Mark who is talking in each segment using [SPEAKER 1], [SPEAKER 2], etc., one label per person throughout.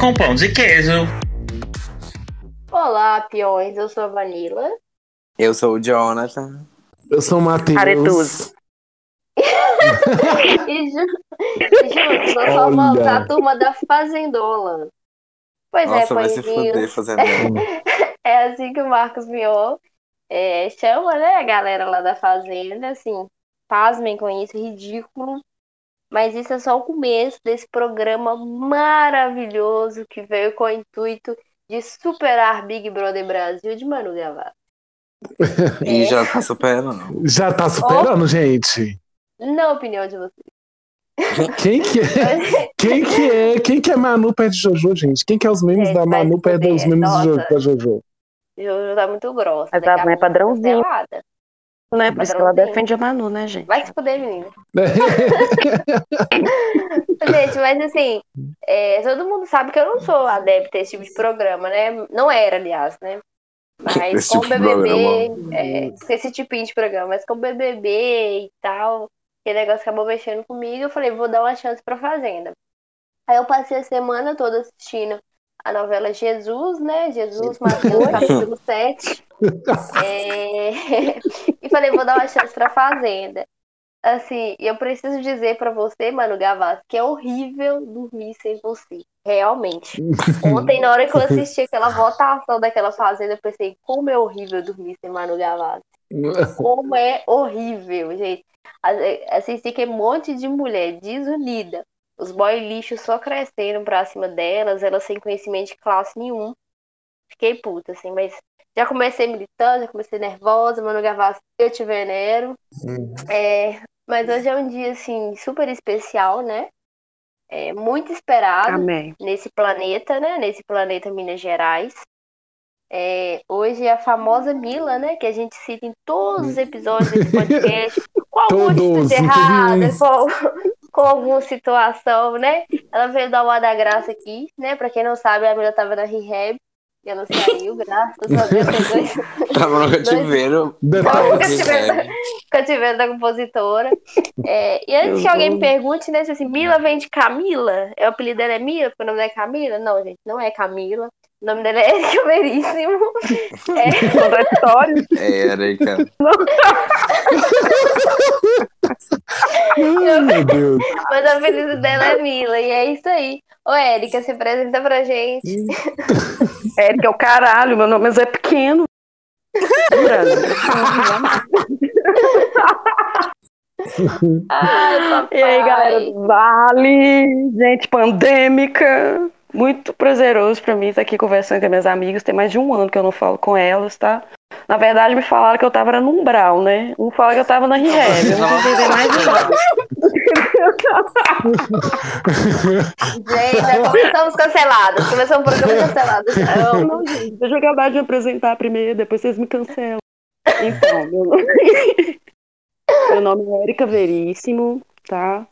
[SPEAKER 1] com pão de queijo.
[SPEAKER 2] Olá, peões. Eu sou a Vanilla.
[SPEAKER 3] Eu sou o Jonathan.
[SPEAKER 4] Eu sou o Matheus.
[SPEAKER 5] Aretuso.
[SPEAKER 2] E, ju- e juntos nós somos
[SPEAKER 4] Olha.
[SPEAKER 2] a turma da Fazendola. Pois é,
[SPEAKER 3] Nossa, vai se fuder
[SPEAKER 2] pãezinhos.
[SPEAKER 3] fazendo.
[SPEAKER 2] É assim que o Marcos Mion é, chama, né, a galera lá da Fazenda, assim, pasmem com isso, ridículo. Mas isso é só o começo desse programa maravilhoso que veio com o intuito de superar Big Brother Brasil de Manu Gavassi.
[SPEAKER 3] E já tá superando.
[SPEAKER 4] Já tá superando, gente.
[SPEAKER 2] Na opinião de vocês.
[SPEAKER 4] Quem que é? Quem que é? Quem que é Manu perto de Jojo, gente? Quem que é os memes
[SPEAKER 2] É,
[SPEAKER 4] da
[SPEAKER 2] vai
[SPEAKER 4] Manu
[SPEAKER 2] se
[SPEAKER 4] perto dos
[SPEAKER 2] fuder,
[SPEAKER 4] memes de Jo-
[SPEAKER 2] nossa.
[SPEAKER 4] da Jojo?
[SPEAKER 2] Jojo tá muito grossa.
[SPEAKER 5] Mas
[SPEAKER 2] daqui
[SPEAKER 5] ela não é
[SPEAKER 2] pouco tá
[SPEAKER 5] padrãozinho.
[SPEAKER 2] cancelada.
[SPEAKER 5] Né? Por isso que ela
[SPEAKER 2] Padrãozinho.
[SPEAKER 5] defende a Manu, né, gente?
[SPEAKER 2] Vai se fuder, menina. Gente, mas assim, é, todo mundo sabe que eu não sou adepta a esse tipo de programa, né? Não era, aliás, né? Mas
[SPEAKER 3] Esse
[SPEAKER 2] com o
[SPEAKER 3] tipo de
[SPEAKER 2] BBB, é, esse tipinho de programa, mas com o BBB e tal, aquele negócio acabou mexendo comigo, eu falei, vou dar uma chance pra Fazenda. Aí eu passei a semana toda assistindo a novela Jesus, né? Jesus Mateus, capítulo 7. É, e falei, vou dar uma chance pra Fazenda. Assim, eu preciso dizer pra você, Manu Gavassi, que é horrível dormir sem você. Realmente. Ontem, na hora que eu assisti aquela votação daquela fazenda, eu pensei, como é horrível dormir sem Manu Gavassi. Como é horrível, gente. A- Assim, fica um monte de mulher desunida. Os boy lixo só crescendo pra cima delas, elas sem conhecimento de classe nenhum. Fiquei puta, assim, mas já comecei militando, já comecei nervosa, Manu Gavassi, eu te venero. É, mas hoje é um dia, assim, super especial, né? É muito esperado
[SPEAKER 5] Amém.
[SPEAKER 2] nesse planeta, né? Nesse planeta Minas Gerais. É, hoje é a famosa Mila, né? Que a gente cita em todos os episódios desse podcast. Com alguma
[SPEAKER 4] Todos,
[SPEAKER 2] de errada,
[SPEAKER 4] todos.
[SPEAKER 2] com, com alguma situação, né? Ela veio dar uma da graça aqui, né? Pra quem não sabe, a Mila tava na rehab. E ela saiu, graças a Deus. tem dois-
[SPEAKER 3] Tava no cativeiro.
[SPEAKER 4] Detalhe.
[SPEAKER 2] Nunca tive-
[SPEAKER 3] É,
[SPEAKER 2] cativeiro da compositora. É, e antes
[SPEAKER 5] Eu
[SPEAKER 2] que alguém
[SPEAKER 5] vou-
[SPEAKER 2] me pergunte, né, se assim, Mila vem de Camila, é o apelido dela é Mila, porque o nome dela é Camila? Não, gente, não é Camila. O nome dela é Erika Veríssimo. É,
[SPEAKER 5] Contraditório.
[SPEAKER 3] É, Erika.
[SPEAKER 4] Ai, meu Deus.
[SPEAKER 2] mas o apelido dela é Mila, e é isso aí. Ô, Erika, se apresenta pra gente.
[SPEAKER 5] É, porque é o caralho, meu nome mas é pequeno.
[SPEAKER 2] Ai, papai.
[SPEAKER 5] E aí, galera do Vale, gente pandêmica. Muito prazeroso pra mim estar aqui conversando com minhas amigas. Tem mais de um ano que eu não falo com elas, tá? Na verdade, me falaram que eu tava era no umbral, né? Um fala que eu tava na Rehab. Eu não vou entender mais
[SPEAKER 3] um
[SPEAKER 5] nada.
[SPEAKER 2] Gente, nós começamos cancelados. Começamos por um programa cancelado.
[SPEAKER 5] Não, não, gente. Deixa eu acabar de me apresentar primeiro, depois vocês me cancelam. Então, meu nome, meu nome é Érica Veríssimo, tá?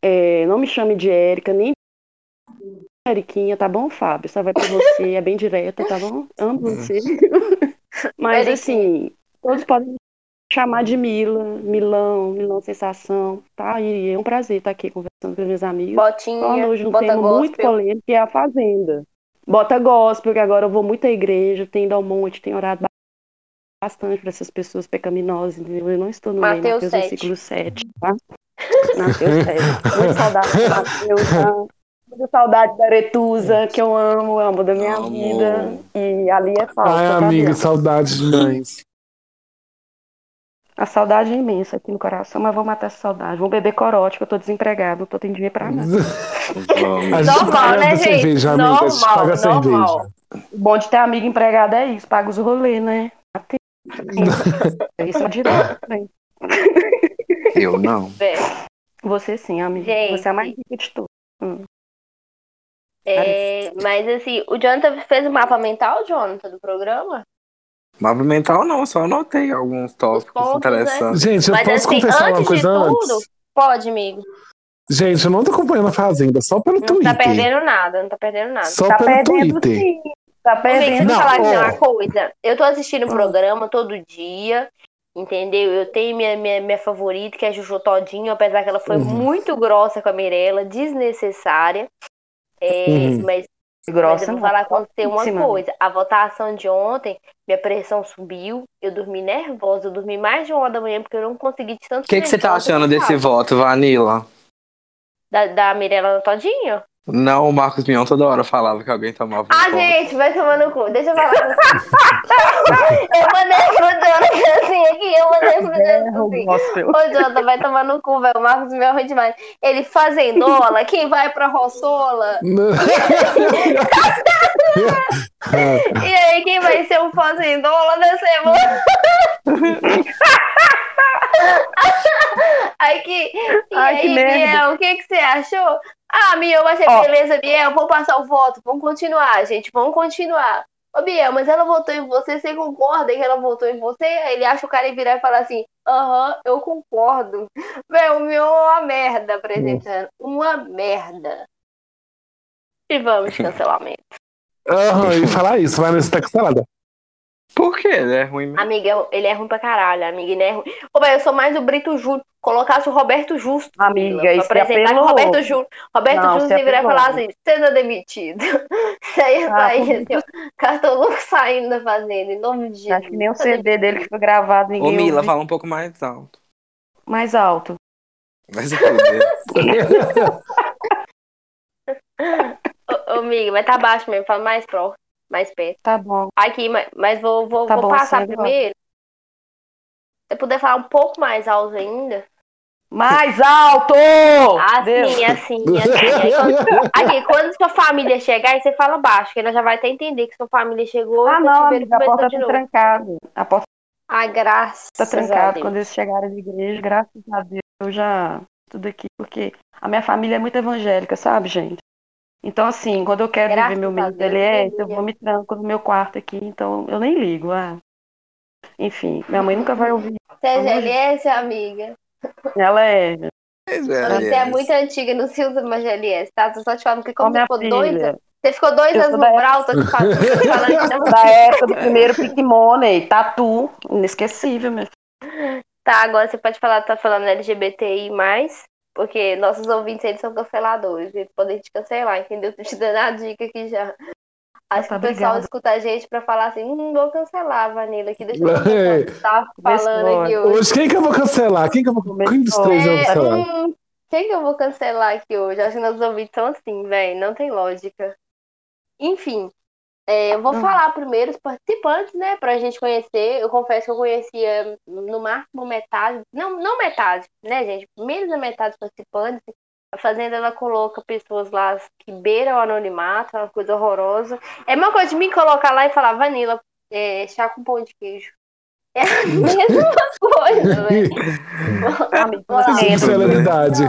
[SPEAKER 5] É, não me chame de Érica, nem de Eriquinha, tá bom, Fábio? Só vai pra você, é bem direta, tá bom? Amo você. Mas,
[SPEAKER 2] Eriquinha.
[SPEAKER 5] assim, todos podem me chamar de Mila, Milão, Milão Sensação, tá? E é um prazer estar aqui conversando com meus amigos. Falando
[SPEAKER 2] Botinha,
[SPEAKER 5] hoje um
[SPEAKER 2] bota
[SPEAKER 5] tema muito
[SPEAKER 2] gospel.
[SPEAKER 5] polêmico, que é a Fazenda. Bota gospel, que agora eu vou muito à igreja, tenho ido ao monte, tenho orado ba- bastante para essas pessoas pecaminosas, entendeu? Eu não estou no meio,
[SPEAKER 2] Mateus
[SPEAKER 5] Mateus
[SPEAKER 2] 7.
[SPEAKER 5] versículo 7, tá? Mateus 7. Muito saudade do Mateus, tá? Muito saudade da Aretusa, que eu amo, amo da minha
[SPEAKER 3] Amo.
[SPEAKER 5] vida. E ali é falta,
[SPEAKER 4] Ai,
[SPEAKER 5] tá
[SPEAKER 4] amiga,
[SPEAKER 5] vendo?
[SPEAKER 4] saudade demais.
[SPEAKER 5] A saudade é imensa aqui no coração, mas vou matar essa saudade. Vou beber corote, que eu tô desempregado, não tô tendo dinheiro
[SPEAKER 4] Hum.
[SPEAKER 5] pra nada.
[SPEAKER 3] Vamos.
[SPEAKER 4] A gente
[SPEAKER 2] Normal,
[SPEAKER 4] paga
[SPEAKER 2] né,
[SPEAKER 4] a
[SPEAKER 2] gente?
[SPEAKER 4] cerveja, amiga. A gente
[SPEAKER 2] Normal,
[SPEAKER 4] paga a
[SPEAKER 2] normal.
[SPEAKER 4] cerveja.
[SPEAKER 5] O bom de ter amigo empregado é isso, paga os rolês, né? Isso é direto, né?
[SPEAKER 3] Eu não.
[SPEAKER 2] velho.
[SPEAKER 5] Você sim, amigo.
[SPEAKER 2] Gente.
[SPEAKER 5] Você é a mais rica de todos.
[SPEAKER 2] É, mas assim, o Jonathan fez o mapa mental, Jonathan, do programa?
[SPEAKER 3] Mapa mental não, só anotei alguns tópicos
[SPEAKER 2] pontos, né?
[SPEAKER 3] interessantes.
[SPEAKER 4] Gente, eu
[SPEAKER 2] mas
[SPEAKER 4] posso
[SPEAKER 2] assim,
[SPEAKER 4] confessar uma
[SPEAKER 2] antes de
[SPEAKER 4] coisa
[SPEAKER 2] tudo,
[SPEAKER 4] antes?
[SPEAKER 2] pode, amigo.
[SPEAKER 4] Gente, eu não tô acompanhando a Fazenda, só pelo
[SPEAKER 2] Não tá
[SPEAKER 4] Twitter.
[SPEAKER 2] perdendo nada, não tá perdendo nada.
[SPEAKER 4] Só pelo Twitter.
[SPEAKER 5] sim. Tá
[SPEAKER 2] Amigo, deixa eu
[SPEAKER 4] Não,
[SPEAKER 2] falar aqui
[SPEAKER 4] ó.
[SPEAKER 2] uma coisa. Eu tô assistindo o programa todo dia, entendeu? Eu tenho minha, minha, minha favorita, que é a Juju Todinho, apesar que ela foi
[SPEAKER 4] Uhum.
[SPEAKER 2] muito grossa com a Mirella, desnecessária. É,
[SPEAKER 4] Uhum.
[SPEAKER 2] Mas Mas
[SPEAKER 5] Grossa,
[SPEAKER 2] eu vou
[SPEAKER 5] não.
[SPEAKER 2] falar com você uma
[SPEAKER 5] Sim, mano.
[SPEAKER 2] coisa. A votação de ontem, minha pressão subiu, eu dormi nervosa, eu dormi mais de uma hora da manhã porque eu não consegui de tanto
[SPEAKER 3] O que, que você tá
[SPEAKER 2] nervosa
[SPEAKER 3] achando
[SPEAKER 2] que eu
[SPEAKER 3] desse
[SPEAKER 2] tava.
[SPEAKER 3] voto, Vanilla?
[SPEAKER 2] Da, da Mirella Todinho?
[SPEAKER 3] Não, o Marcos Mion toda hora falava que alguém tomava um
[SPEAKER 2] Ah,
[SPEAKER 3] ponto.
[SPEAKER 2] gente, vai tomar no cu. Deixa eu falar. eu mandei pro Jonathan assim aqui, eu mandei pro
[SPEAKER 5] Né,
[SPEAKER 2] Jonathan assim.
[SPEAKER 5] Gospel.
[SPEAKER 2] Ô, Jonathan, vai tomar no cu, velho. O Marcos Mion é ruim demais. Ele fazendola, quem vai pra Rossola? E aí, quem vai ser o fazendola da semana? Aí que, e
[SPEAKER 5] Ai,
[SPEAKER 2] aí,
[SPEAKER 5] que merda.
[SPEAKER 2] Biel, o que, que você achou? Ah, Biel, eu achei
[SPEAKER 5] Ó.
[SPEAKER 2] beleza, Biel, vamos passar o voto, vamos continuar, gente, vamos continuar. Ô, Biel, mas ela votou em você, você concorda que ela votou em você? Aí ele acha o cara e virar e falar assim, aham, eu concordo. Véi, o meu é uma merda apresentando, uma merda. E vamos de cancelamento.
[SPEAKER 4] Aham, e falar isso, Vanessa tá cancelada.
[SPEAKER 3] Por quê? Ele é ruim mesmo.
[SPEAKER 2] Amiga, ele é ruim pra caralho, amiga, ele é ruim. Ô, velho, eu sou mais o Brito Júnior. Colocasse o Roberto Justo.
[SPEAKER 5] Amiga,
[SPEAKER 2] pra
[SPEAKER 5] isso que
[SPEAKER 2] apresentar com o
[SPEAKER 5] apelou.
[SPEAKER 2] Roberto Júnior. Roberto
[SPEAKER 5] Não,
[SPEAKER 2] Justo
[SPEAKER 5] você
[SPEAKER 2] deveria
[SPEAKER 5] apelou.
[SPEAKER 2] falar assim, sendo demitido. Isso aí
[SPEAKER 5] Ah,
[SPEAKER 2] vai assim, ó, Cartoluco saindo da fazenda, em nome de Jesus.
[SPEAKER 5] Acho que nem o CD dele que foi gravado, ninguém
[SPEAKER 3] Ô, Mila,
[SPEAKER 5] ouviu.
[SPEAKER 3] fala um pouco mais alto.
[SPEAKER 5] mais alto.
[SPEAKER 3] Mas eu vou
[SPEAKER 2] Ô, ô, amiga, mas tá baixo mesmo, fala mais pro, mais perto.
[SPEAKER 5] Tá bom.
[SPEAKER 2] Aqui, mas, mas vou, vou,
[SPEAKER 5] Tá
[SPEAKER 2] vou
[SPEAKER 5] bom,
[SPEAKER 2] passar
[SPEAKER 5] assim,
[SPEAKER 2] primeiro. Se eu puder falar um pouco mais alto ainda.
[SPEAKER 5] Mais alto! Deus.
[SPEAKER 2] Assim, assim, assim. Aí quando-
[SPEAKER 5] é
[SPEAKER 2] Aqui, quando sua família chegar, aí você fala baixo, que ela já vai até entender que sua família chegou
[SPEAKER 5] Ah,
[SPEAKER 2] e
[SPEAKER 5] não,
[SPEAKER 2] cativeiro
[SPEAKER 5] amiga, a
[SPEAKER 2] começou
[SPEAKER 5] porta
[SPEAKER 2] de
[SPEAKER 5] tá
[SPEAKER 2] novo.
[SPEAKER 5] trancada. A porta
[SPEAKER 2] Ah, graças
[SPEAKER 5] tá
[SPEAKER 2] a
[SPEAKER 5] trancada.
[SPEAKER 2] Deus.
[SPEAKER 5] Quando eles chegarem de igreja, graças a Deus, eu já tudo aqui, porque a minha família é muito evangélica, sabe, gente? Então, assim, quando eu quero
[SPEAKER 2] Graças
[SPEAKER 5] viver meu
[SPEAKER 2] a
[SPEAKER 5] menino
[SPEAKER 2] Deus,
[SPEAKER 5] ele é,
[SPEAKER 2] aleluia.
[SPEAKER 5] eu vou me tranco no meu quarto aqui, então eu nem ligo. Ah. Enfim, minha mãe nunca vai ouvir.
[SPEAKER 2] Você é GLS, amiga?
[SPEAKER 5] Ela é.
[SPEAKER 2] Você é muito antiga, não se usa mais GLS, tá? Tô só te falando que
[SPEAKER 5] Ó,
[SPEAKER 2] como você
[SPEAKER 5] minha
[SPEAKER 2] ficou
[SPEAKER 5] filha.
[SPEAKER 2] dois anos... Você ficou dois
[SPEAKER 5] Eu
[SPEAKER 2] anos
[SPEAKER 5] sou
[SPEAKER 2] no
[SPEAKER 5] da
[SPEAKER 2] Brau, tô te falando, tô te falando que não
[SPEAKER 5] Da época do primeiro Pikmoney, tatu, inesquecível, meu
[SPEAKER 2] Tá, agora você pode falar, tá falando LGBTI+, porque nossos ouvintes, eles são canceladores, eles podem te cancelar, entendeu? Tô te dando a dica aqui já. Acho que
[SPEAKER 5] Tá,
[SPEAKER 2] o pessoal
[SPEAKER 5] obrigada.
[SPEAKER 2] escuta a gente pra falar assim, hum, vou cancelar, Vanilla, aqui deixa eu ver o que você tá falando aqui hoje.
[SPEAKER 4] Hoje, quem que eu vou cancelar? Quem que eu vou Quem dos três eu vou
[SPEAKER 2] É,
[SPEAKER 4] cancelar?
[SPEAKER 2] hum, quem que eu vou cancelar aqui hoje? Acho que nossos ouvintes são assim, velho, não tem lógica. Enfim, é, eu vou
[SPEAKER 5] Não.
[SPEAKER 2] falar primeiro os participantes, né, pra gente conhecer. Eu confesso que eu conhecia no máximo metade, não, não metade, né, gente? Menos da metade dos participantes. A Fazenda, ela coloca pessoas lá que beiram o anonimato, é uma coisa horrorosa. É uma coisa de me colocar lá e falar, Vanilla, é, chá com pão de queijo. É a mesma coisa, velho.
[SPEAKER 5] amigo.
[SPEAKER 2] Olá.
[SPEAKER 5] você-
[SPEAKER 4] Celebridade.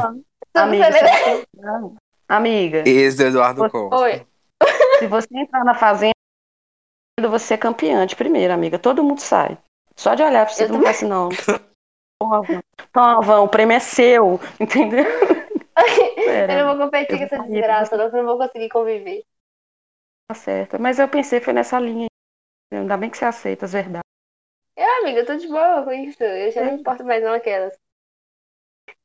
[SPEAKER 5] Amiga, é
[SPEAKER 2] Você-
[SPEAKER 5] você- Não. Amiga,
[SPEAKER 3] Ex do Eduardo Costa.
[SPEAKER 2] Oi.
[SPEAKER 5] se você entrar na fazenda, você é campeã de primeira, amiga. Todo mundo sai. Só de olhar pra você,
[SPEAKER 2] Eu
[SPEAKER 5] todo mundo fala assim, não. Toma, Vão. Toma, Vão, o prêmio é seu, entendeu? Sério,
[SPEAKER 2] Eu não vou competir
[SPEAKER 5] Eu
[SPEAKER 2] com essa
[SPEAKER 5] vou sair,
[SPEAKER 2] desgraça, não, que eu não vou conseguir conviver.
[SPEAKER 5] tá certo. Mas eu pensei, foi nessa linha. entendeu? Ainda bem que você aceita as verdades.
[SPEAKER 2] É, amiga, eu tô de boa com isso. Eu já
[SPEAKER 5] É.
[SPEAKER 2] não me importo mais não aquelas.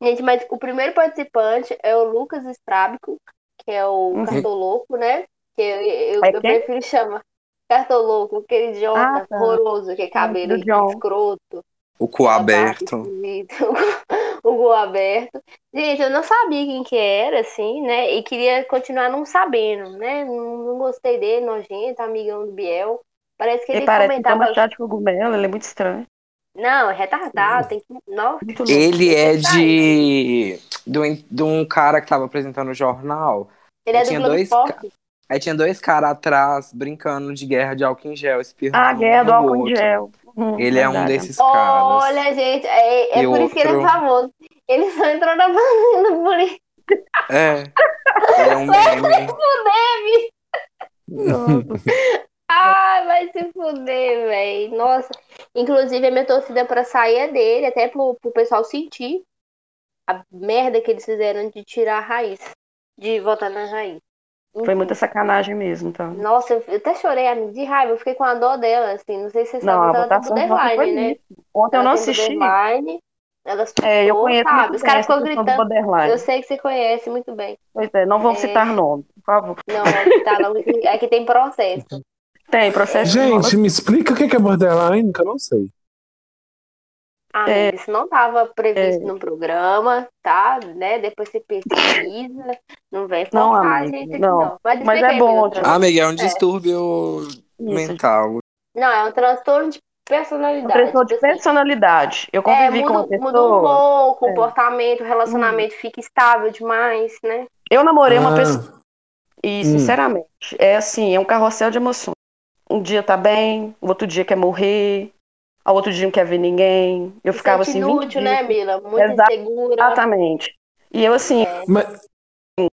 [SPEAKER 2] Gente, mas o primeiro participante é o Lucas Estrábico, que é o
[SPEAKER 5] Uhum.
[SPEAKER 2] cartoloco, né? Que eu, eu,
[SPEAKER 5] É
[SPEAKER 2] eu
[SPEAKER 5] quem?
[SPEAKER 2] prefiro chamar cartoloco, aquele idiota
[SPEAKER 5] Ah, tá.
[SPEAKER 2] horroroso, que é cabelo
[SPEAKER 5] do John.
[SPEAKER 2] escroto.
[SPEAKER 3] O cu aberto.
[SPEAKER 2] Esquisito. O gol aberto. Gente, eu não sabia quem que era, assim, né? E queria continuar não sabendo, né? Não, não gostei dele, nojento, amigão do Biel. Parece que ele
[SPEAKER 5] Ele parece que
[SPEAKER 2] comentava.
[SPEAKER 5] toma chá de cogumelo, ele é muito estranho.
[SPEAKER 2] Não, é retardado, tem que. Nossa,
[SPEAKER 5] Muito louco.
[SPEAKER 3] Ele é de. Do, de um cara que tava apresentando o jornal.
[SPEAKER 2] ele é do
[SPEAKER 3] Tinha
[SPEAKER 2] Globo
[SPEAKER 3] dois
[SPEAKER 2] Esporte.
[SPEAKER 3] Aí tinha dois caras atrás brincando de guerra de álcool em gel, espirrando.
[SPEAKER 5] Ah, guerra do
[SPEAKER 3] um no
[SPEAKER 5] álcool em
[SPEAKER 3] outro.
[SPEAKER 5] gel. Uhum,
[SPEAKER 3] Ele é um
[SPEAKER 5] verdade.
[SPEAKER 3] desses caras.
[SPEAKER 2] Olha, gente, é, é
[SPEAKER 3] E
[SPEAKER 2] por isso que ele é
[SPEAKER 3] outro-
[SPEAKER 2] famoso. Ele só entrou na fazenda por isso.
[SPEAKER 3] É. Ele é um meme.
[SPEAKER 2] Ai, Ah, vai se fuder, velho. Nossa. Inclusive, a minha torcida pra sair é dele, até pro, pro pessoal sentir a merda que eles fizeram de tirar a raiz, de voltar na raiz.
[SPEAKER 5] Foi muita sacanagem mesmo, tá?
[SPEAKER 2] Nossa, eu eu até chorei amiga, de raiva, eu fiquei com a dó dela, assim, não sei se vocês
[SPEAKER 5] Não,
[SPEAKER 2] sabem,
[SPEAKER 5] a
[SPEAKER 2] mas ela tá
[SPEAKER 5] votação de ontem foi
[SPEAKER 2] borderline, né?
[SPEAKER 5] isso. Ontem eu não
[SPEAKER 2] Ela tem
[SPEAKER 5] assisti.
[SPEAKER 2] borderline, ela
[SPEAKER 5] É, eu
[SPEAKER 2] surtou,
[SPEAKER 5] conheço
[SPEAKER 2] sabe?
[SPEAKER 5] muito
[SPEAKER 2] Os caras
[SPEAKER 5] bem essa
[SPEAKER 2] ficam
[SPEAKER 5] questão do
[SPEAKER 2] gritando.
[SPEAKER 5] borderline.
[SPEAKER 2] Eu sei que você conhece muito bem.
[SPEAKER 5] Pois é, não vão
[SPEAKER 2] É.
[SPEAKER 5] citar nome. favor.
[SPEAKER 2] Não, aqui, tá longe- aqui tem processo.
[SPEAKER 5] Tem processo de moda.
[SPEAKER 4] Gente, me explica o que que é borderline, que eu não sei.
[SPEAKER 2] Ah,
[SPEAKER 5] É.
[SPEAKER 2] amiga, isso não estava previsto no programa, tá? Né? Depois você pesquisa. Não vem
[SPEAKER 5] Não,
[SPEAKER 2] falar,
[SPEAKER 5] amiga,
[SPEAKER 2] gente, aqui
[SPEAKER 5] não.
[SPEAKER 2] Mas,
[SPEAKER 5] Mas
[SPEAKER 2] explica
[SPEAKER 5] é
[SPEAKER 2] aí,
[SPEAKER 5] bom,
[SPEAKER 2] amiga,
[SPEAKER 5] tipo,
[SPEAKER 2] o
[SPEAKER 3] Ah, amiga, é um distúrbio
[SPEAKER 5] Isso.
[SPEAKER 3] mental.
[SPEAKER 2] Não, é um transtorno de personalidade.
[SPEAKER 5] Um transtorno de
[SPEAKER 2] Pessoa-
[SPEAKER 5] personalidade. Eu
[SPEAKER 2] É,
[SPEAKER 5] convivi
[SPEAKER 2] muda,
[SPEAKER 5] com uma
[SPEAKER 2] muda o
[SPEAKER 5] pessoa. É. Hum.
[SPEAKER 2] humor, o comportamento, o relacionamento fica estável demais, né?
[SPEAKER 5] Eu namorei uma
[SPEAKER 4] Ah,
[SPEAKER 5] pessoa. E,
[SPEAKER 4] Hum.
[SPEAKER 5] sinceramente, é assim, é um carrossel de emoções. Um dia tá bem, o outro dia quer morrer, ao outro dia não quer ver ninguém. Eu
[SPEAKER 2] Isso
[SPEAKER 5] ficava
[SPEAKER 2] é
[SPEAKER 5] assim,
[SPEAKER 2] inútil,
[SPEAKER 5] 20
[SPEAKER 2] né,
[SPEAKER 5] dias.
[SPEAKER 2] Mila? Muito
[SPEAKER 5] Exato. tá
[SPEAKER 2] insegura.
[SPEAKER 5] Exatamente. E eu, assim,
[SPEAKER 4] Mas... Hum.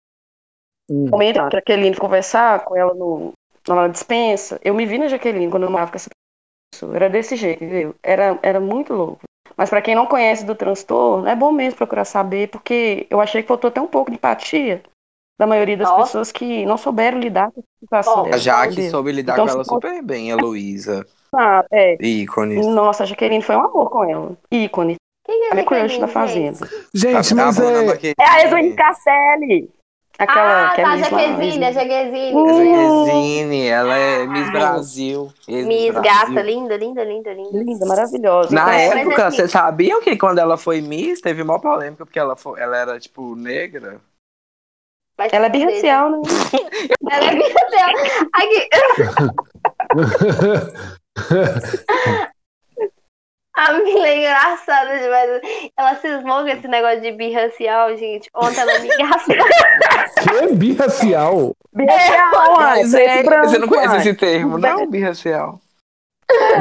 [SPEAKER 5] no momento que a Jaqueline foi conversar com ela no, na dispensa, eu me vi na Jaqueline quando eu morava com essa pessoa. Era desse jeito, entendeu? Era, era muito louco. Mas pra quem não conhece do transtorno, é bom mesmo procurar saber, porque eu achei que faltou até um pouco de empatia da maioria das
[SPEAKER 2] Nossa.
[SPEAKER 5] pessoas que não souberam lidar com a situação
[SPEAKER 2] Ó,
[SPEAKER 5] dela.
[SPEAKER 3] A Jaque
[SPEAKER 5] entendeu?
[SPEAKER 3] soube lidar
[SPEAKER 5] Então,
[SPEAKER 3] com ela
[SPEAKER 5] se-
[SPEAKER 3] super bem, a Luísa.
[SPEAKER 5] Ah, é.
[SPEAKER 3] Ícones.
[SPEAKER 5] Nossa, a Jaqueline foi um amor com ela. Ícone.
[SPEAKER 2] Quem é
[SPEAKER 5] Ela é crush
[SPEAKER 2] Jaqueline,
[SPEAKER 5] da
[SPEAKER 2] gente?
[SPEAKER 5] Fazenda.
[SPEAKER 4] Gente, mas
[SPEAKER 3] Tá bom, né,
[SPEAKER 4] é...
[SPEAKER 3] Maquete?
[SPEAKER 5] É a Esme Castelli! Aquela
[SPEAKER 2] Ah,
[SPEAKER 5] que é
[SPEAKER 2] tá,
[SPEAKER 5] Miss
[SPEAKER 2] Jaquezine, a
[SPEAKER 5] Marvel.
[SPEAKER 2] Jaquezine.
[SPEAKER 5] Hum.
[SPEAKER 3] Essa Gesine, ela é Miss Brasil. Ex-Miss
[SPEAKER 2] Miss
[SPEAKER 3] Brasil.
[SPEAKER 2] Gata, linda, linda, linda, linda.
[SPEAKER 5] Linda, maravilhosa. é
[SPEAKER 3] Na
[SPEAKER 2] Mas,
[SPEAKER 3] época,
[SPEAKER 2] assim-
[SPEAKER 3] vocês sabiam que quando ela foi Miss, teve maior polêmica, porque ela, foi, ela era, tipo, negra?
[SPEAKER 2] Mas-
[SPEAKER 5] Ela é birracial, né?
[SPEAKER 2] Ela é birracial. Aqui, a Mila é engraçada demais. Ela cismou com esse negócio de birracial, gente. Ontem ela me engraçou.
[SPEAKER 4] que é birracial?
[SPEAKER 5] Birracial, uai,
[SPEAKER 3] Mas
[SPEAKER 5] preto e
[SPEAKER 3] é,
[SPEAKER 5] branco,
[SPEAKER 3] você não conhece
[SPEAKER 5] uai.
[SPEAKER 3] esse termo, não, birracial?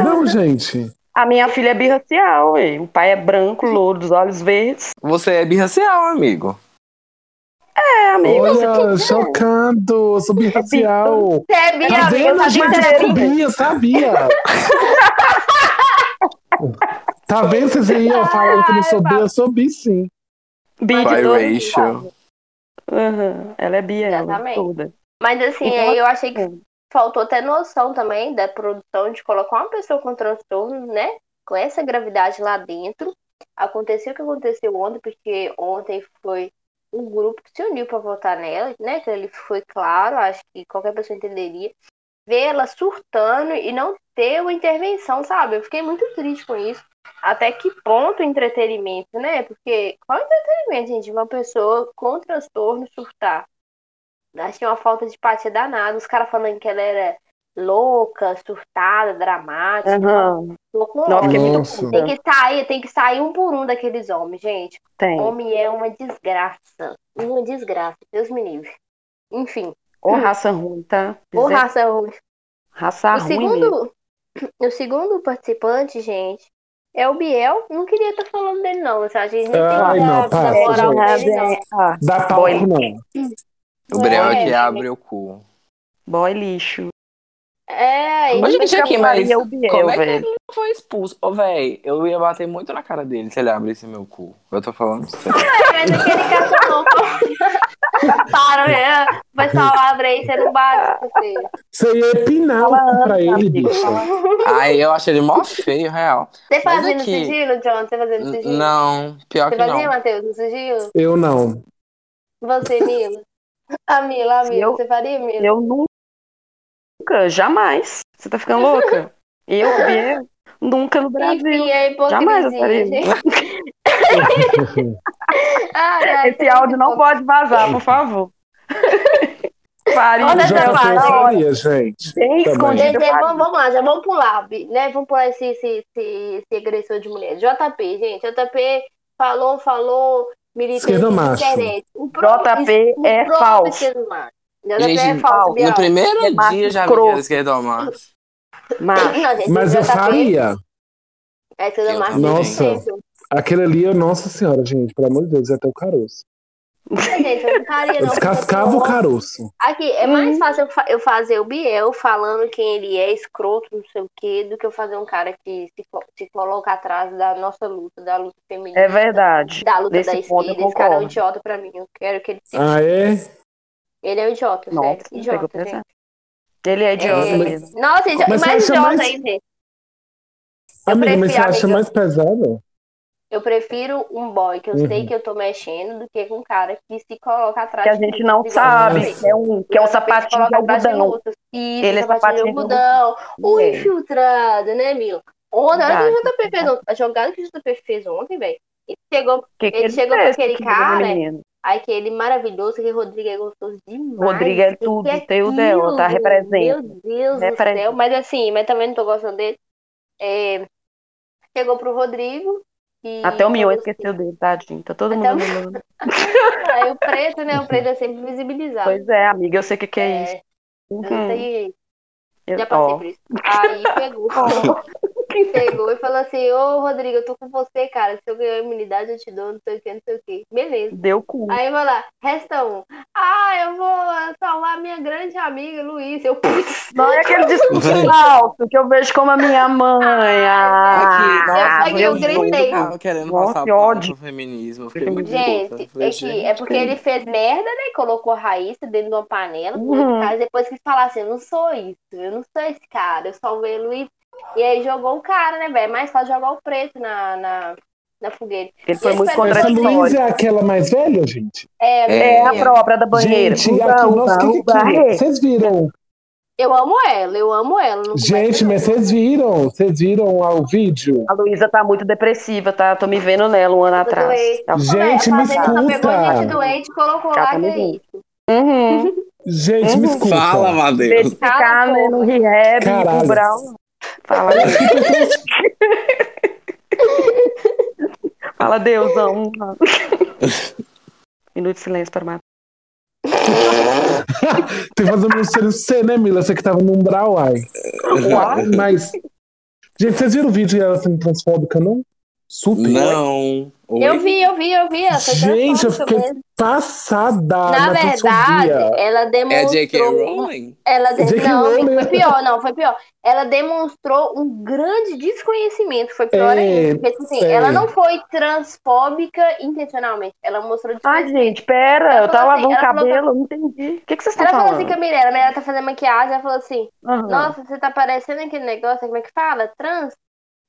[SPEAKER 4] Não, gente.
[SPEAKER 5] A minha filha é birracial, ué. O pai é branco, louro, dos olhos verdes.
[SPEAKER 3] Você é birracial, amigo.
[SPEAKER 5] É, amigo.
[SPEAKER 4] Olha, chocado. Eu sou birracial.
[SPEAKER 2] Você é bi,
[SPEAKER 4] Tá
[SPEAKER 2] amiga, eu
[SPEAKER 4] vendo,
[SPEAKER 2] sabia
[SPEAKER 4] gente?
[SPEAKER 2] que você era
[SPEAKER 4] tipo, Eu
[SPEAKER 2] bi.
[SPEAKER 4] sabia, sabia. Tá vendo? Vocês aí, ó, falando que eu não sou bi, eu sou bi, sim.
[SPEAKER 5] Bi de dois.
[SPEAKER 3] Biracial.
[SPEAKER 5] Aham, Ela é bi, ela,
[SPEAKER 2] Exatamente.
[SPEAKER 5] toda.
[SPEAKER 2] Mas assim,
[SPEAKER 5] Então,
[SPEAKER 2] aí eu achei que
[SPEAKER 5] assim-
[SPEAKER 2] faltou até noção também da produção de colocar uma pessoa com transtorno, né? Com essa gravidade lá dentro. Aconteceu o que aconteceu ontem, porque ontem foi um grupo que se uniu para votar nela, né? Que ele foi claro, acho que qualquer pessoa entenderia. Ver ela surtando e não ter uma intervenção, sabe? Eu fiquei muito triste com isso. Até que ponto o entretenimento, né? Porque qual é o entretenimento, gente, de uma pessoa com transtorno surtar? Achei uma falta de empatia danada. Os caras falando que ela era louca, surtada, dramática.
[SPEAKER 5] Aham.
[SPEAKER 2] Tô com
[SPEAKER 5] Não, eu
[SPEAKER 2] ódio.
[SPEAKER 5] fiquei muito
[SPEAKER 4] É. Nossa.
[SPEAKER 5] puta.
[SPEAKER 2] Tem que sair, tem que sair um por um daqueles homens, gente.
[SPEAKER 5] Tem.
[SPEAKER 2] Homem é uma desgraça. Uma desgraça. Deus me livre. Enfim,
[SPEAKER 5] Ou raça ruim, tá?
[SPEAKER 2] ô
[SPEAKER 5] Dizer
[SPEAKER 2] raça ruim.
[SPEAKER 5] Raça
[SPEAKER 2] O
[SPEAKER 5] Tá ruim mesmo.
[SPEAKER 2] segundo, o segundo participante, gente, é o Biel. Não queria estar falando dele, não. Sabe? A gente nem tem
[SPEAKER 4] Ai,
[SPEAKER 2] que dar-
[SPEAKER 4] não, passa,
[SPEAKER 2] dar moral
[SPEAKER 4] gente.
[SPEAKER 2] pra ele, não.
[SPEAKER 5] Ah,
[SPEAKER 4] Dá
[SPEAKER 5] boy,
[SPEAKER 4] palco, não.
[SPEAKER 3] O Breu é que
[SPEAKER 2] É.
[SPEAKER 3] abre o cu.
[SPEAKER 5] boy lixo.
[SPEAKER 2] É, e
[SPEAKER 3] Mas, gente, aqui, mas
[SPEAKER 5] Faria o Biel,
[SPEAKER 3] como é que
[SPEAKER 5] velho.
[SPEAKER 3] ele não foi expulso? Ô, véi, eu ia bater muito na cara dele se ele abrisse meu cu. Eu tô falando sério.
[SPEAKER 2] mas aquele cachorro. Para, né? O pessoal abre aí, você não bate com você.
[SPEAKER 4] Você ia pinar o cu pra ele, bicha.
[SPEAKER 3] Aí eu achei ele mó feio, real.
[SPEAKER 2] Você fazia no
[SPEAKER 3] aqui-
[SPEAKER 2] sigilo, John? Você fazia no
[SPEAKER 3] N-
[SPEAKER 2] sigilo?
[SPEAKER 3] Não, pior
[SPEAKER 2] Você
[SPEAKER 3] que
[SPEAKER 2] fazia,
[SPEAKER 3] não.
[SPEAKER 2] Matheus, no sigilo?
[SPEAKER 4] Eu não.
[SPEAKER 2] Você, Mila? A Mila, a Mila.
[SPEAKER 5] Eu-
[SPEAKER 2] Você faria, Mila?
[SPEAKER 5] Eu nunca, jamais. Você tá ficando louca? Eu, Biel, nunca no Brasil.
[SPEAKER 2] Enfim, é
[SPEAKER 5] Jamais eu
[SPEAKER 2] hipocrisia,
[SPEAKER 5] faria.
[SPEAKER 2] gente. Ah, é, Ai, ai,
[SPEAKER 5] Esse áudio não pode vazar, por favor. Pare
[SPEAKER 2] Olha
[SPEAKER 5] de
[SPEAKER 2] essa
[SPEAKER 4] Já
[SPEAKER 5] gravar
[SPEAKER 2] parte.
[SPEAKER 5] na hora.
[SPEAKER 4] pensaria, gente.
[SPEAKER 5] Bem
[SPEAKER 2] Então, Gente,
[SPEAKER 5] escondido.
[SPEAKER 2] vamos, vamos lá, já vamos pular, bi- né? Vamos pular esse, esse, esse, esse agressor de mulher. JP, gente, JP falou, falou, militante
[SPEAKER 4] Esquerdo macho.
[SPEAKER 2] diferente. O
[SPEAKER 5] JP
[SPEAKER 2] o
[SPEAKER 5] é
[SPEAKER 2] próprio
[SPEAKER 5] falso.
[SPEAKER 2] esquerdo macho. JP é
[SPEAKER 3] Gente,
[SPEAKER 2] falso,
[SPEAKER 3] no
[SPEAKER 2] Biel.
[SPEAKER 3] primeiro
[SPEAKER 5] É macho
[SPEAKER 3] dia já vi que
[SPEAKER 5] escroto.
[SPEAKER 3] era esquerdo macho.
[SPEAKER 5] Mas
[SPEAKER 2] Não, Ah, gente,
[SPEAKER 4] Mas
[SPEAKER 2] JP
[SPEAKER 4] eu faria.
[SPEAKER 2] É esquerdo
[SPEAKER 3] Eu
[SPEAKER 2] macho.
[SPEAKER 3] também.
[SPEAKER 4] Nossa.
[SPEAKER 2] Gente,
[SPEAKER 4] Aquele ali, eu- nossa senhora, gente, pelo amor de Deus, ia até o caroço.
[SPEAKER 2] gente, eu não faria,
[SPEAKER 4] Eu
[SPEAKER 2] não.
[SPEAKER 4] descascava o caroço.
[SPEAKER 2] Aqui, é mais fácil eu, fa- eu fazer o Biel falando quem ele é, escroto, não sei o quê, do que eu fazer um cara que se, co- se coloca atrás da nossa luta, da luta feminina.
[SPEAKER 5] é verdade.
[SPEAKER 2] da luta da
[SPEAKER 5] Nesse ponto eu
[SPEAKER 2] esquerda. Esse cara é um
[SPEAKER 5] concordo.
[SPEAKER 2] idiota pra mim. Eu quero que ele se.
[SPEAKER 4] Ah, é?
[SPEAKER 2] Ele é um idiota,
[SPEAKER 5] Nossa,
[SPEAKER 2] sério.
[SPEAKER 5] não
[SPEAKER 2] Idiota,
[SPEAKER 5] pegou pesado.
[SPEAKER 2] gente.
[SPEAKER 5] Ele é idiota
[SPEAKER 2] É.
[SPEAKER 5] mesmo.
[SPEAKER 2] Nossa, idiota.
[SPEAKER 4] Mas você
[SPEAKER 2] mais
[SPEAKER 4] acha
[SPEAKER 2] idiota
[SPEAKER 4] mais-
[SPEAKER 2] ainda.
[SPEAKER 4] Amiga, mas você
[SPEAKER 2] prefiro,
[SPEAKER 4] acha
[SPEAKER 2] amiga.
[SPEAKER 4] mais pesado?
[SPEAKER 2] Eu prefiro um boy que eu
[SPEAKER 4] Uhum.
[SPEAKER 2] sei que eu tô mexendo do que com um cara que se coloca atrás
[SPEAKER 5] que a gente não sabe, que é um, que é um sapatinho de algodão.
[SPEAKER 2] Isso,
[SPEAKER 5] Ele é
[SPEAKER 2] Ele sapatinho de
[SPEAKER 5] sapatinho de
[SPEAKER 2] algodão. O
[SPEAKER 5] É.
[SPEAKER 2] infiltrado, né, Mila? Ontem, olha o que o
[SPEAKER 5] Verdade.
[SPEAKER 2] JP fez ontem. A jogada que o JP fez ontem, velho. Ele chegou,
[SPEAKER 5] Que que
[SPEAKER 2] Ele chegou com
[SPEAKER 5] fez
[SPEAKER 2] aquele
[SPEAKER 5] com aquele
[SPEAKER 2] cara, né,
[SPEAKER 5] menino?
[SPEAKER 2] aquele maravilhoso, aquele Rodrigo é gostoso demais.
[SPEAKER 5] Rodrigo é tudo,
[SPEAKER 2] Que que é
[SPEAKER 5] tem o dela, tá?
[SPEAKER 2] aquilo?
[SPEAKER 5] Representa.
[SPEAKER 2] Meu Deus do
[SPEAKER 5] Representa.
[SPEAKER 2] céu. Mas assim, mas também não tô gostando dele. É, Chegou pro Rodrigo. e- assim,
[SPEAKER 5] Até o Mion esqueceu dele, tadinho. Tá todo
[SPEAKER 2] Até
[SPEAKER 5] mundo olhando.
[SPEAKER 2] Aí o preto, né? O preto é sempre visibilizado.
[SPEAKER 5] Pois é, amiga, eu sei o que, que é,
[SPEAKER 2] É,
[SPEAKER 5] isso.
[SPEAKER 2] eu
[SPEAKER 5] Uhum.
[SPEAKER 2] sei,
[SPEAKER 5] Eu-
[SPEAKER 2] já passei
[SPEAKER 5] ó.
[SPEAKER 2] por isso. Aí pegou, pegou e falou assim, ô Rodrigo, eu tô com você, cara. Se eu ganhar imunidade, eu te dou, não sei o que, não sei o que. Beleza.
[SPEAKER 5] Deu cu.
[SPEAKER 2] Aí vai lá, resta um. Ah, eu vou salvar minha grande amiga, Luiz. Eu, putz,
[SPEAKER 5] Não é aquele discurso alto que eu vejo como a minha mãe.
[SPEAKER 3] Aqui,
[SPEAKER 5] Ah,
[SPEAKER 3] nossa,
[SPEAKER 2] aqui eu um
[SPEAKER 3] eu muito
[SPEAKER 2] gritei.
[SPEAKER 3] tava querendo
[SPEAKER 5] Nossa,
[SPEAKER 3] passar
[SPEAKER 5] que
[SPEAKER 3] pano
[SPEAKER 5] ódio.
[SPEAKER 3] pro feminismo. Eu fiquei muito puta.
[SPEAKER 2] gente,
[SPEAKER 3] Eu falei,
[SPEAKER 2] é que é porque ele fez merda, né? Colocou a Raíssa dentro de uma panela.
[SPEAKER 5] Uhum.
[SPEAKER 2] Mas depois quis falar assim, eu não sou isso, eu não sou esse cara, eu salvei o Luiz. E aí jogou o cara, né, velho? É mais fácil jogar o preto na, na, na fogueira.
[SPEAKER 5] Ele foi muito
[SPEAKER 4] Essa Luiz
[SPEAKER 5] contraditório.
[SPEAKER 4] é aquela mais velha, gente?
[SPEAKER 2] É,
[SPEAKER 5] É a própria da banheira.
[SPEAKER 4] Gente,
[SPEAKER 5] Uba,
[SPEAKER 4] aqui,
[SPEAKER 5] uba,
[SPEAKER 4] nossa, o que, que
[SPEAKER 5] uba,
[SPEAKER 4] é aquilo?
[SPEAKER 5] é.
[SPEAKER 4] Vocês viram?
[SPEAKER 2] eu amo ela, eu amo ela. Não
[SPEAKER 4] Gente, mas vocês viram? Vocês viram o vídeo?
[SPEAKER 5] A Luísa tá muito depressiva, tá? Tô me vendo nela um ano
[SPEAKER 2] Eu tô
[SPEAKER 5] atrás.
[SPEAKER 2] doente.
[SPEAKER 5] Tá
[SPEAKER 4] Gente, me
[SPEAKER 2] Só pegou
[SPEAKER 4] escuta.
[SPEAKER 2] gente doente, colocou
[SPEAKER 5] Capa
[SPEAKER 2] lá que
[SPEAKER 5] no
[SPEAKER 2] é
[SPEAKER 5] mundo.
[SPEAKER 2] isso.
[SPEAKER 5] tá Uhum.
[SPEAKER 4] Gente, me escuta.
[SPEAKER 3] Fala,
[SPEAKER 5] Pra ele
[SPEAKER 3] Madeus.
[SPEAKER 5] ficar
[SPEAKER 2] Cala a
[SPEAKER 5] né, no rehab,
[SPEAKER 4] Caralho.
[SPEAKER 5] pro Brown. Fala, Fala Deusão. Minuto de silêncio para matar.
[SPEAKER 4] Tem que fazer um mistério C, né, Mila? Você que tava no umbral, ai.
[SPEAKER 5] Uau.
[SPEAKER 4] Mas. Gente, vocês viram o vídeo e ela sendo transfóbica, não? Super.
[SPEAKER 3] Não. Oi?
[SPEAKER 2] Eu vi, eu vi, eu vi. ela foi
[SPEAKER 4] Gente, eu
[SPEAKER 2] transfóbica
[SPEAKER 4] fiquei
[SPEAKER 2] mesmo.
[SPEAKER 4] Passada.
[SPEAKER 2] Na verdade,
[SPEAKER 4] transfobia.
[SPEAKER 2] ela
[SPEAKER 3] É J.K.
[SPEAKER 2] demonstrou. um-
[SPEAKER 3] Rowling?
[SPEAKER 2] Ela de-
[SPEAKER 4] J.K.
[SPEAKER 2] Não,
[SPEAKER 4] Rowling,
[SPEAKER 2] foi
[SPEAKER 4] né?
[SPEAKER 2] pior, não, foi pior. Ela demonstrou um grande desconhecimento. Foi pior
[SPEAKER 4] É,
[SPEAKER 2] ainda. Porque, assim,
[SPEAKER 4] é.
[SPEAKER 2] ela não foi transfóbica intencionalmente. Ela mostrou
[SPEAKER 5] Ai,
[SPEAKER 2] desconhecimento.
[SPEAKER 5] gente, pera.
[SPEAKER 2] Ela
[SPEAKER 5] eu tava
[SPEAKER 2] falou assim,
[SPEAKER 5] lavando o
[SPEAKER 2] ela falou
[SPEAKER 5] cabelo, não entendi. O que, que vocês estão
[SPEAKER 2] Ela falou
[SPEAKER 5] falando?
[SPEAKER 2] assim que a Mirella, né, ela tá fazendo maquiagem, ela falou assim.
[SPEAKER 5] Aham.
[SPEAKER 2] Nossa, você tá parecendo aquele negócio, como é que fala? Trans?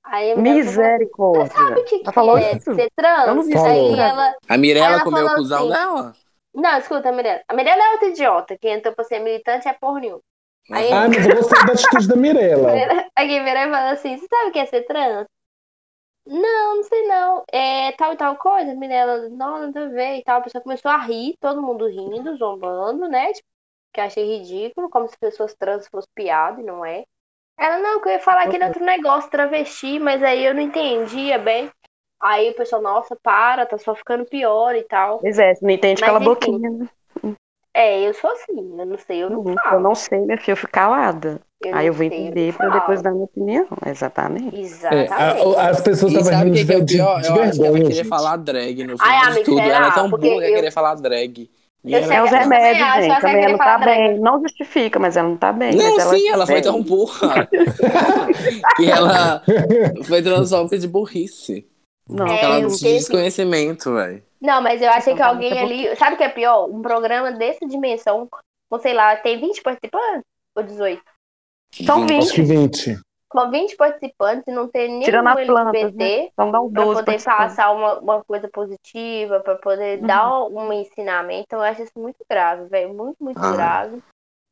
[SPEAKER 2] Aí a mulher falou,
[SPEAKER 5] Misericórdia.
[SPEAKER 2] Sabe o que,
[SPEAKER 5] Ela
[SPEAKER 2] que
[SPEAKER 5] falou
[SPEAKER 2] é
[SPEAKER 5] isso?
[SPEAKER 2] ser trans?
[SPEAKER 5] Eu não vi isso.
[SPEAKER 2] Aí
[SPEAKER 4] Falou.
[SPEAKER 2] ela.
[SPEAKER 3] A
[SPEAKER 2] Aí ela
[SPEAKER 3] Mirella comeu o
[SPEAKER 2] falou
[SPEAKER 3] cuzão
[SPEAKER 2] assim,
[SPEAKER 3] dela?
[SPEAKER 2] Não, escuta, Mirella. A Mirella é outra idiota, que entrou pra ser militante é porra nenhuma. Aí
[SPEAKER 4] Ai, Ah, mas eu gostei da atitude da Mirella.
[SPEAKER 2] a Mirella fala assim: Você sabe o que é ser trans? Não, não sei não. É tal e tal coisa. A Mirella, não, nada a ver e tal. A pessoa começou a rir, todo mundo rindo, zombando, né? Tipo, que eu achei ridículo, como se pessoas trans fossem piada, e não é. Ela, não, que eu ia falar aquele outro negócio, travesti, mas aí eu não entendia bem. Aí o pessoal, nossa, para, tá só ficando pior e tal.
[SPEAKER 5] Pois é, você não entende
[SPEAKER 2] Mas
[SPEAKER 5] aquela
[SPEAKER 2] enfim.
[SPEAKER 5] boquinha, né?
[SPEAKER 2] É, eu sou assim, eu não sei, eu não
[SPEAKER 5] Uhum. Eu
[SPEAKER 2] falo.
[SPEAKER 5] não sei, minha filha, eu fico calada. Aí eu vou
[SPEAKER 2] sei,
[SPEAKER 5] entender
[SPEAKER 2] não
[SPEAKER 5] pra eu depois
[SPEAKER 2] falo.
[SPEAKER 5] dar minha opinião. Exatamente.
[SPEAKER 4] É,
[SPEAKER 2] Exatamente.
[SPEAKER 4] a- as pessoas
[SPEAKER 3] E
[SPEAKER 4] estavam
[SPEAKER 3] sabe o
[SPEAKER 4] rindo
[SPEAKER 3] que,
[SPEAKER 4] de,
[SPEAKER 3] que é o
[SPEAKER 4] de-
[SPEAKER 3] pior?
[SPEAKER 4] de
[SPEAKER 3] Eu acho que ela
[SPEAKER 4] vergonha.
[SPEAKER 3] queria
[SPEAKER 4] gente.
[SPEAKER 3] falar drag no
[SPEAKER 2] Ai,
[SPEAKER 3] final de
[SPEAKER 2] amiga,
[SPEAKER 3] tudo.
[SPEAKER 2] será?
[SPEAKER 3] Ela é tão
[SPEAKER 2] Porque
[SPEAKER 3] burra que
[SPEAKER 2] eu-
[SPEAKER 3] queria falar drag. E
[SPEAKER 2] Eu
[SPEAKER 3] ela-
[SPEAKER 2] sei
[SPEAKER 5] É os
[SPEAKER 2] que ela também
[SPEAKER 5] remédios,
[SPEAKER 2] acha, ela
[SPEAKER 5] gente.
[SPEAKER 2] acha que
[SPEAKER 5] Também
[SPEAKER 2] ele
[SPEAKER 5] ela não
[SPEAKER 2] fala
[SPEAKER 5] tá
[SPEAKER 2] drag.
[SPEAKER 5] bem. Não justifica, mas ela não tá bem.
[SPEAKER 3] Não,
[SPEAKER 5] mas
[SPEAKER 2] é
[SPEAKER 5] ela
[SPEAKER 3] sim, ela foi
[SPEAKER 5] bem.
[SPEAKER 3] tão burra. que ela foi transfóbica de burrice.
[SPEAKER 5] Não,
[SPEAKER 2] É,
[SPEAKER 3] Ela
[SPEAKER 2] eu
[SPEAKER 3] de
[SPEAKER 2] sei.
[SPEAKER 3] desconhecimento, velho.
[SPEAKER 2] Não, mas eu achei
[SPEAKER 5] Então,
[SPEAKER 2] que
[SPEAKER 5] tá
[SPEAKER 2] alguém
[SPEAKER 5] muito
[SPEAKER 2] ali. Sabe o que é pior? Um programa dessa dimensão, com sei lá, tem 20 participantes? Ou 18?
[SPEAKER 5] São
[SPEAKER 4] Acho que 20.
[SPEAKER 2] Com 20 participantes, e não tem nenhum
[SPEAKER 5] Tirando as plantas,
[SPEAKER 2] LGBT
[SPEAKER 5] Então dá um
[SPEAKER 2] pra
[SPEAKER 5] 12
[SPEAKER 2] poder assim.
[SPEAKER 5] participantes.
[SPEAKER 2] passar uma, uma coisa positiva, pra poder
[SPEAKER 5] Uhum.
[SPEAKER 2] dar um ensinamento. Eu acho isso muito grave, velho. Muito, muito
[SPEAKER 3] Ah.
[SPEAKER 2] grave.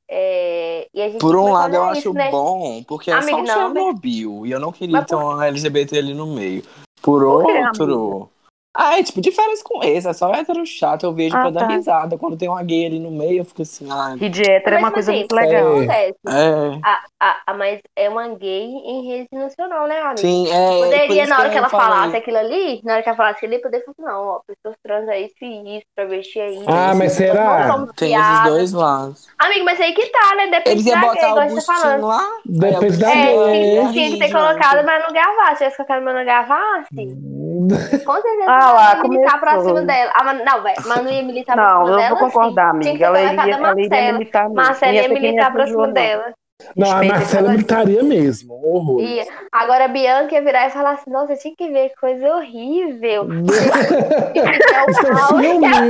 [SPEAKER 2] É, E a gente
[SPEAKER 3] Por um
[SPEAKER 2] começa a
[SPEAKER 3] lado, eu
[SPEAKER 2] olhar
[SPEAKER 3] acho
[SPEAKER 2] isso, né?
[SPEAKER 3] bom, porque é só
[SPEAKER 2] Amiga,
[SPEAKER 3] um
[SPEAKER 2] não, né?
[SPEAKER 3] Chernobyl. E eu não queria
[SPEAKER 2] Mas
[SPEAKER 3] ter um LGBT ali no meio. Por
[SPEAKER 5] quê,
[SPEAKER 3] outro. Ah, é tipo, de férias com esse. É só hétero chato. Eu vejo
[SPEAKER 5] Ah,
[SPEAKER 3] pra dar
[SPEAKER 5] tá.
[SPEAKER 3] risada. Quando tem uma gay ali no meio, eu fico assim, ah.
[SPEAKER 5] E de hétero é uma
[SPEAKER 2] Mas,
[SPEAKER 5] coisa
[SPEAKER 2] assim,
[SPEAKER 5] muito legal.
[SPEAKER 4] é.
[SPEAKER 2] Acontece.
[SPEAKER 3] É.
[SPEAKER 2] Ah, ah, mas é uma gay em rede nacional, né, amiga?
[SPEAKER 3] Sim, é. por
[SPEAKER 2] Poderia,
[SPEAKER 3] isso
[SPEAKER 2] na hora que
[SPEAKER 3] eu
[SPEAKER 2] ela
[SPEAKER 3] falei.
[SPEAKER 2] falasse aquilo ali, na hora que ela falasse aquilo ali, poder falar, não, ó, pessoas trans é isso e isso, travesti é isso.
[SPEAKER 4] Ah, mas
[SPEAKER 2] Nós
[SPEAKER 4] será?
[SPEAKER 2] somos
[SPEAKER 3] Tem esses
[SPEAKER 2] piadas.
[SPEAKER 3] dois lados.
[SPEAKER 2] Amigo, mas aí que tá, né? Depende
[SPEAKER 3] Eles
[SPEAKER 2] da
[SPEAKER 3] iam
[SPEAKER 2] gay,
[SPEAKER 3] botar o
[SPEAKER 2] igual você tá
[SPEAKER 3] Augustinho
[SPEAKER 2] falando.
[SPEAKER 3] lá.
[SPEAKER 4] Depende da
[SPEAKER 2] É,
[SPEAKER 4] gay.
[SPEAKER 2] tinha, tinha que ter colocado, mas não gavasse. Se tivesse colocado, mas não
[SPEAKER 3] Hum.
[SPEAKER 2] gavasse, com certeza
[SPEAKER 5] Ah
[SPEAKER 2] ela
[SPEAKER 5] lá,
[SPEAKER 2] ia militar pra
[SPEAKER 5] começou.
[SPEAKER 2] cima dela. Ah, mas, não, velho, mas não ia militar pra
[SPEAKER 5] Não,
[SPEAKER 2] cima
[SPEAKER 5] eu
[SPEAKER 2] dela.
[SPEAKER 5] vou concordar,
[SPEAKER 2] tá sim. Tinha que
[SPEAKER 5] amiga.
[SPEAKER 2] ter
[SPEAKER 5] Ela
[SPEAKER 2] colocado
[SPEAKER 5] iria,
[SPEAKER 2] a
[SPEAKER 5] ela iria
[SPEAKER 2] Marcela.
[SPEAKER 5] militar mesmo.
[SPEAKER 2] Marcela
[SPEAKER 5] Ia
[SPEAKER 2] ia
[SPEAKER 5] ser que nem
[SPEAKER 2] militar pra
[SPEAKER 5] essa
[SPEAKER 2] cima
[SPEAKER 5] Joana.
[SPEAKER 2] dela.
[SPEAKER 3] é
[SPEAKER 4] Não, a
[SPEAKER 5] Respeita
[SPEAKER 4] Marcela
[SPEAKER 5] ela.
[SPEAKER 4] militaria mesmo. um Horror.
[SPEAKER 2] Ia. Agora a Bianca ia virar e falar assim: nossa, tinha que ver, que coisa horrível. É
[SPEAKER 4] Isso é
[SPEAKER 2] o
[SPEAKER 4] um
[SPEAKER 2] mal,
[SPEAKER 4] filme.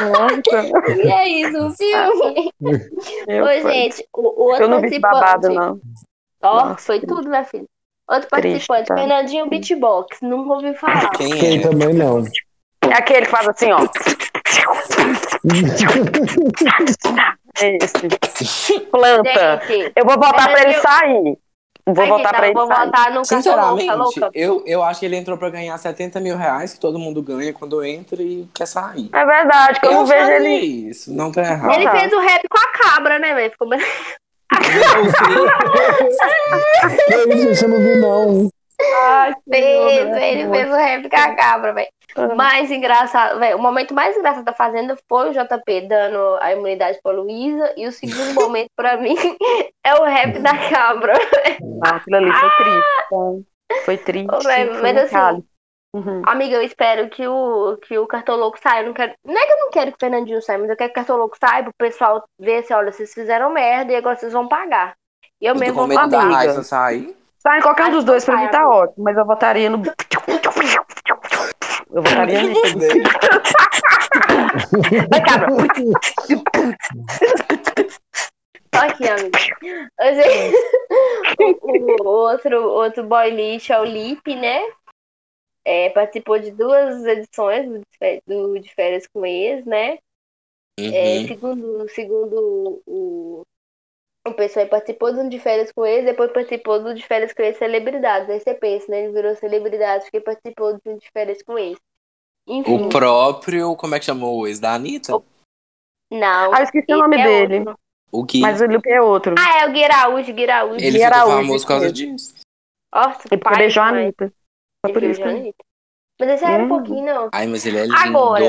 [SPEAKER 5] Nossa,
[SPEAKER 2] E é isso, o filme.
[SPEAKER 5] meu
[SPEAKER 2] Ô,
[SPEAKER 5] pai.
[SPEAKER 2] gente, o, o outro
[SPEAKER 5] é Eu não vi esse
[SPEAKER 2] participante-
[SPEAKER 5] babado, não.
[SPEAKER 2] Ó,
[SPEAKER 5] Nossa,
[SPEAKER 2] foi
[SPEAKER 5] que
[SPEAKER 2] tudo, minha filha. Outro
[SPEAKER 5] Triste,
[SPEAKER 2] participante,
[SPEAKER 5] tá?
[SPEAKER 2] Fernandinho Beatbox. Nunca ouvi falar.
[SPEAKER 3] Quem
[SPEAKER 4] Quem
[SPEAKER 3] é?
[SPEAKER 4] também não.
[SPEAKER 5] É aquele que faz assim, ó. É Esse. Planta.
[SPEAKER 2] Gente,
[SPEAKER 5] Eu vou votar pra ele
[SPEAKER 2] Eu-
[SPEAKER 5] sair. Vou
[SPEAKER 2] aqui,
[SPEAKER 5] votar
[SPEAKER 2] tá,
[SPEAKER 5] pra ele
[SPEAKER 2] vou votar
[SPEAKER 5] sair.
[SPEAKER 2] no Cacolão, tá
[SPEAKER 3] Sinceramente,
[SPEAKER 2] louca?
[SPEAKER 3] eu, eu acho que ele entrou pra ganhar 70 mil reais, que todo mundo ganha quando entra e quer sair.
[SPEAKER 5] É verdade, que eu, não vejo
[SPEAKER 3] faria
[SPEAKER 5] ele.
[SPEAKER 3] isso, não tá errado.
[SPEAKER 2] Ele
[SPEAKER 5] Tá.
[SPEAKER 2] fez o rap com a cabra, né, velho? Ficou bem-
[SPEAKER 4] Que isso, gente? Eu não vi, não.
[SPEAKER 2] fez, ele fez o rap com a cabra, velho.
[SPEAKER 5] Ah,
[SPEAKER 2] Mais engraçado, velho, o momento mais engraçado da Fazenda foi o JP dando a imunidade pra Luísa. E o segundo momento pra mim é o rap da cabra.
[SPEAKER 5] Ah, aquilo ali foi triste. tá? Foi triste.
[SPEAKER 2] Ô, velho,
[SPEAKER 5] foi um
[SPEAKER 2] mas assim,
[SPEAKER 5] complicado. Uhum.
[SPEAKER 2] Amiga, eu espero que o, que o Cartoloco saia. Eu não, quero... não é que eu não quero que o Fernandinho saia, mas eu quero que o Cartoloco saia pro pessoal ver se, olha, vocês fizeram merda e agora vocês vão pagar. E eu
[SPEAKER 3] Eu tô
[SPEAKER 2] mesmo
[SPEAKER 3] com
[SPEAKER 2] vou
[SPEAKER 3] medo da
[SPEAKER 5] amiga.
[SPEAKER 2] pagar.
[SPEAKER 3] Raíssa sair.
[SPEAKER 5] Sai em qualquer um dos dois, pra mim tá
[SPEAKER 2] Ai,
[SPEAKER 5] ótimo, mas eu votaria no. Eu
[SPEAKER 4] é
[SPEAKER 5] votaria nele. Vai, cabra.
[SPEAKER 2] Aqui, amiga. Eu sei- o o outro, outro boy lixo é o Lipe, né? É, participou de duas edições do, De Fé- do De Férias com Ex, né? É,
[SPEAKER 3] Uhum.
[SPEAKER 2] segundo segundo o, o pessoal ele participou do de férias com eles, depois participou do de férias com eles celebridades. Aí você pensa, né? Ele virou celebridade porque participou do de férias com eles. Enfim,
[SPEAKER 3] O próprio, como é que chamou o ex da Anitta?
[SPEAKER 2] não.
[SPEAKER 5] Ah, eu esqueci o
[SPEAKER 2] esse
[SPEAKER 5] nome
[SPEAKER 2] é
[SPEAKER 5] dele.
[SPEAKER 2] outro.
[SPEAKER 3] O Gui.
[SPEAKER 5] Mas o Lupe é outro.
[SPEAKER 2] Ah, é o Guiraújo, Guiraújo.
[SPEAKER 3] Ele
[SPEAKER 5] Gui
[SPEAKER 3] ficou
[SPEAKER 5] Araújo,
[SPEAKER 3] famoso por causa
[SPEAKER 5] esse
[SPEAKER 3] disso.
[SPEAKER 2] Nossa,
[SPEAKER 5] E porque
[SPEAKER 2] pai,
[SPEAKER 5] beijou a
[SPEAKER 2] mãe.
[SPEAKER 5] Anitta. Só por
[SPEAKER 2] Ele
[SPEAKER 5] isso.
[SPEAKER 2] beijou a
[SPEAKER 5] né?
[SPEAKER 2] Anitta. Mas esse era um
[SPEAKER 5] Hum.
[SPEAKER 2] pouquinho, não.
[SPEAKER 3] Ai, mas ele é lindo.
[SPEAKER 2] Agora.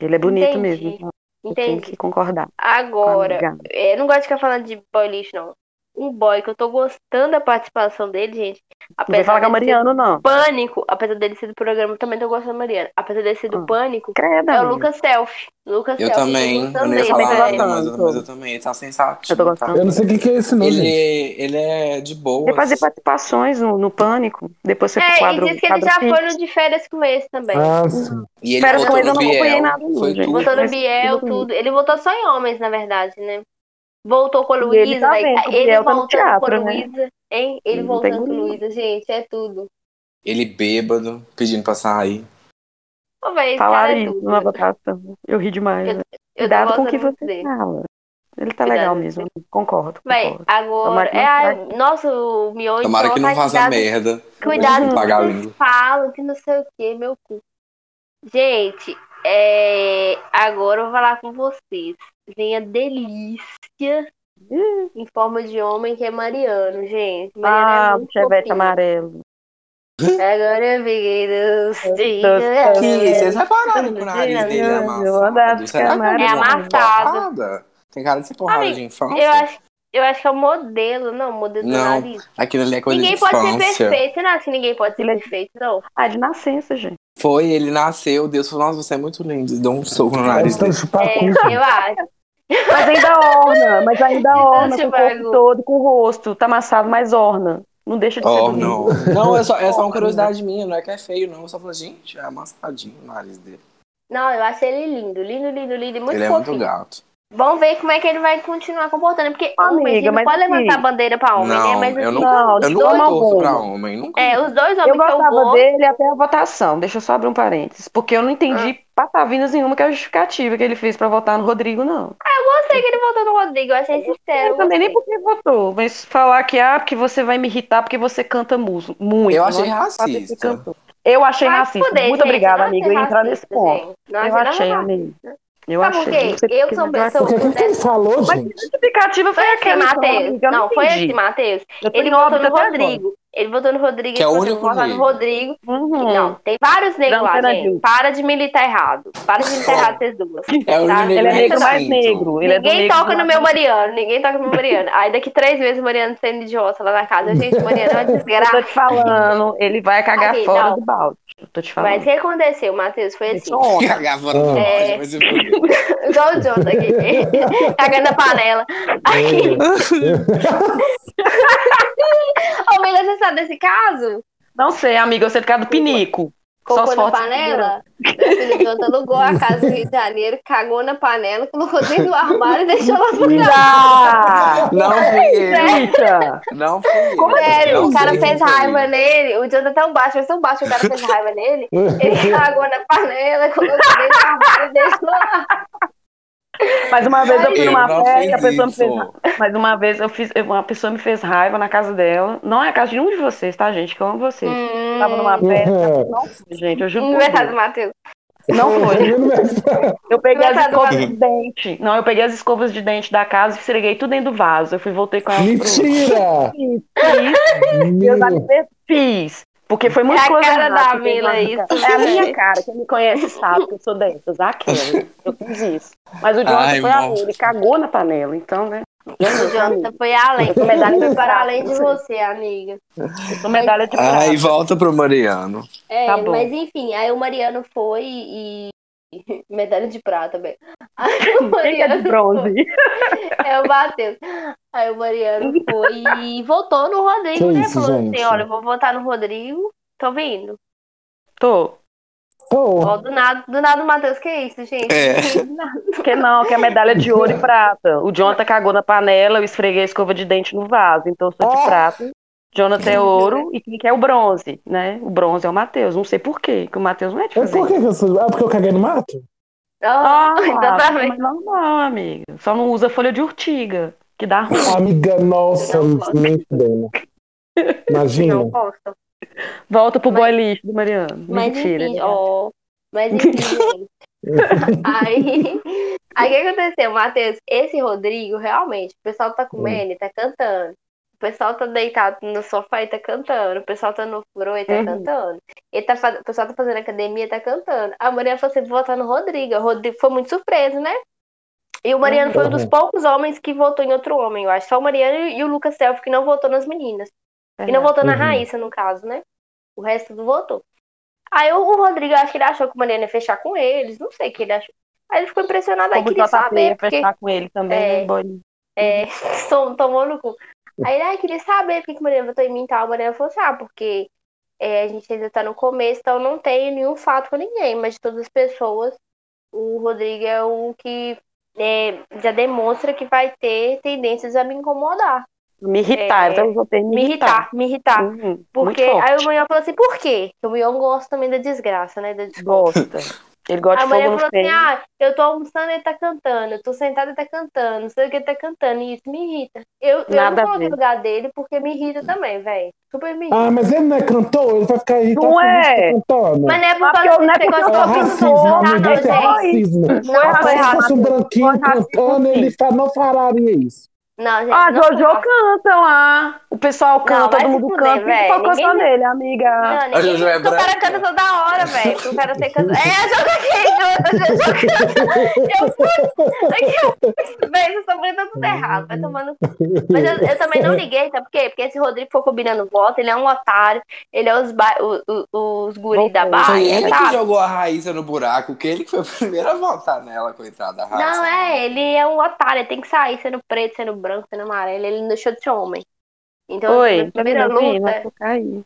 [SPEAKER 5] Ele é bonito
[SPEAKER 2] Entendi.
[SPEAKER 5] mesmo. então Eu tenho
[SPEAKER 2] Entendi.
[SPEAKER 5] que concordar. com a
[SPEAKER 2] Agora,
[SPEAKER 5] amiga.
[SPEAKER 2] É, eu não gosto de ficar falando de boy lixo, não. Um boy que eu tô gostando da participação dele, gente.
[SPEAKER 5] Não vai falar com a
[SPEAKER 2] dele ser
[SPEAKER 5] Mariano, não.
[SPEAKER 2] do pânico, apesar dele ser do programa, eu também tô gostando da Mariana. Apesar dele ser do
[SPEAKER 5] Ah.
[SPEAKER 2] pânico,
[SPEAKER 5] Creda.
[SPEAKER 2] é o
[SPEAKER 5] amiga.
[SPEAKER 2] Lucas Selfie. Lucas
[SPEAKER 3] Eu
[SPEAKER 2] Selfie,
[SPEAKER 3] também.
[SPEAKER 2] tô
[SPEAKER 3] Eu não ia
[SPEAKER 2] gostando
[SPEAKER 3] falar
[SPEAKER 2] dele,
[SPEAKER 5] também,
[SPEAKER 3] nada,
[SPEAKER 2] velho.
[SPEAKER 5] né?
[SPEAKER 3] mas, mas eu também. Ele tá sensato.
[SPEAKER 5] Eu tô
[SPEAKER 3] tá?
[SPEAKER 5] gostando.
[SPEAKER 4] Eu não sei o que que é esse, não.
[SPEAKER 3] Ele,
[SPEAKER 4] gente.
[SPEAKER 3] ele é de boa.
[SPEAKER 5] Ele fazia participações no, no Pânico. Depois você
[SPEAKER 2] É,
[SPEAKER 5] quadro.
[SPEAKER 2] e diz que ele
[SPEAKER 5] quadro
[SPEAKER 2] já foi
[SPEAKER 5] fixo.
[SPEAKER 2] no de férias com esse também.
[SPEAKER 4] Ah, sim.
[SPEAKER 3] E ele
[SPEAKER 5] Espera,
[SPEAKER 3] voltou
[SPEAKER 5] mas eu
[SPEAKER 3] no
[SPEAKER 5] não acompanhei
[SPEAKER 3] Biel.
[SPEAKER 5] nada, não,
[SPEAKER 3] Foi
[SPEAKER 5] gente.
[SPEAKER 3] tudo.
[SPEAKER 2] Votou no
[SPEAKER 5] mas-
[SPEAKER 2] Biel, tudo. Ele votou só em homens, na verdade, né? Voltou com a
[SPEAKER 5] E ele
[SPEAKER 2] Luísa,
[SPEAKER 5] tá
[SPEAKER 2] velho.
[SPEAKER 5] bem, que o
[SPEAKER 2] Ele
[SPEAKER 5] Biel tá no
[SPEAKER 2] voltando com a
[SPEAKER 5] teatro, né?
[SPEAKER 2] Luísa, hein? Ele
[SPEAKER 5] Não tem
[SPEAKER 2] voltando com a
[SPEAKER 5] como.
[SPEAKER 2] Luísa, gente, é tudo.
[SPEAKER 3] Ele bêbado, pedindo pra sair.
[SPEAKER 2] Ô, velho, esse cara
[SPEAKER 5] Falaram
[SPEAKER 2] é
[SPEAKER 5] isso
[SPEAKER 2] tudo.
[SPEAKER 5] numa votação. Eu ri demais.
[SPEAKER 2] Eu-
[SPEAKER 5] né?
[SPEAKER 2] Eu tô
[SPEAKER 5] Cuidado com o que
[SPEAKER 2] gostando muito
[SPEAKER 5] você tá.
[SPEAKER 2] dele.
[SPEAKER 5] fala. Ele tá
[SPEAKER 2] Cuidado
[SPEAKER 5] legal
[SPEAKER 2] com o que
[SPEAKER 5] mesmo. Concordo.
[SPEAKER 2] Véi,
[SPEAKER 5] concordo.
[SPEAKER 2] agora.
[SPEAKER 5] Tomara que
[SPEAKER 2] É,
[SPEAKER 5] não
[SPEAKER 2] ai, nossa, o Mion
[SPEAKER 3] Tomara que não faça
[SPEAKER 2] cuidado,
[SPEAKER 3] merda.
[SPEAKER 2] Cuidado
[SPEAKER 3] Uhum.
[SPEAKER 2] com
[SPEAKER 3] Pagar
[SPEAKER 2] o que
[SPEAKER 3] língua.
[SPEAKER 2] vocês falam, que não sei o que, meu cu. Gente, é, agora eu vou falar com vocês. Vem a delícia em forma de homem que é Mariano, gente. Mariano
[SPEAKER 5] Ah,
[SPEAKER 2] é
[SPEAKER 5] o
[SPEAKER 2] muito
[SPEAKER 5] chevette
[SPEAKER 2] fofinho.
[SPEAKER 5] amarelo.
[SPEAKER 2] Agora eu fiquei dos dias.
[SPEAKER 5] Deus.
[SPEAKER 3] Que
[SPEAKER 2] É.
[SPEAKER 3] vocês repararam que o nariz dele é
[SPEAKER 5] Eu andava
[SPEAKER 3] amassado? Será que
[SPEAKER 5] ficando
[SPEAKER 2] É amassado.
[SPEAKER 3] porrada? Tem cara de ser porrada
[SPEAKER 2] Amigo,
[SPEAKER 3] de
[SPEAKER 2] Eu
[SPEAKER 3] infância?
[SPEAKER 2] acho, eu acho que é o modelo, não, o modelo do
[SPEAKER 3] Não,
[SPEAKER 2] nariz.
[SPEAKER 3] Aquilo ali é coisa
[SPEAKER 2] Ninguém
[SPEAKER 3] de
[SPEAKER 2] pode ser
[SPEAKER 3] infância.
[SPEAKER 2] perfeito, não acho que ninguém pode ser
[SPEAKER 5] Ele é-
[SPEAKER 2] perfeito, não.
[SPEAKER 5] Ah, de nascença, gente.
[SPEAKER 3] Foi, ele nasceu, Deus falou, nossa, você é muito lindo. E deu um soco no nariz
[SPEAKER 4] Elas tão
[SPEAKER 3] dele.
[SPEAKER 4] chupando
[SPEAKER 2] É,
[SPEAKER 4] tudo.
[SPEAKER 2] eu acho.
[SPEAKER 5] Mas ainda orna, mas ainda orna com o
[SPEAKER 2] Thiago.
[SPEAKER 5] corpo todo, com o rosto. Tá amassado, mas orna. Não deixa de ser
[SPEAKER 3] Oh,
[SPEAKER 5] bonito.
[SPEAKER 3] não. Não, é só, é só uma curiosidade minha, não é que é feio, não. Eu só falo, gente, é amassadinho o nariz dele.
[SPEAKER 2] Não, eu acho ele lindo, lindo, lindo, lindo, e muito
[SPEAKER 3] ele é muito
[SPEAKER 2] fofinho.
[SPEAKER 3] gato.
[SPEAKER 2] Vamos ver como é que ele vai continuar comportando, porque
[SPEAKER 5] Amiga,
[SPEAKER 2] homem, a gente não
[SPEAKER 5] mas
[SPEAKER 2] pode
[SPEAKER 5] assim-
[SPEAKER 2] levantar a bandeira pra homem, né?
[SPEAKER 3] não,
[SPEAKER 2] Mas
[SPEAKER 3] eu
[SPEAKER 2] assim,
[SPEAKER 3] nunca,
[SPEAKER 5] Não,
[SPEAKER 3] eu
[SPEAKER 5] de
[SPEAKER 3] nunca
[SPEAKER 5] forma
[SPEAKER 3] torço
[SPEAKER 5] alguma.
[SPEAKER 3] pra homem. Nunca.
[SPEAKER 2] é, os dois homens
[SPEAKER 5] Eu
[SPEAKER 2] que eu
[SPEAKER 5] gostava
[SPEAKER 2] gosto,
[SPEAKER 5] dele até a votação. Deixa eu só abrir um parênteses. Porque eu não entendi patavinas nenhuma que é a justificativa que ele fez pra votar no Rodrigo, não.
[SPEAKER 2] eu sei que ele voltou no Rodrigo, É, eu achei sincero.
[SPEAKER 5] Eu também nem
[SPEAKER 2] gostei.
[SPEAKER 5] porque votou. Mas falar que, ah, porque você vai me irritar porque você canta muso, muito.
[SPEAKER 3] Eu achei
[SPEAKER 5] Não é porque você
[SPEAKER 3] racista.
[SPEAKER 5] cantou. Eu achei
[SPEAKER 2] Vai
[SPEAKER 5] racista.
[SPEAKER 2] fuder,
[SPEAKER 5] muito
[SPEAKER 2] gente,
[SPEAKER 5] obrigada,
[SPEAKER 2] não
[SPEAKER 5] amiga.
[SPEAKER 2] achei
[SPEAKER 5] Eu ia entrar
[SPEAKER 2] racista,
[SPEAKER 5] nesse ponto.
[SPEAKER 2] gente. Não
[SPEAKER 5] Eu
[SPEAKER 2] achei nada
[SPEAKER 5] achei,
[SPEAKER 2] racista.
[SPEAKER 5] amigo. Eu
[SPEAKER 2] Sabe por
[SPEAKER 5] achei.
[SPEAKER 2] quê?
[SPEAKER 5] Não sei
[SPEAKER 2] Eu
[SPEAKER 5] por que,
[SPEAKER 2] sou
[SPEAKER 5] mas eu
[SPEAKER 4] O
[SPEAKER 2] pessoa-
[SPEAKER 5] achei.
[SPEAKER 4] que que ele falou,
[SPEAKER 5] Mas
[SPEAKER 4] gente?
[SPEAKER 5] que justificativa foi
[SPEAKER 2] Foi assim,
[SPEAKER 5] aquela, então,
[SPEAKER 2] Matheus.
[SPEAKER 5] amiga? Eu
[SPEAKER 2] Não, foi assim, Matheus.
[SPEAKER 5] Eu tá tô
[SPEAKER 2] Ele
[SPEAKER 5] em
[SPEAKER 2] votou
[SPEAKER 5] obra
[SPEAKER 2] no
[SPEAKER 5] até agora.
[SPEAKER 2] Rodrigo. Ele votou no Rodrigo,
[SPEAKER 3] Que é
[SPEAKER 2] ele
[SPEAKER 3] o
[SPEAKER 2] votou
[SPEAKER 3] único
[SPEAKER 2] no votar no
[SPEAKER 3] negro.
[SPEAKER 2] Rodrigo.
[SPEAKER 5] Uhum.
[SPEAKER 2] Não, tem vários negros
[SPEAKER 5] Não,
[SPEAKER 2] lá,
[SPEAKER 5] pera,
[SPEAKER 2] gente.
[SPEAKER 5] Gil.
[SPEAKER 2] Para de militar errado. Para de militar errado vocês duas.
[SPEAKER 3] É o
[SPEAKER 2] Tá?
[SPEAKER 3] único
[SPEAKER 5] Ele é negro mais
[SPEAKER 3] Recinto.
[SPEAKER 5] negro. Ele é do
[SPEAKER 2] Ninguém
[SPEAKER 5] negro
[SPEAKER 2] toca no
[SPEAKER 5] mais-
[SPEAKER 2] meu Mariano, ninguém toca no meu Mariano. Aí daqui três meses o Mariano sendo idiota lá na casa. Gente, o Mariano é uma
[SPEAKER 5] Eu tô
[SPEAKER 2] desgraça.
[SPEAKER 5] te falando, ele vai cagar
[SPEAKER 2] Aí,
[SPEAKER 5] fora
[SPEAKER 2] não.
[SPEAKER 5] do balde. Eu tô te
[SPEAKER 2] Mas o
[SPEAKER 5] falando.
[SPEAKER 2] que aconteceu, Matheus? Foi assim.
[SPEAKER 5] Isso ontem.
[SPEAKER 3] Cagar fora do
[SPEAKER 4] É.
[SPEAKER 3] ódio, mas eu fui.
[SPEAKER 2] Igual o Jonathan aqui. Cagando na panela. Aí, ô, Mila, você sabe desse caso?
[SPEAKER 5] É. Não sei, amiga, eu sei ficar do pinico.
[SPEAKER 2] Cocô
[SPEAKER 5] Só
[SPEAKER 2] na
[SPEAKER 5] fotos
[SPEAKER 2] panela? Meu filho, Jonathan alugou a casa do Rio de Janeiro, cagou na panela, colocou dentro do armário e deixou lá pra
[SPEAKER 1] Mira!
[SPEAKER 3] Não
[SPEAKER 2] É.
[SPEAKER 3] fui
[SPEAKER 1] Eita!
[SPEAKER 3] eu. Não fui eu.
[SPEAKER 1] Como
[SPEAKER 2] Sério,
[SPEAKER 3] Não
[SPEAKER 2] assim? o cara
[SPEAKER 3] sei
[SPEAKER 2] fez
[SPEAKER 3] quem foi.
[SPEAKER 2] raiva nele. O Jonathan é tão baixo, mas tão baixo, o cara fez raiva nele. Ele cagou na panela, colocou dentro do armário e deixou lá.
[SPEAKER 1] Mais uma vez eu fui
[SPEAKER 3] Eu
[SPEAKER 1] numa
[SPEAKER 3] não
[SPEAKER 1] festa, a
[SPEAKER 3] fiz
[SPEAKER 1] pessoa me fez
[SPEAKER 3] isso.
[SPEAKER 5] Mas uma vez eu fiz, eu- uma pessoa me fez raiva na casa dela. Não é a casa de um de vocês, tá, gente? Que eu amo vocês.
[SPEAKER 2] Hum,
[SPEAKER 5] Tava numa festa, não foi, gente. Eu juro. por
[SPEAKER 2] Engraçado, Matheus.
[SPEAKER 5] Deus. Não foi. Eu peguei as
[SPEAKER 2] Engraçado,
[SPEAKER 5] escovas de dente. Não, eu peguei as escovas de dente da casa e esfreguei tudo dentro do vaso. Eu fui voltei com elas pro-
[SPEAKER 4] Mentira!
[SPEAKER 5] Fiz, meus
[SPEAKER 4] Meu,
[SPEAKER 5] amigos, Fiz. Porque foi muito né,
[SPEAKER 2] É a
[SPEAKER 5] coisa
[SPEAKER 2] cara
[SPEAKER 5] errada
[SPEAKER 2] da
[SPEAKER 5] que eu fiz
[SPEAKER 2] Mila
[SPEAKER 5] na
[SPEAKER 2] isso,
[SPEAKER 5] vida. É a
[SPEAKER 2] né?
[SPEAKER 5] minha cara. Quem me conhece sabe que eu sou dessas. Aquela. Eu fiz isso. Mas o
[SPEAKER 3] Ai,
[SPEAKER 5] Jonathan foi a
[SPEAKER 3] irmão.
[SPEAKER 5] ele cagou na panela, então, né?
[SPEAKER 2] O Jonathan foi além. Medalha foi para além de você, amiga.
[SPEAKER 5] Eu sou medalha de prata.
[SPEAKER 3] Ai, volta pro Mariano.
[SPEAKER 2] É,
[SPEAKER 5] Tá bom.
[SPEAKER 2] mas enfim, aí o Mariano foi e. e- Medalha de prata, bem. Aí o
[SPEAKER 5] Quem que é
[SPEAKER 2] Mariano
[SPEAKER 5] de bronze?
[SPEAKER 2] É o Matheus. Aí o Mariano foi e voltou no Rodrigo,
[SPEAKER 4] Que
[SPEAKER 2] né?
[SPEAKER 4] isso,
[SPEAKER 2] Falou
[SPEAKER 4] gente?
[SPEAKER 2] assim: olha, eu vou votar no Rodrigo. Tô vindo.
[SPEAKER 5] Tô.
[SPEAKER 4] pô,
[SPEAKER 2] Ó, do nada, do nada o Matheus, que isso, gente?
[SPEAKER 3] É.
[SPEAKER 2] Do nada.
[SPEAKER 5] Que não, que é medalha de ouro e prata. O Jonathan cagou na panela, eu esfreguei a escova de dente no vaso, então eu sou de
[SPEAKER 3] Oh!
[SPEAKER 4] Ah.
[SPEAKER 5] prata. Jonathan é ouro e quem que é o bronze, né? O bronze é o Matheus. Não sei por quê, que o Matheus não é de
[SPEAKER 4] é
[SPEAKER 5] fazer.
[SPEAKER 4] por que que eu sou... Ah, porque eu caguei no mato?
[SPEAKER 2] Ah, exatamente.
[SPEAKER 5] Mas normal, amiga. Só não usa folha de urtiga, que dá ruim.
[SPEAKER 4] Amiga, nossa,
[SPEAKER 2] Não posso.
[SPEAKER 4] nem fudendo. Imagina.
[SPEAKER 2] Não posso.
[SPEAKER 5] Volta pro
[SPEAKER 2] Mas-
[SPEAKER 5] boy lixo do Mariano.
[SPEAKER 2] Mas
[SPEAKER 5] Mentira.
[SPEAKER 2] enfim,
[SPEAKER 5] né?
[SPEAKER 2] ó. Mas enfim, gente. aí, aí o que aconteceu, Matheus? Esse Rodrigo, realmente, o pessoal tá comendo e tá cantando. O pessoal tá deitado no sofá e tá cantando. O pessoal tá no furo e tá
[SPEAKER 5] Uhum.
[SPEAKER 2] cantando. Ele tá faz... O pessoal tá fazendo academia e tá cantando. A Mariana falou assim: vou votar no Rodrigo. O Rodrigo foi muito surpreso, né? E o Mariano foi um dos
[SPEAKER 4] Uhum.
[SPEAKER 2] poucos homens que votou em outro homem, eu acho. Só o Mariano e o Lucas Self que não votou nas meninas. E
[SPEAKER 5] É.
[SPEAKER 2] não votou na
[SPEAKER 4] Uhum.
[SPEAKER 2] Raíssa, no caso, né? O resto tudo votou. Aí o, o Rodrigo, eu acho que ele achou que o Mariano ia fechar com eles, não sei o que ele achou. Aí ele ficou impressionado, aí
[SPEAKER 5] Como o
[SPEAKER 2] queria
[SPEAKER 5] JP
[SPEAKER 2] saber,
[SPEAKER 5] ia
[SPEAKER 2] porque
[SPEAKER 5] fechar com ele também,
[SPEAKER 2] É.
[SPEAKER 5] né? Boy lixo.
[SPEAKER 2] é, tom- tomou no cu. Aí ele, ah, queria saber por que que o Mariano votou em mim e tal. O Mariano falou assim, ah, porque é, a gente ainda tá no começo, então não tem nenhum fato com ninguém, mas de todas as pessoas, o Rodrigo é o que é, já demonstra que vai ter tendências a me incomodar,
[SPEAKER 5] Me irritar,
[SPEAKER 2] É.
[SPEAKER 5] então eu votei em me
[SPEAKER 2] me irritar, me irritar.
[SPEAKER 5] Uhum,
[SPEAKER 2] Porque
[SPEAKER 5] muito forte.
[SPEAKER 2] aí o Munhão falou assim, por quê? Porque o Munhão gosta também da desgraça, né? Da desculpa.
[SPEAKER 5] Gosta. Ele gosta
[SPEAKER 2] A
[SPEAKER 5] de fogo
[SPEAKER 2] mulher
[SPEAKER 5] no
[SPEAKER 2] falou assim,
[SPEAKER 5] peito.
[SPEAKER 2] ah, eu tô almoçando e ele tá cantando, eu tô sentada e tá cantando, não sei o que ele tá cantando, e isso me irrita. Eu, eu
[SPEAKER 5] Nada
[SPEAKER 2] não
[SPEAKER 5] a
[SPEAKER 2] coloco
[SPEAKER 5] ver.
[SPEAKER 2] no lugar dele porque me irrita também, velho. Super me irrita.
[SPEAKER 4] Ah, mas ele não é cantor? Ele vai ficar irritado
[SPEAKER 5] Não
[SPEAKER 4] com isso que
[SPEAKER 5] é.
[SPEAKER 4] tá cantando?
[SPEAKER 2] Mas não é por
[SPEAKER 5] Mas
[SPEAKER 2] causa
[SPEAKER 5] porque eu- não é
[SPEAKER 2] desse
[SPEAKER 5] porque
[SPEAKER 2] negócio
[SPEAKER 4] É
[SPEAKER 5] eu sou
[SPEAKER 2] de
[SPEAKER 4] racismo,
[SPEAKER 2] cantor,
[SPEAKER 4] amigo. Isso é
[SPEAKER 2] não, gente.
[SPEAKER 4] racismo.
[SPEAKER 2] Não é
[SPEAKER 4] Rapaz, se
[SPEAKER 2] racismo.
[SPEAKER 4] fosse um branquinho
[SPEAKER 5] Foi racismo,
[SPEAKER 4] cantando,
[SPEAKER 5] sim.
[SPEAKER 4] ele fa- não falaria isso.
[SPEAKER 2] Não, gente.
[SPEAKER 5] Ah,
[SPEAKER 2] não
[SPEAKER 5] Jojo
[SPEAKER 2] faço.
[SPEAKER 5] canta lá. O pessoal
[SPEAKER 2] Não,
[SPEAKER 5] canta,
[SPEAKER 2] vai
[SPEAKER 5] todo
[SPEAKER 2] se
[SPEAKER 5] mundo
[SPEAKER 2] fuder,
[SPEAKER 5] canta.
[SPEAKER 2] véi.
[SPEAKER 5] Quem focou só
[SPEAKER 2] Ninguém-
[SPEAKER 5] nele, amiga?
[SPEAKER 2] Não, ninguém-
[SPEAKER 3] A Jojo é
[SPEAKER 2] porque o cara canta toda hora, velho. porque O cara tem canto. É, a Jojo aqui, a Jojo canta. Eu puto. É que eu puto, velho. Vocês estão brincando tudo errado. Vai tomando. Mas eu, eu também não liguei, tá? Por quê? Porque esse Rodrigo ficou combinando voto. Ele é um otário. Ele é os, ba... o- o- os guri da
[SPEAKER 5] Voltou.
[SPEAKER 3] Foi ele
[SPEAKER 2] barra,
[SPEAKER 3] que
[SPEAKER 2] sabe?
[SPEAKER 3] jogou a Raíssa no buraco, que ele que foi o primeiro a voltar nela, coitada da Raíssa.
[SPEAKER 2] Não, é, ele é um otário, ele tem que sair sendo preto, sendo branco, sendo amarelo, ele não deixou de ser homem. Então,
[SPEAKER 5] Oi,
[SPEAKER 2] a primeira
[SPEAKER 5] tá me ouvindo?
[SPEAKER 2] luta.
[SPEAKER 5] Eu caí.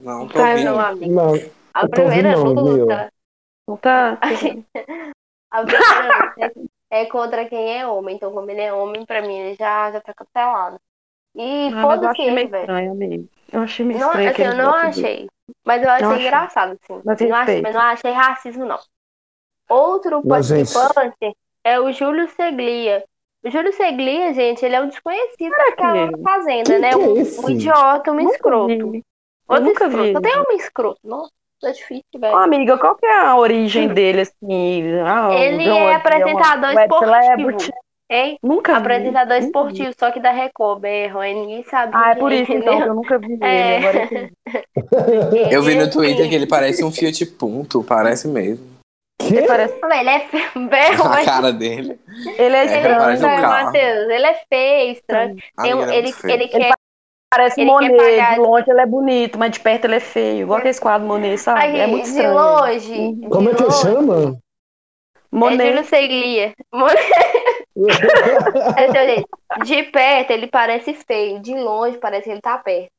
[SPEAKER 3] Não, tô
[SPEAKER 2] Tá, meu
[SPEAKER 3] ouvindo.
[SPEAKER 2] amigo. A
[SPEAKER 4] Não, eu tô ouvindo
[SPEAKER 2] primeira
[SPEAKER 4] não, Mila.
[SPEAKER 2] luta.
[SPEAKER 5] Não tá?
[SPEAKER 2] A primeira luta é contra quem é homem. Então, como ele é homem, pra mim, ele já, já tá cancelado. E
[SPEAKER 5] Ah, mas eu
[SPEAKER 2] foda-se
[SPEAKER 5] achei
[SPEAKER 2] ele,
[SPEAKER 5] meio
[SPEAKER 2] velho.
[SPEAKER 5] estranho, amigo. Eu achei meio
[SPEAKER 2] Não,
[SPEAKER 5] estranho.
[SPEAKER 2] assim,
[SPEAKER 5] aquele
[SPEAKER 2] eu não
[SPEAKER 5] voto dele.
[SPEAKER 2] achei. Mas eu achei
[SPEAKER 5] achei.
[SPEAKER 2] engraçado, assim.
[SPEAKER 5] Mas
[SPEAKER 2] Não achei,
[SPEAKER 5] respeito.
[SPEAKER 2] mas não achei racismo, não. Outro
[SPEAKER 4] Mas, gente-
[SPEAKER 2] participante é o Júlio Seglia. O Júlio Seglia, gente, ele é um desconhecido daquela
[SPEAKER 5] que-
[SPEAKER 2] fazenda,
[SPEAKER 4] Quem
[SPEAKER 2] né?
[SPEAKER 4] que é
[SPEAKER 2] Um, um
[SPEAKER 4] esse?
[SPEAKER 2] idiota, um
[SPEAKER 5] Nunca
[SPEAKER 2] escroto.
[SPEAKER 5] vi. Eu
[SPEAKER 2] Outro
[SPEAKER 5] nunca
[SPEAKER 2] escroto.
[SPEAKER 5] vi.
[SPEAKER 2] Só tem homem escroto. Nossa, tá difícil, velho.
[SPEAKER 5] Ô, amiga, qual que é a origem dele, assim? Ah, o
[SPEAKER 2] Ele
[SPEAKER 5] John
[SPEAKER 2] é
[SPEAKER 5] Wayne,
[SPEAKER 2] apresentador
[SPEAKER 5] uma web
[SPEAKER 2] esportivo.
[SPEAKER 5] celebrity.
[SPEAKER 2] Hein?
[SPEAKER 5] Nunca vi.
[SPEAKER 2] Apresentador
[SPEAKER 5] Nunca vi.
[SPEAKER 2] esportivo, só que da Record, berro, aí ninguém sabe.
[SPEAKER 5] Ah, é
[SPEAKER 2] quem
[SPEAKER 5] por isso, então,
[SPEAKER 2] entendeu?
[SPEAKER 5] que eu nunca vi ele.
[SPEAKER 2] É.
[SPEAKER 5] Agora eu entendi.
[SPEAKER 3] Eu vi
[SPEAKER 2] Ele,
[SPEAKER 3] no
[SPEAKER 2] assim,
[SPEAKER 3] Twitter que ele parece um Fiat Punto, parece mesmo.
[SPEAKER 5] Ele
[SPEAKER 4] Quê?
[SPEAKER 5] parece-
[SPEAKER 2] velho, Ele é feio, berro,
[SPEAKER 3] A
[SPEAKER 2] mas
[SPEAKER 3] cara dele.
[SPEAKER 5] Ele é
[SPEAKER 3] É,
[SPEAKER 2] ele é
[SPEAKER 5] estranho.
[SPEAKER 3] parece um
[SPEAKER 2] estranho,
[SPEAKER 3] carro.
[SPEAKER 2] Matheus. Ele é feio, estranho. Tem um-
[SPEAKER 3] Amiga,
[SPEAKER 2] ele,
[SPEAKER 3] é muito feio.
[SPEAKER 2] ele quer.
[SPEAKER 5] Parece
[SPEAKER 2] Ele quer
[SPEAKER 5] Monet,
[SPEAKER 2] pagar-
[SPEAKER 5] de longe ele é bonito, mas de perto ele é feio. Igual aquele quadro Monet, sabe?
[SPEAKER 2] Ai,
[SPEAKER 5] é muito
[SPEAKER 2] de
[SPEAKER 5] estranho.
[SPEAKER 2] longe. de
[SPEAKER 4] Como é que
[SPEAKER 2] longe.
[SPEAKER 4] chama?
[SPEAKER 2] É
[SPEAKER 5] Monet,
[SPEAKER 2] Júlio Seglia. Monet, é seu jeito. De perto ele parece feio, de longe parece que ele tá perto.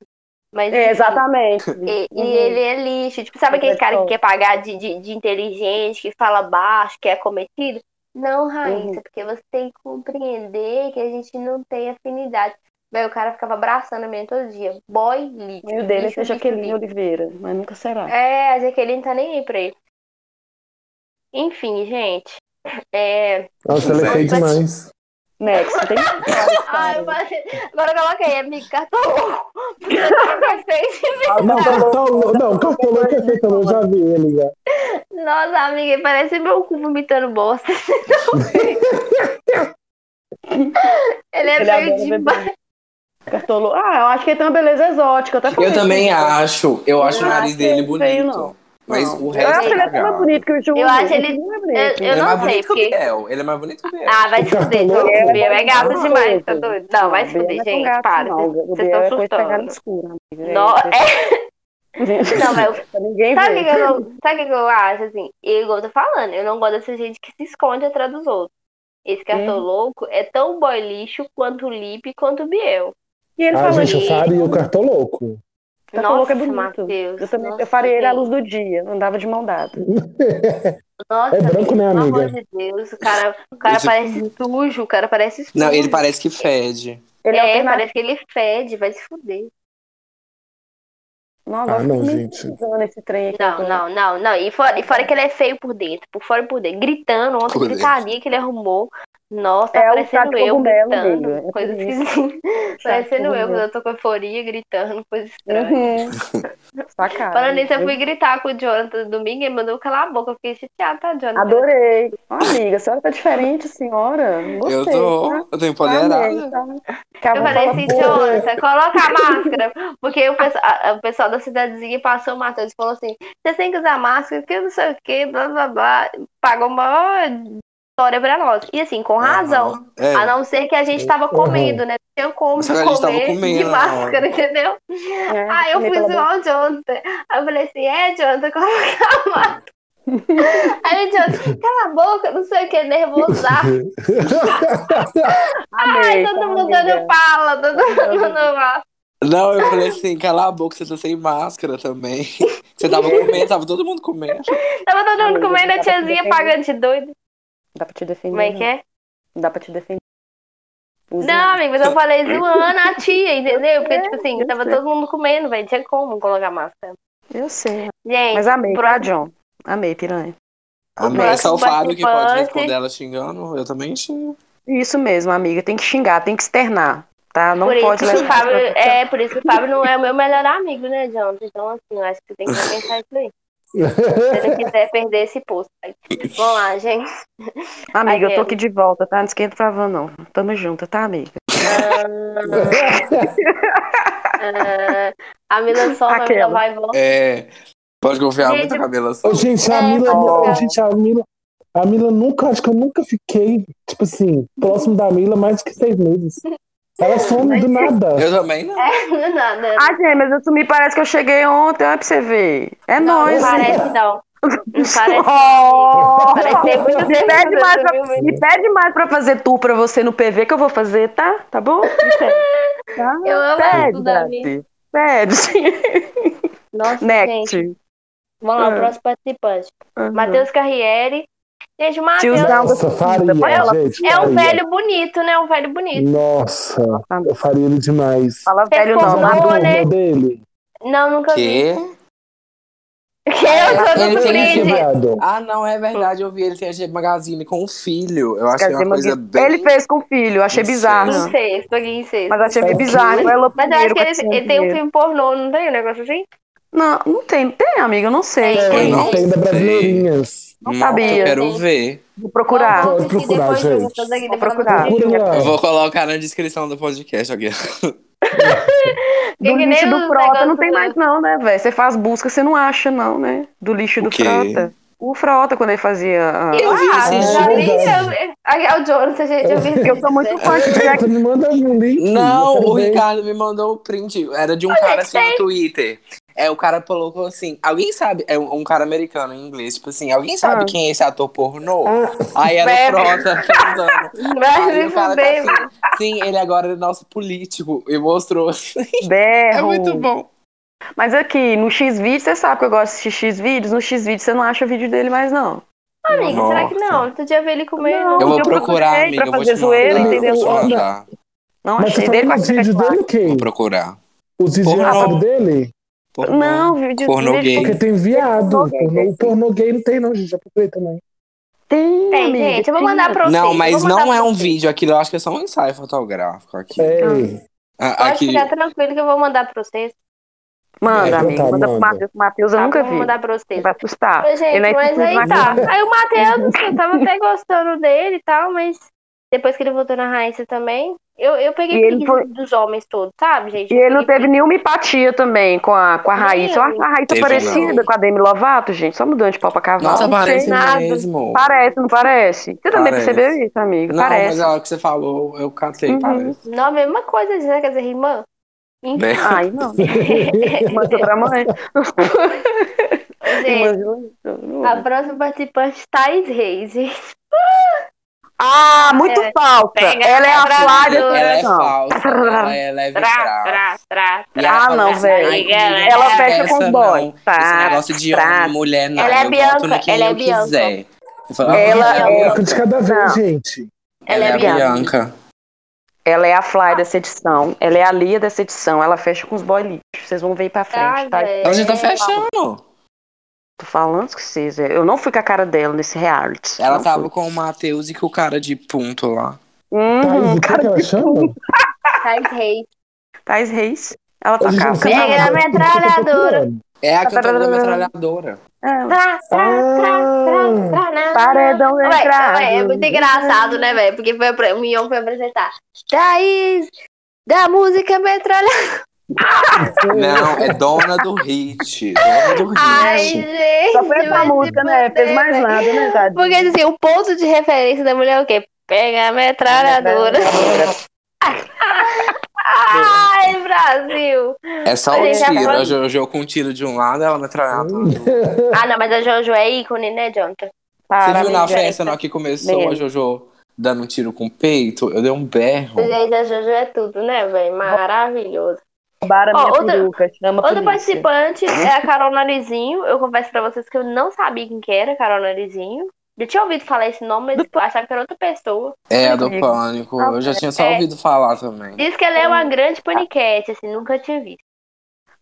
[SPEAKER 2] Mas,
[SPEAKER 5] É,
[SPEAKER 2] enfim.
[SPEAKER 5] exatamente.
[SPEAKER 2] E,
[SPEAKER 5] Uhum.
[SPEAKER 2] e ele é lixo. Tipo, sabe aquele cara que quer pagar de, de, de inteligente, que fala baixo, que é cometido? Não, Raíssa,
[SPEAKER 5] Uhum.
[SPEAKER 2] porque você tem que compreender que a gente não tem afinidade. Véi, o cara ficava abraçando a menina todo dia. Boy lixo.
[SPEAKER 5] O meio dele é
[SPEAKER 2] lixo,
[SPEAKER 5] ser
[SPEAKER 2] lixo,
[SPEAKER 5] Jaqueline
[SPEAKER 2] lixo.
[SPEAKER 5] Oliveira, mas nunca será.
[SPEAKER 2] É, a Jaqueline tá nem aí pra ele. Enfim, gente. É...
[SPEAKER 4] Nossa, ela é feia
[SPEAKER 2] Mas-
[SPEAKER 4] demais.
[SPEAKER 5] Next, tem
[SPEAKER 2] Ai, mas... Agora coloca aí, amigo, cartão louco. tá Porque eu pensei-
[SPEAKER 4] Não, cartão, não, cartão louco é feio também, eu já vi ele já.
[SPEAKER 2] Nossa, amiga, parece meu cu vomitando bosta. Ele é
[SPEAKER 5] Ele
[SPEAKER 2] feio
[SPEAKER 5] adora beber.
[SPEAKER 2] demais.
[SPEAKER 5] Cartolo. Ah, eu acho que ele tem uma beleza exótica. Eu, até falei
[SPEAKER 3] Eu também
[SPEAKER 5] isso.
[SPEAKER 3] acho. Eu acho o
[SPEAKER 5] não
[SPEAKER 3] nariz
[SPEAKER 5] acho
[SPEAKER 3] dele
[SPEAKER 5] ele feio,
[SPEAKER 3] bonito.
[SPEAKER 5] não.
[SPEAKER 3] Mas
[SPEAKER 5] Não.
[SPEAKER 3] o
[SPEAKER 5] Eu
[SPEAKER 3] resto
[SPEAKER 5] acho ele
[SPEAKER 3] é
[SPEAKER 5] até mais
[SPEAKER 3] cagado.
[SPEAKER 5] bonito que o Gil.
[SPEAKER 2] Eu acho ele-
[SPEAKER 5] não é
[SPEAKER 2] Eu,
[SPEAKER 5] bonito.
[SPEAKER 2] eu
[SPEAKER 3] Ele é
[SPEAKER 2] não
[SPEAKER 3] mais
[SPEAKER 2] sei,
[SPEAKER 3] bonito que o
[SPEAKER 2] porque.
[SPEAKER 3] Biel. Ele é mais bonito que o Biel.
[SPEAKER 2] Ah, vai se fuder, João.
[SPEAKER 4] Ele é
[SPEAKER 2] Biel é gato
[SPEAKER 5] bonito. é
[SPEAKER 2] demais, tá doido? Não, vai se fuder, gente. Para.
[SPEAKER 5] Não,
[SPEAKER 2] vocês-
[SPEAKER 5] o
[SPEAKER 2] Vocês
[SPEAKER 5] Biel é
[SPEAKER 2] estão
[SPEAKER 5] coisa de pegar no
[SPEAKER 2] surtando.
[SPEAKER 5] escuro. amiga. É,
[SPEAKER 2] Não,
[SPEAKER 5] coisa-
[SPEAKER 2] é. Não, mas eu-
[SPEAKER 5] Pra Ninguém
[SPEAKER 2] sabe o
[SPEAKER 5] vê.
[SPEAKER 2] que, que eu, sabe o que que eu acho? Assim, eu, igual eu tô falando, eu não gosto dessa gente que se esconde atrás dos outros. Esse
[SPEAKER 5] Hum?
[SPEAKER 2] cartão louco é tão boy lixo quanto o Lipe quanto o Biel.
[SPEAKER 5] E ele
[SPEAKER 4] Ah,
[SPEAKER 5] falando
[SPEAKER 4] gente, eu faria o cartão louco.
[SPEAKER 5] Tá
[SPEAKER 2] Nossa,
[SPEAKER 5] louco, é bonito.
[SPEAKER 2] Matheus.
[SPEAKER 5] Eu também
[SPEAKER 2] Nossa,
[SPEAKER 5] eu faria ele à
[SPEAKER 2] gente.
[SPEAKER 5] luz do dia, andava de mão dada.
[SPEAKER 2] Nossa,
[SPEAKER 4] É branco, né,
[SPEAKER 2] pelo
[SPEAKER 4] amiga?
[SPEAKER 2] amor de Deus, o cara, o cara
[SPEAKER 3] Esse-
[SPEAKER 2] parece sujo, o cara parece sujo.
[SPEAKER 3] é Não, ele parece que fede.
[SPEAKER 5] Ele
[SPEAKER 2] é,
[SPEAKER 5] alternativo.
[SPEAKER 2] parece que ele fede, vai se fuder.
[SPEAKER 5] Não,
[SPEAKER 4] Ah,
[SPEAKER 5] agora
[SPEAKER 4] não,
[SPEAKER 5] fica me
[SPEAKER 4] gente.
[SPEAKER 5] usando esse trem aqui.
[SPEAKER 2] Não, não, não, não. E fora, e fora que ele é feio por dentro, por fora e por dentro. Gritando, ontem
[SPEAKER 3] Por
[SPEAKER 2] gritaria que ele arrumou. Nossa, tá
[SPEAKER 5] É o
[SPEAKER 2] parecendo
[SPEAKER 5] Chaco
[SPEAKER 2] eu
[SPEAKER 5] Cogumelo,
[SPEAKER 2] gritando,
[SPEAKER 5] amiga, é por
[SPEAKER 2] coisa
[SPEAKER 5] isso.
[SPEAKER 2] esquisita. Parecendo eu, quando eu tô com euforia, gritando, coisa estranha.
[SPEAKER 5] Uhum. Sacada.
[SPEAKER 2] Falando nisso, eu fui gritar com o Jonathan domingo, ele mandou eu calar a boca. Eu fiquei chateada, tá, Jonathan?
[SPEAKER 5] Adorei. Ó, amiga, a senhora tá diferente, senhora. Gostei.
[SPEAKER 3] Eu tô.
[SPEAKER 5] tá?
[SPEAKER 3] Eu tô
[SPEAKER 5] Amei,
[SPEAKER 3] empoderada.
[SPEAKER 5] tá?
[SPEAKER 2] Eu falei
[SPEAKER 5] Acabou falar
[SPEAKER 2] assim,
[SPEAKER 5] porra.
[SPEAKER 2] Jonathan, coloca a máscara. Porque o pessoal, a- a- o pessoal da cidadezinha passou o Matheus e falou assim: vocês têm que usar máscara, porque não sei o que, blá blá blá. Pagou uma história pra nós. E assim, com razão.
[SPEAKER 3] Aham. É.
[SPEAKER 2] A não ser que a gente tava
[SPEAKER 4] Uhum.
[SPEAKER 2] comendo, né? Não tinha como
[SPEAKER 3] Só que a gente tava
[SPEAKER 2] comer de
[SPEAKER 3] comendo, né?
[SPEAKER 2] máscara, entendeu?
[SPEAKER 5] É,
[SPEAKER 2] Aí ah, eu
[SPEAKER 5] comi
[SPEAKER 2] fui
[SPEAKER 5] pela
[SPEAKER 2] zoar o Jonathan. Aí eu falei assim, é, Jonathan, coloca a máscara. Aí o Jonathan, cala a boca, não sei o que, nervosar.
[SPEAKER 5] Ah! Amei,
[SPEAKER 2] Todo
[SPEAKER 5] tá,
[SPEAKER 2] mundo
[SPEAKER 5] amiga?
[SPEAKER 2] dando pala, todo mundo dando pala.
[SPEAKER 3] Não, eu falei assim, cala a boca, você tá sem máscara também. Você tava comendo, tava todo mundo comendo.
[SPEAKER 2] Tava todo mundo
[SPEAKER 5] Amiga,
[SPEAKER 2] comendo a
[SPEAKER 5] dá pra
[SPEAKER 2] tiazinha
[SPEAKER 5] defender.
[SPEAKER 2] pagando de doido.
[SPEAKER 5] Dá pra te defender.
[SPEAKER 2] Como é que é?
[SPEAKER 5] não. Dá pra te defender. Usa.
[SPEAKER 2] Não, amigo, mas eu falei zoando a tia, entendeu? Porque, tipo assim,
[SPEAKER 5] eu
[SPEAKER 2] tava
[SPEAKER 5] sei.
[SPEAKER 2] todo mundo comendo, velho. Tinha como colocar máscara.
[SPEAKER 5] Eu sei.
[SPEAKER 2] Gente,
[SPEAKER 5] Mas amei,
[SPEAKER 2] Próximo.
[SPEAKER 5] tá, John? Amei, piranha.
[SPEAKER 3] Amém. Só
[SPEAKER 2] próximo
[SPEAKER 3] o Fábio que pode
[SPEAKER 2] participante-
[SPEAKER 3] responder ela xingando. Eu também xingo.
[SPEAKER 5] Isso mesmo, amiga. Tem que xingar, tem que externar, tá? Não
[SPEAKER 2] por
[SPEAKER 5] pode
[SPEAKER 2] isso que o
[SPEAKER 5] levar.
[SPEAKER 2] Fábio. É, por isso que o Fábio não é o meu melhor amigo, né, John? Então, assim, eu acho que você tem que repensar isso aí. Se você não quiser perder esse posto. aí. Vamos lá, gente.
[SPEAKER 5] Amiga, eu
[SPEAKER 2] Ai,
[SPEAKER 5] tô
[SPEAKER 2] é.
[SPEAKER 5] aqui de volta, tá? Não esquenta pra van, não. Tamo junto, tá, amiga?
[SPEAKER 2] Ah, a Mila só vai
[SPEAKER 5] Aquela.
[SPEAKER 2] vai e volta.
[SPEAKER 3] É. Pode confiar
[SPEAKER 2] Gente,
[SPEAKER 3] muito assim. na cabela só.
[SPEAKER 4] Ô, gente, a
[SPEAKER 2] É,
[SPEAKER 4] Mila,
[SPEAKER 2] ó.
[SPEAKER 4] ô, gente, a Mila, a Mila nunca, acho que eu nunca fiquei, tipo assim, próximo da Mila mais que seis meses. Ela some do nada.
[SPEAKER 3] Eu também não.
[SPEAKER 2] Não, não, não.
[SPEAKER 5] Ah, gente, mas eu sumi, parece que eu cheguei ontem, olha pra você ver. É
[SPEAKER 2] Não,
[SPEAKER 5] nóis.
[SPEAKER 2] não parece, não. Não parece.
[SPEAKER 5] Oh!
[SPEAKER 2] Parece ter muito
[SPEAKER 5] Me
[SPEAKER 2] tempo que
[SPEAKER 5] pede,
[SPEAKER 2] você
[SPEAKER 5] mais pra,
[SPEAKER 2] sumiu, mas-
[SPEAKER 5] me pede mais pra fazer tour pra você no PV que eu vou fazer, tá? Tá bom? Me pede. Tá?
[SPEAKER 2] Eu amo
[SPEAKER 5] Pede,
[SPEAKER 2] tudo da minha.
[SPEAKER 5] Davi. Pede.
[SPEAKER 2] Nossa, gente.
[SPEAKER 5] Next.
[SPEAKER 2] Vamos lá, o
[SPEAKER 5] Ah.
[SPEAKER 2] próximo participante.
[SPEAKER 5] Uhum.
[SPEAKER 2] Matheus Carriere. Gente, o Matheus
[SPEAKER 5] Tiozão.
[SPEAKER 4] Nossa, faria,
[SPEAKER 2] Ela
[SPEAKER 4] gente.
[SPEAKER 2] é um
[SPEAKER 4] faria.
[SPEAKER 2] velho bonito, né? Um velho bonito.
[SPEAKER 4] Nossa, eu faria ele demais.
[SPEAKER 5] Fala velho
[SPEAKER 2] Você
[SPEAKER 5] não.
[SPEAKER 4] Sabe
[SPEAKER 2] Bom,
[SPEAKER 4] o
[SPEAKER 2] né?
[SPEAKER 4] né? dele?
[SPEAKER 2] Não, nunca vi.
[SPEAKER 3] Quê?
[SPEAKER 2] Que eu sou
[SPEAKER 3] Ele
[SPEAKER 2] do
[SPEAKER 3] tem
[SPEAKER 4] Esse
[SPEAKER 2] Brinde.
[SPEAKER 4] viado.
[SPEAKER 3] Ah, não, é verdade. Eu vi ele tem a G Magazine com o filho. Eu achei é uma
[SPEAKER 5] Quer dizer,
[SPEAKER 3] coisa bem.
[SPEAKER 5] Ele fez com o filho, eu achei
[SPEAKER 3] Não sei.
[SPEAKER 5] bizarro.
[SPEAKER 2] Incesto, aqui incesto.
[SPEAKER 5] Mas eu achei meio
[SPEAKER 4] Mas-
[SPEAKER 5] bizarro. Ela
[SPEAKER 2] Mas eu acho
[SPEAKER 5] primeiro
[SPEAKER 2] que
[SPEAKER 5] com
[SPEAKER 2] ele,
[SPEAKER 5] esse
[SPEAKER 2] ele tem um
[SPEAKER 5] dinheiro.
[SPEAKER 2] filme pornô, não tem um negócio assim?
[SPEAKER 5] Não, não tem. Tem, amiga, eu não sei.
[SPEAKER 2] Tem.
[SPEAKER 4] É,
[SPEAKER 2] Quem?
[SPEAKER 4] não tem da
[SPEAKER 3] Sei.
[SPEAKER 4] Brasileirinhas.
[SPEAKER 5] Não
[SPEAKER 3] Nossa,
[SPEAKER 5] sabia.
[SPEAKER 3] Eu quero ver.
[SPEAKER 5] Vou procurar.
[SPEAKER 4] Vou
[SPEAKER 2] Vamos assistir
[SPEAKER 4] procurar,
[SPEAKER 2] depois
[SPEAKER 4] gente.
[SPEAKER 2] juntas aqui,
[SPEAKER 5] Vou
[SPEAKER 2] depois
[SPEAKER 5] procurar.
[SPEAKER 2] juntas.
[SPEAKER 4] Procura lá.
[SPEAKER 3] Eu vou colocar na descrição do podcast aqui.
[SPEAKER 5] Do
[SPEAKER 2] que nem
[SPEAKER 5] lixo
[SPEAKER 2] os
[SPEAKER 5] do Frota não
[SPEAKER 2] negócios
[SPEAKER 5] tem
[SPEAKER 2] lá.
[SPEAKER 5] mais, não, né, velho? Você faz busca, você não acha, não, né? Do lixo
[SPEAKER 3] O
[SPEAKER 5] do
[SPEAKER 3] quê?
[SPEAKER 5] Frota. O Frota, quando ele fazia. a-
[SPEAKER 2] Eu vi
[SPEAKER 4] esses dias.
[SPEAKER 2] Aqui é o Jonathan, gente. Eu vi esses
[SPEAKER 5] Eu sou muito
[SPEAKER 2] dias.
[SPEAKER 5] fã de Jack.
[SPEAKER 4] Você me manda um link.
[SPEAKER 3] Não,
[SPEAKER 4] eu quero
[SPEAKER 3] o
[SPEAKER 4] ver.
[SPEAKER 3] Ricardo me mandou o print. Era de um
[SPEAKER 2] Onde é
[SPEAKER 3] cara
[SPEAKER 2] que
[SPEAKER 3] assim no Twitter. É, o cara colocou assim. Alguém sabe? É um, um cara americano em inglês. Tipo assim, alguém sabe
[SPEAKER 5] Ah.
[SPEAKER 3] quem é esse ator pornô?
[SPEAKER 4] Ah,
[SPEAKER 3] Aí era
[SPEAKER 2] Bebe.
[SPEAKER 3] frota transando.
[SPEAKER 2] Vai
[SPEAKER 3] Aí
[SPEAKER 2] se
[SPEAKER 3] o cara tá
[SPEAKER 2] fuder,
[SPEAKER 3] assim. Sim, ele agora é nosso político. E mostrou assim.
[SPEAKER 5] Berro.
[SPEAKER 3] É muito bom.
[SPEAKER 5] Mas aqui, no X-Vídeos, você sabe que eu gosto de assistir X-Vídeos. No X-Vídeos você não acha vídeo dele mais, não.
[SPEAKER 2] Amiga, será que
[SPEAKER 3] Nossa.
[SPEAKER 2] não? Tu já viu ele comer?
[SPEAKER 5] Não.
[SPEAKER 3] Eu vou
[SPEAKER 5] eu
[SPEAKER 3] procurar,
[SPEAKER 5] procurei
[SPEAKER 3] amiga.
[SPEAKER 5] pra
[SPEAKER 3] Eu vou
[SPEAKER 5] fazer
[SPEAKER 3] te
[SPEAKER 5] zoeira,
[SPEAKER 3] mandar.
[SPEAKER 4] entendeu?
[SPEAKER 3] Vou te mandar.
[SPEAKER 5] Não
[SPEAKER 4] Mas
[SPEAKER 2] é
[SPEAKER 4] você
[SPEAKER 5] achei
[SPEAKER 4] falou
[SPEAKER 5] dele com a
[SPEAKER 4] tá os vídeos dele,
[SPEAKER 3] Vou
[SPEAKER 4] quem?
[SPEAKER 3] procurar.
[SPEAKER 4] Os vídeos
[SPEAKER 3] Pornô.
[SPEAKER 4] errados dele?
[SPEAKER 3] Pornô.
[SPEAKER 5] Não, vídeo
[SPEAKER 3] Pornô
[SPEAKER 5] vídeo
[SPEAKER 3] gay.
[SPEAKER 4] Porque tem viado.
[SPEAKER 5] Pornô gay,
[SPEAKER 4] Pornô,
[SPEAKER 5] tem sim.
[SPEAKER 4] pornô gay não tem, não, gente. é Já procurei também.
[SPEAKER 5] Tem,
[SPEAKER 2] Tem,
[SPEAKER 5] amiga,
[SPEAKER 2] gente. Eu vou
[SPEAKER 5] tem.
[SPEAKER 2] mandar pra vocês.
[SPEAKER 3] Não,
[SPEAKER 2] eu
[SPEAKER 3] mas
[SPEAKER 2] vou mandar
[SPEAKER 3] não é
[SPEAKER 2] pra
[SPEAKER 3] um
[SPEAKER 2] vocês.
[SPEAKER 3] vídeo. Aquilo eu acho que é só um ensaio fotográfico. Aqui.
[SPEAKER 4] É. Ei,
[SPEAKER 3] Ah,
[SPEAKER 2] Pode
[SPEAKER 3] aqui.
[SPEAKER 2] ficar tranquilo que tá eu vou mandar pra vocês.
[SPEAKER 5] Manda,
[SPEAKER 4] É,
[SPEAKER 5] amiga.
[SPEAKER 4] tá,
[SPEAKER 5] manda pro
[SPEAKER 4] manda.
[SPEAKER 5] Matheus. Matheus eu
[SPEAKER 2] Tá?
[SPEAKER 5] nunca
[SPEAKER 2] Eu Vou
[SPEAKER 5] vi.
[SPEAKER 2] mandar pra vocês.
[SPEAKER 5] Vai assustar.
[SPEAKER 2] Ô, gente,
[SPEAKER 5] Ele é
[SPEAKER 2] mas aí
[SPEAKER 5] inclusive
[SPEAKER 2] tá.
[SPEAKER 5] magrelo.
[SPEAKER 2] Aí o Matheus, eu tava até gostando dele e tal, mas depois que ele voltou na Raíssa também, eu, eu peguei
[SPEAKER 5] E ele
[SPEAKER 2] preguiça dos homens todos, sabe, gente?
[SPEAKER 5] E
[SPEAKER 2] Eu
[SPEAKER 5] ele não
[SPEAKER 2] peguei
[SPEAKER 5] teve nenhuma empatia também com a, com a
[SPEAKER 2] Nem
[SPEAKER 5] Raíssa. Eu acho a Raíssa é
[SPEAKER 3] Teve,
[SPEAKER 5] parecida
[SPEAKER 3] não.
[SPEAKER 5] com a Demi Lovato, gente. Só mudando de pau pra cavalo.
[SPEAKER 3] Nossa,
[SPEAKER 5] Não sei.
[SPEAKER 3] parece
[SPEAKER 2] nada.
[SPEAKER 3] mesmo.
[SPEAKER 5] Parece, não parece? Você também
[SPEAKER 3] Parece.
[SPEAKER 5] percebeu isso, amigo?
[SPEAKER 3] Não, mas é
[SPEAKER 5] parece.
[SPEAKER 3] a hora que você falou, eu catei,
[SPEAKER 5] Uhum.
[SPEAKER 3] parece.
[SPEAKER 2] preguiça. Não, a mesma coisa, né? Quer dizer, irmã. Enfim,
[SPEAKER 3] Né?
[SPEAKER 5] Ai, não.
[SPEAKER 4] É.
[SPEAKER 5] Mas outra mãe.
[SPEAKER 2] gente, a
[SPEAKER 5] Imagina.
[SPEAKER 2] próxima participante, Thais Reis. gente.
[SPEAKER 5] Ah, muito
[SPEAKER 2] É.
[SPEAKER 5] falsa.
[SPEAKER 2] Pega,
[SPEAKER 5] Ela é a
[SPEAKER 2] abraço.
[SPEAKER 5] Flávia
[SPEAKER 3] Ela é
[SPEAKER 5] Seleção.
[SPEAKER 3] falsa, ela é leve
[SPEAKER 2] Trá, trá,
[SPEAKER 3] graça.
[SPEAKER 2] trá,
[SPEAKER 3] E
[SPEAKER 2] trá.
[SPEAKER 3] ela
[SPEAKER 5] Ah,
[SPEAKER 3] fala
[SPEAKER 5] não,
[SPEAKER 3] assim,
[SPEAKER 5] velho.
[SPEAKER 3] "Ai,
[SPEAKER 2] Ela
[SPEAKER 3] não
[SPEAKER 5] fecha com
[SPEAKER 3] essa,
[SPEAKER 5] boy.
[SPEAKER 3] não. Esse
[SPEAKER 5] Tá,
[SPEAKER 3] negócio de
[SPEAKER 5] tá.
[SPEAKER 3] homem, mulher, não.
[SPEAKER 2] Ela é
[SPEAKER 3] eu
[SPEAKER 2] Bianca,
[SPEAKER 3] boto no quem
[SPEAKER 2] ela é
[SPEAKER 3] eu
[SPEAKER 2] Bianca.
[SPEAKER 3] quiser. Eu falo,
[SPEAKER 5] Ela
[SPEAKER 3] "Ah,
[SPEAKER 5] é-
[SPEAKER 4] é de cada vez,
[SPEAKER 5] Não.
[SPEAKER 4] gente.
[SPEAKER 2] Ela é Bianca.
[SPEAKER 3] Bianca.
[SPEAKER 5] Ela é a Fly dessa edição. Ela é a Lia dessa edição. Ela fecha com os boy lixo. Vocês vão ver aí pra
[SPEAKER 2] Ah,
[SPEAKER 5] frente, tá?
[SPEAKER 2] velho.
[SPEAKER 3] Ela já tá fechando.
[SPEAKER 5] Tô falando com vocês. velho. Eu não fui com a cara dela nesse reality.
[SPEAKER 3] Ela
[SPEAKER 5] Não
[SPEAKER 3] tava
[SPEAKER 5] fui.
[SPEAKER 3] com o Matheus e com o cara de ponto lá.
[SPEAKER 5] Uhum,
[SPEAKER 4] Thaís, Tá, o que, que ela chama?
[SPEAKER 2] Thais Reis.
[SPEAKER 5] Thais Reis. Ela
[SPEAKER 4] Ô, gente,
[SPEAKER 5] tocava. É.
[SPEAKER 4] você
[SPEAKER 2] Pega
[SPEAKER 4] tá-
[SPEAKER 2] a metralhadora.
[SPEAKER 3] É a cantora da metralhadora.
[SPEAKER 5] Ah,
[SPEAKER 2] Trá, trá, trá, trá, trá, trá.
[SPEAKER 5] Paredão
[SPEAKER 2] Ué,
[SPEAKER 5] entrado.
[SPEAKER 2] ué, é muito engraçado, né, velho? Porque foi pra- o Mion foi apresentar. Thaís, da música metralha.
[SPEAKER 3] Não, é dona do hit. Dona do hit.
[SPEAKER 2] Ai, gente.
[SPEAKER 5] Né? Só foi
[SPEAKER 2] vai
[SPEAKER 5] essa
[SPEAKER 2] se
[SPEAKER 5] música, né?
[SPEAKER 2] fuder,
[SPEAKER 5] Fez mais
[SPEAKER 2] velho.
[SPEAKER 5] nada, né, tadinho?
[SPEAKER 2] Porque assim, o ponto de referência da mulher é o quê? Pega a metralhadora. Ai, Brasil!
[SPEAKER 3] é só o
[SPEAKER 2] Olha, já
[SPEAKER 3] tiro.
[SPEAKER 2] foi.
[SPEAKER 3] A Jojo com um tiro de um lado, ela metralhada do outro.
[SPEAKER 2] Ah, não, mas a Jojo é ícone, né, Jonathan?
[SPEAKER 5] Para,
[SPEAKER 3] Você viu na
[SPEAKER 5] amiga.
[SPEAKER 3] festa na hora que começou
[SPEAKER 5] Mesmo.
[SPEAKER 3] a Jojo dando um tiro com o peito? Eu dei um berro.
[SPEAKER 2] Gente, a Jojo é tudo, né, velho? Maravilhoso.
[SPEAKER 5] Roubaram a
[SPEAKER 2] Ó,
[SPEAKER 5] minha
[SPEAKER 2] outra-
[SPEAKER 5] peruca. Chama a
[SPEAKER 2] Outra
[SPEAKER 5] polícia.
[SPEAKER 2] participante é a Carol Narizinho. Eu confesso pra vocês que eu não sabia quem que era Carol Narizinho. Já tinha ouvido falar esse nome, mas eu achava que era outra pessoa.
[SPEAKER 3] É, a do
[SPEAKER 5] amigo.
[SPEAKER 3] pânico. Eu já tinha só
[SPEAKER 2] É.
[SPEAKER 3] ouvido falar também.
[SPEAKER 2] Diz que ela é uma grande paniquete, assim, nunca tinha visto.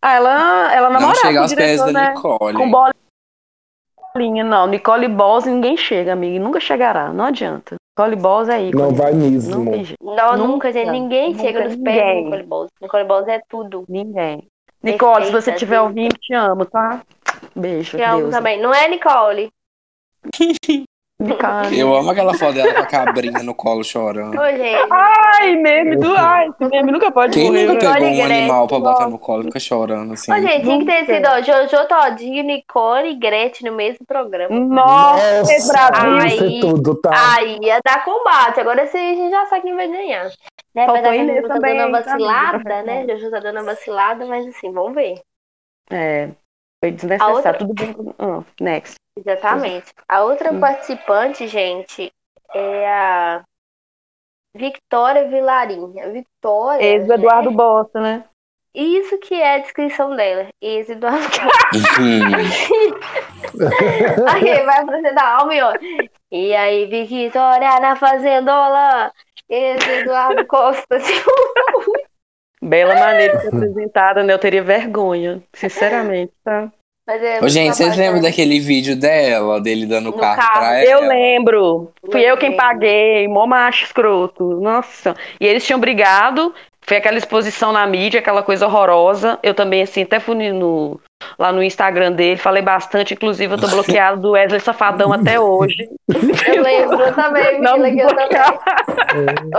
[SPEAKER 5] Ah, ela, ela
[SPEAKER 3] Não
[SPEAKER 5] namorava
[SPEAKER 3] chega
[SPEAKER 5] com o
[SPEAKER 3] aos pés
[SPEAKER 5] diretor,
[SPEAKER 3] da
[SPEAKER 5] né?
[SPEAKER 3] Nicole.
[SPEAKER 5] Com bolinha, não. Nicole Balls ninguém chega, amiga. E nunca chegará. Não adianta. Nicole Balls é ícone.
[SPEAKER 4] Não vai mesmo.
[SPEAKER 5] Não tem jeito.
[SPEAKER 2] Não, nunca,
[SPEAKER 5] Nunca,
[SPEAKER 2] gente, ninguém
[SPEAKER 5] nunca,
[SPEAKER 2] chega nos pés
[SPEAKER 5] ninguém.
[SPEAKER 2] de Nicole Bowles. Nicole Bowles é tudo.
[SPEAKER 5] Ninguém. Nicole, se você
[SPEAKER 2] Perfeita,
[SPEAKER 5] estiver
[SPEAKER 2] Deus.
[SPEAKER 5] ouvindo, te amo, tá? Beijo.
[SPEAKER 2] Te amo
[SPEAKER 5] Deus. né?
[SPEAKER 2] também. Não é, Nicole?
[SPEAKER 5] Nicole.
[SPEAKER 3] Eu amo aquela foto dela com a cabrinha no colo chorando.
[SPEAKER 2] Ô, gente.
[SPEAKER 5] Ai, meme do. Ai, esse meme nunca pode
[SPEAKER 3] Quem
[SPEAKER 5] morrer.
[SPEAKER 3] nunca
[SPEAKER 5] velho.
[SPEAKER 3] pegou um
[SPEAKER 2] Nicole
[SPEAKER 3] animal pra
[SPEAKER 2] Gretchen,
[SPEAKER 3] botar no colo e fica chorando assim?
[SPEAKER 2] Ô, gente, tinha que ter
[SPEAKER 5] Nunca.
[SPEAKER 2] sido, ó, Jojo Todinho, Nicole e Gretchen no mesmo programa.
[SPEAKER 5] Nossa, Brasil.
[SPEAKER 2] Ai.
[SPEAKER 4] Isso é tudo, tá?
[SPEAKER 2] Aí ia dar combate. Agora esse aí a gente já sabe quem vai ganhar. Né?
[SPEAKER 5] Faltou
[SPEAKER 2] Apesar que a
[SPEAKER 5] Inês
[SPEAKER 2] Jojo tá
[SPEAKER 5] também
[SPEAKER 2] dando uma
[SPEAKER 5] aí, tá, amiga?
[SPEAKER 2] vacilada, né? Jojo tá dando uma vacilada, mas assim, vamos ver.
[SPEAKER 5] É,
[SPEAKER 2] A
[SPEAKER 5] foi
[SPEAKER 2] outra-
[SPEAKER 5] desnecessário. Tudo bem. com- Ah, next.
[SPEAKER 2] Exatamente. A outra
[SPEAKER 5] Hum.
[SPEAKER 2] participante, gente, é a Victória Vilarim. A Victória.
[SPEAKER 5] Ex-Eduardo
[SPEAKER 2] né?
[SPEAKER 5] Bosta, né?
[SPEAKER 2] Isso que é a descrição dela. Ex-Eduardo.
[SPEAKER 3] Hum,
[SPEAKER 2] Aí vai apresentar a Almione. E aí, Victoria na fazendola. Esse Eduardo Costa. assim,
[SPEAKER 5] Bela maneira de ser apresentada, né? Eu teria vergonha, sinceramente, tá?
[SPEAKER 2] Mas é
[SPEAKER 3] Ô, gente,
[SPEAKER 2] muito
[SPEAKER 3] vocês
[SPEAKER 2] trabalho,
[SPEAKER 3] lembram
[SPEAKER 2] né?
[SPEAKER 3] daquele vídeo dela, dele dando o
[SPEAKER 2] No
[SPEAKER 3] carro,
[SPEAKER 2] carro.
[SPEAKER 3] pra
[SPEAKER 5] Eu
[SPEAKER 3] ela?
[SPEAKER 5] lembro. Fui eu quem
[SPEAKER 2] Lembro.
[SPEAKER 5] paguei, mó macho escroto. Nossa. E eles tinham brigado, foi aquela exposição na mídia, aquela coisa horrorosa. Eu também, assim, até fui no, lá no Instagram dele, falei bastante, inclusive eu tô bloqueado do Wesley Safadão até hoje.
[SPEAKER 2] Eu lembro também,
[SPEAKER 5] Não
[SPEAKER 2] Mila,
[SPEAKER 5] me
[SPEAKER 2] que eu também.
[SPEAKER 5] bloquear.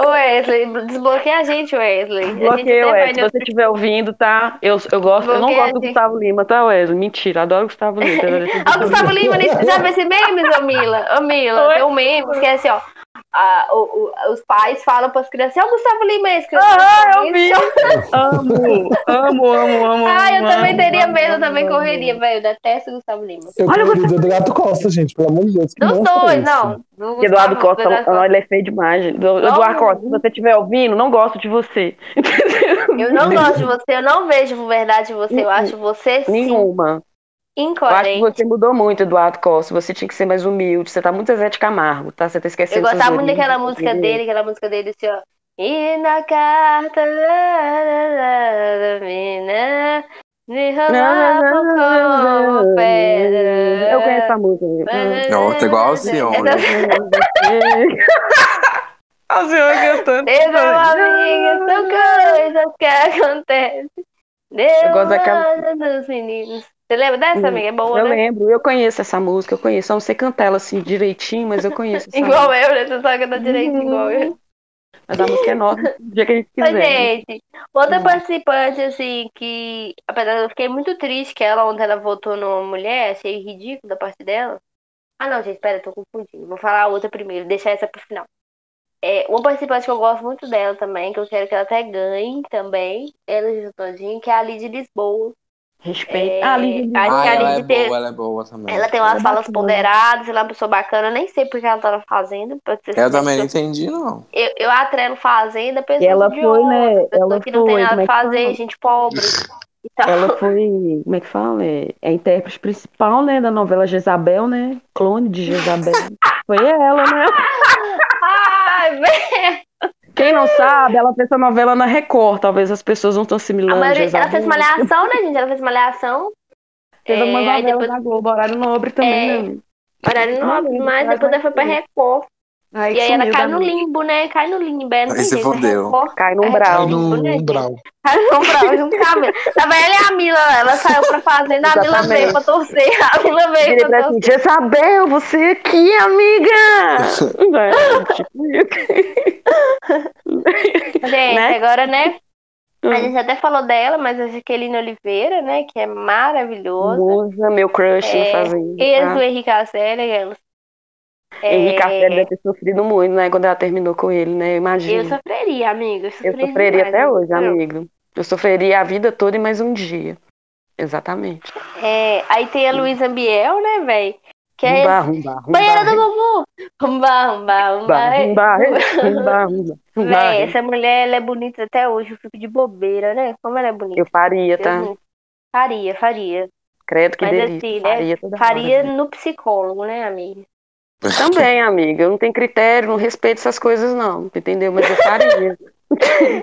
[SPEAKER 2] Ô, Wesley, desbloqueia a gente, Wesley. a gente
[SPEAKER 5] Bloqueio,
[SPEAKER 2] até vai
[SPEAKER 5] Wesley. Se
[SPEAKER 2] no-
[SPEAKER 5] você estiver ouvindo, tá? Eu, eu gosto, eu não
[SPEAKER 2] Bloqueia,
[SPEAKER 5] gosto do
[SPEAKER 2] gente.
[SPEAKER 5] Gustavo Lima, tá, Wesley? Mentira, adoro o Gustavo Lima. tá?
[SPEAKER 2] Ó, o Gustavo Lima, né? já viu esse meme, ô Mila? Ô, Mila,
[SPEAKER 5] Oi.
[SPEAKER 2] tem um meme que é assim, ó. a- o- o- os pais falam para as crianças, é o Gustavo Lima esse que
[SPEAKER 5] Ah,
[SPEAKER 2] eu
[SPEAKER 5] eu vi. Amo, amo, amo, amo.
[SPEAKER 2] Ah, eu
[SPEAKER 5] amo,
[SPEAKER 2] também
[SPEAKER 5] amo,
[SPEAKER 2] teria
[SPEAKER 5] amo,
[SPEAKER 2] medo, eu
[SPEAKER 5] amo,
[SPEAKER 2] também
[SPEAKER 5] amo.
[SPEAKER 2] correria, velho. Eu detesto o Gustavo Lima.
[SPEAKER 4] Eu
[SPEAKER 5] Olha,
[SPEAKER 4] quero o vídeo do Gato Costa, gente, pelo amor de Deus. que
[SPEAKER 2] Dos
[SPEAKER 4] bosta é
[SPEAKER 2] dois,
[SPEAKER 4] esse?
[SPEAKER 2] não. Do
[SPEAKER 5] Eduardo
[SPEAKER 2] Gustavo- do
[SPEAKER 5] Costa,
[SPEAKER 2] Eduardo
[SPEAKER 5] não, ele é feio demais. gente. Do- Eduardo Costa, se você estiver ouvindo, não gosto de você.
[SPEAKER 2] Eu não gosto de você, eu não vejo verdade em você. Eu
[SPEAKER 5] Nenhum.
[SPEAKER 2] acho você sim,
[SPEAKER 5] Nenhuma. Eu acho que
[SPEAKER 2] incoerente.
[SPEAKER 5] você mudou muito, Eduardo Costa. Você tinha que ser mais humilde. Você tá muito Zé de Camargo, tá? Você tá esquecendo.
[SPEAKER 2] Eu gostava
[SPEAKER 5] suas
[SPEAKER 2] muito daquela
[SPEAKER 5] origens,
[SPEAKER 2] música
[SPEAKER 5] entendeu?
[SPEAKER 2] dele, aquela música dele assim, ó. E na carta da mina me
[SPEAKER 5] Não, não, não,
[SPEAKER 2] roubava
[SPEAKER 5] não,
[SPEAKER 2] como
[SPEAKER 5] não.
[SPEAKER 2] uma pedra.
[SPEAKER 5] Eu conheço essa música.
[SPEAKER 2] tá
[SPEAKER 5] então.
[SPEAKER 3] Nossa, igual o Sion,
[SPEAKER 2] Essa-
[SPEAKER 5] Ah, o senhor cantando.
[SPEAKER 2] Deus é uma amiga, são coisas que acontecem. Deus
[SPEAKER 5] Eu gosto daquela-
[SPEAKER 2] manda dos meninos. Você lembra dessa,
[SPEAKER 5] Hum,
[SPEAKER 2] amiga? É boa,
[SPEAKER 5] Eu
[SPEAKER 2] né?
[SPEAKER 5] lembro, eu conheço essa música, eu conheço. Eu não sei cantar ela assim direitinho, mas eu conheço. Essa
[SPEAKER 2] Igual eu, né? Você sabe que eu tô direito
[SPEAKER 5] Hum,
[SPEAKER 2] igual eu.
[SPEAKER 5] música. Mas a música é nossa, o dia que a gente
[SPEAKER 2] Ô,
[SPEAKER 5] quiser. né?
[SPEAKER 2] gente, outra
[SPEAKER 5] Hum.
[SPEAKER 2] participante, assim, que apesar de eu fiquei muito triste que ela ontem ela votou numa mulher, achei ridículo da parte dela. Ah, não, gente, espera, eu tô confundindo. Vou falar a outra primeiro, deixar essa pro final. É, uma participante que eu gosto muito dela também, que eu quero que ela até ganhe também, ela e o Todinho, que é a Lidy Lisboa.
[SPEAKER 5] Respeito.
[SPEAKER 2] É,
[SPEAKER 5] Ah, Lívia,
[SPEAKER 2] a-
[SPEAKER 3] Ah, ela é
[SPEAKER 2] Alice tem-
[SPEAKER 3] boa, ela é boa também.
[SPEAKER 2] Ela tem umas
[SPEAKER 5] é
[SPEAKER 2] falas
[SPEAKER 5] bacana.
[SPEAKER 2] ponderadas, ela é uma pessoa bacana, nem sei porque ela tá na fazenda. pra ser
[SPEAKER 3] Eu também não
[SPEAKER 2] sincera.
[SPEAKER 3] entendi, não.
[SPEAKER 2] Eu, eu atrelo fazenda, a pessoa
[SPEAKER 5] Ela
[SPEAKER 2] idiota,
[SPEAKER 5] foi, né?
[SPEAKER 2] pessoa
[SPEAKER 5] Ela
[SPEAKER 2] que não tem
[SPEAKER 5] foi,
[SPEAKER 2] nada
[SPEAKER 5] como é
[SPEAKER 2] pra
[SPEAKER 5] que
[SPEAKER 2] fazer,
[SPEAKER 5] fala?
[SPEAKER 2] gente pobre. e tal.
[SPEAKER 5] Ela foi, como é que fala? É, é a intérprete principal, né, da novela Jezabel, né? Clone de Jezabel. Foi ela, né?
[SPEAKER 2] Ai, velho.
[SPEAKER 5] Quem não sabe, ela fez essa novela na Record. Talvez as pessoas não estão
[SPEAKER 2] A
[SPEAKER 5] assimilando.
[SPEAKER 2] maioria-
[SPEAKER 5] Jezabel.
[SPEAKER 2] ela fez malhação, né, gente? Ela fez malhação.
[SPEAKER 5] Teve
[SPEAKER 2] É,
[SPEAKER 5] algumas
[SPEAKER 2] aí
[SPEAKER 5] novelas
[SPEAKER 2] depois- É.
[SPEAKER 5] na Globo, horário nobre também, né?
[SPEAKER 2] Horário nobre,
[SPEAKER 5] Não,
[SPEAKER 2] mas
[SPEAKER 5] mas
[SPEAKER 2] depois ela foi pra
[SPEAKER 5] sim.
[SPEAKER 2] Record.
[SPEAKER 5] Aí
[SPEAKER 2] E aí ela
[SPEAKER 5] sumiu
[SPEAKER 2] cai
[SPEAKER 5] da
[SPEAKER 2] no
[SPEAKER 5] mídia.
[SPEAKER 2] limbo, né? Cai no limbo. É, não
[SPEAKER 3] Aí
[SPEAKER 2] tem
[SPEAKER 3] se
[SPEAKER 2] jeito, é
[SPEAKER 3] fodeu.
[SPEAKER 2] Record.
[SPEAKER 5] Cai num
[SPEAKER 2] É,
[SPEAKER 4] Cai
[SPEAKER 5] brau.
[SPEAKER 4] no,
[SPEAKER 2] né,
[SPEAKER 4] no
[SPEAKER 2] gente?
[SPEAKER 4] brau.
[SPEAKER 2] Cai no brau, junto com a Mila. Tava ela e a Mila, ela saiu pra fazenda, a Mila
[SPEAKER 5] Exatamente.
[SPEAKER 2] veio pra torcer. A Mila veio
[SPEAKER 5] Virei
[SPEAKER 2] pra
[SPEAKER 5] pra
[SPEAKER 2] torcer.
[SPEAKER 5] assim, Jezabel, você aqui, amiga! Vai, tipo,
[SPEAKER 2] Gente,
[SPEAKER 5] né?
[SPEAKER 2] agora, né?
[SPEAKER 5] Hum.
[SPEAKER 2] A gente até falou dela, mas a Jaqueline Oliveira, né? Que é maravilhosa.
[SPEAKER 5] Moza, meu crush
[SPEAKER 2] É,
[SPEAKER 5] na fazenda. tá?
[SPEAKER 2] Ex do Henrique Acelli, elas. É,
[SPEAKER 5] Henrique Arcelli deve ter sofrido muito, né? Quando ela terminou com ele, né?
[SPEAKER 2] Eu
[SPEAKER 5] Imagina.
[SPEAKER 2] sofreria, amigo. Eu,
[SPEAKER 5] Eu,
[SPEAKER 2] sofreria
[SPEAKER 5] sofreria até hoje,
[SPEAKER 2] amigo.
[SPEAKER 5] amigo. Eu sofreria a vida toda e mais um dia. Exatamente.
[SPEAKER 2] É, aí tem a Luísa Biel, né, velho? Que é
[SPEAKER 5] Rumba, rumba, rumba.
[SPEAKER 2] banheira do Bubu. Rumba, rumba, rumba.
[SPEAKER 5] rumba,
[SPEAKER 2] é.
[SPEAKER 5] rumba, rumba, rumba, rumba.
[SPEAKER 2] Véi, essa mulher, ela é bonita até hoje. Eu fico de bobeira, né? Como ela é bonita.
[SPEAKER 5] Eu faria,
[SPEAKER 2] Deus
[SPEAKER 5] tá?
[SPEAKER 2] me- Faria, faria.
[SPEAKER 5] Credo que
[SPEAKER 2] Mas
[SPEAKER 5] delícia.
[SPEAKER 2] assim, né?
[SPEAKER 5] faria toda hora.
[SPEAKER 2] Faria no psicólogo, né, amiga?
[SPEAKER 5] Também, amiga. Eu não tenho critério, não respeito essas coisas, não. Entendeu? Mas eu faria.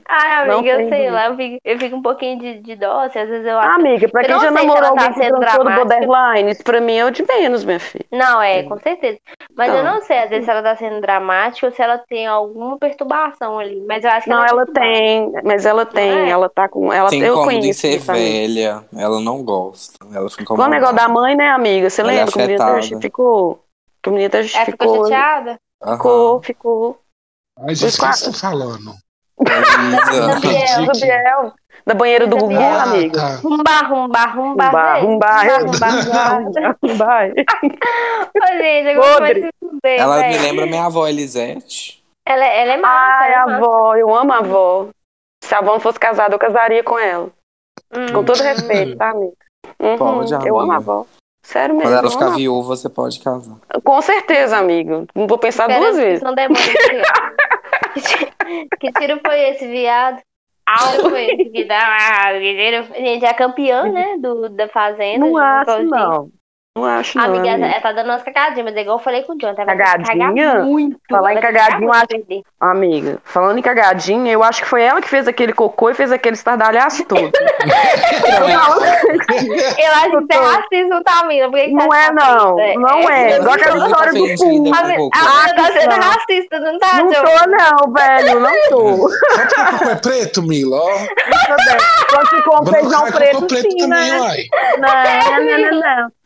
[SPEAKER 2] Ah,
[SPEAKER 5] Não
[SPEAKER 2] amiga, eu
[SPEAKER 5] tem
[SPEAKER 2] sei
[SPEAKER 5] jeito.
[SPEAKER 2] lá. Eu fico, eu fico um pouquinho de, de dó, assim, às vezes eu acho.
[SPEAKER 5] Amiga, pra
[SPEAKER 2] Eu
[SPEAKER 5] quem
[SPEAKER 2] não
[SPEAKER 5] já
[SPEAKER 2] sei se
[SPEAKER 5] namorou
[SPEAKER 2] ela tá
[SPEAKER 5] alguém que
[SPEAKER 2] sendo
[SPEAKER 5] transou do
[SPEAKER 2] dramática.
[SPEAKER 5] borderline, isso pra mim é o de menos, minha filha.
[SPEAKER 2] Não, é,
[SPEAKER 5] Sim.
[SPEAKER 2] com certeza. Mas eu
[SPEAKER 5] Então.
[SPEAKER 2] não sei, às vezes, se ela tá sendo dramática ou se ela tem alguma perturbação ali. Mas eu acho que
[SPEAKER 5] Não,
[SPEAKER 2] é
[SPEAKER 5] ela
[SPEAKER 2] perturbada.
[SPEAKER 5] tem, mas ela tem,
[SPEAKER 2] é?
[SPEAKER 5] ela tá com. Ela,
[SPEAKER 3] Se
[SPEAKER 5] eu
[SPEAKER 3] incomoda em
[SPEAKER 5] conheço
[SPEAKER 3] ser
[SPEAKER 5] isso, amiga.
[SPEAKER 3] velha. Ela não gosta. Ela fica
[SPEAKER 5] Igual o negócio da mãe, né, amiga? Você
[SPEAKER 3] Ela é
[SPEAKER 5] lembra que o menino até
[SPEAKER 3] afetada.
[SPEAKER 5] justificou? Que o menino até
[SPEAKER 2] Ela É, ficou
[SPEAKER 5] justificou.
[SPEAKER 2] chateada?
[SPEAKER 5] Ficou, ficou.
[SPEAKER 4] Ai, gente, o que
[SPEAKER 5] Quatro. é,
[SPEAKER 4] vocês estão falando?
[SPEAKER 2] Não,
[SPEAKER 3] Aham.
[SPEAKER 2] Biel,
[SPEAKER 5] Do Biel, da banheira do
[SPEAKER 2] Da
[SPEAKER 5] Gugu,
[SPEAKER 2] Biel.
[SPEAKER 4] Ah,
[SPEAKER 5] amiga.
[SPEAKER 4] tá.
[SPEAKER 2] Rumba, rumba, rumba.
[SPEAKER 5] Rumba,
[SPEAKER 2] né?
[SPEAKER 5] rumba,
[SPEAKER 2] rumba, rumba.
[SPEAKER 5] Vai.
[SPEAKER 2] Ô, gente, agora vai
[SPEAKER 5] Podre.
[SPEAKER 2] se fuder,
[SPEAKER 3] Ela me
[SPEAKER 2] velho.
[SPEAKER 3] lembra minha avó Elisete.
[SPEAKER 2] Ela, ela é massa,
[SPEAKER 5] Ai,
[SPEAKER 2] ela é
[SPEAKER 5] a
[SPEAKER 2] massa.
[SPEAKER 5] avó, eu amo a avó. Se a avó não fosse casada, eu casaria com ela.
[SPEAKER 2] Hum.
[SPEAKER 5] Com todo respeito, tá, amiga? Uhum,
[SPEAKER 3] Pode,
[SPEAKER 5] eu amo
[SPEAKER 3] amiga.
[SPEAKER 5] a avó. Sério mesmo.
[SPEAKER 3] Quando ela
[SPEAKER 5] eu amo
[SPEAKER 3] ficar
[SPEAKER 5] a
[SPEAKER 3] viúva, você pode casar.
[SPEAKER 5] avó. Com certeza, amigo. Não vou pensar
[SPEAKER 2] Espera,
[SPEAKER 5] duas vezes.
[SPEAKER 2] não demora, assim, ó. Que tiro foi esse, viado? Au, que tiro foi esse que dá? Ah, que tiro- Gente, é a campeã, né? Do, da Fazenda.
[SPEAKER 5] Uhum.
[SPEAKER 2] junto com
[SPEAKER 5] Não acho,
[SPEAKER 2] os
[SPEAKER 5] não. Não acho, não.
[SPEAKER 2] né, Amiga,
[SPEAKER 5] amiga.
[SPEAKER 2] ela tá dando umas cagadinhas, mas é igual eu falei com o John, ela vai ter que
[SPEAKER 5] Cagadinha?
[SPEAKER 2] cagar muito.
[SPEAKER 5] Falar em
[SPEAKER 2] ela vai ter que
[SPEAKER 5] cagadinha, eu
[SPEAKER 2] cagar
[SPEAKER 5] acho-
[SPEAKER 2] muito pra perder.
[SPEAKER 5] Amiga, falando em cagadinha, eu acho que foi ela que fez aquele cocô e fez aquele estardalhaço todo.
[SPEAKER 2] Eu acho que isso é racismo, tá, amiga? Por que que
[SPEAKER 5] não
[SPEAKER 2] você
[SPEAKER 5] é,
[SPEAKER 2] acha
[SPEAKER 5] não.
[SPEAKER 2] que isso
[SPEAKER 5] Não é. Igual aquela
[SPEAKER 3] Eu tô
[SPEAKER 5] história do
[SPEAKER 3] ofendida
[SPEAKER 5] cu.
[SPEAKER 3] com
[SPEAKER 2] A menina
[SPEAKER 3] cocô.
[SPEAKER 2] tá sendo
[SPEAKER 5] Não.
[SPEAKER 2] racista, não tá,
[SPEAKER 5] Não
[SPEAKER 2] John?
[SPEAKER 5] tô, não, velho. Não tô.
[SPEAKER 4] Só porque o cocô é preto, Mila, ó.
[SPEAKER 5] Tô bem. Só que com
[SPEAKER 4] Branco
[SPEAKER 5] feijão
[SPEAKER 4] cai cocô
[SPEAKER 5] preto,
[SPEAKER 4] preto
[SPEAKER 5] sim,
[SPEAKER 4] também,
[SPEAKER 5] né?
[SPEAKER 4] uai.
[SPEAKER 2] É,
[SPEAKER 5] Não, não, não, não.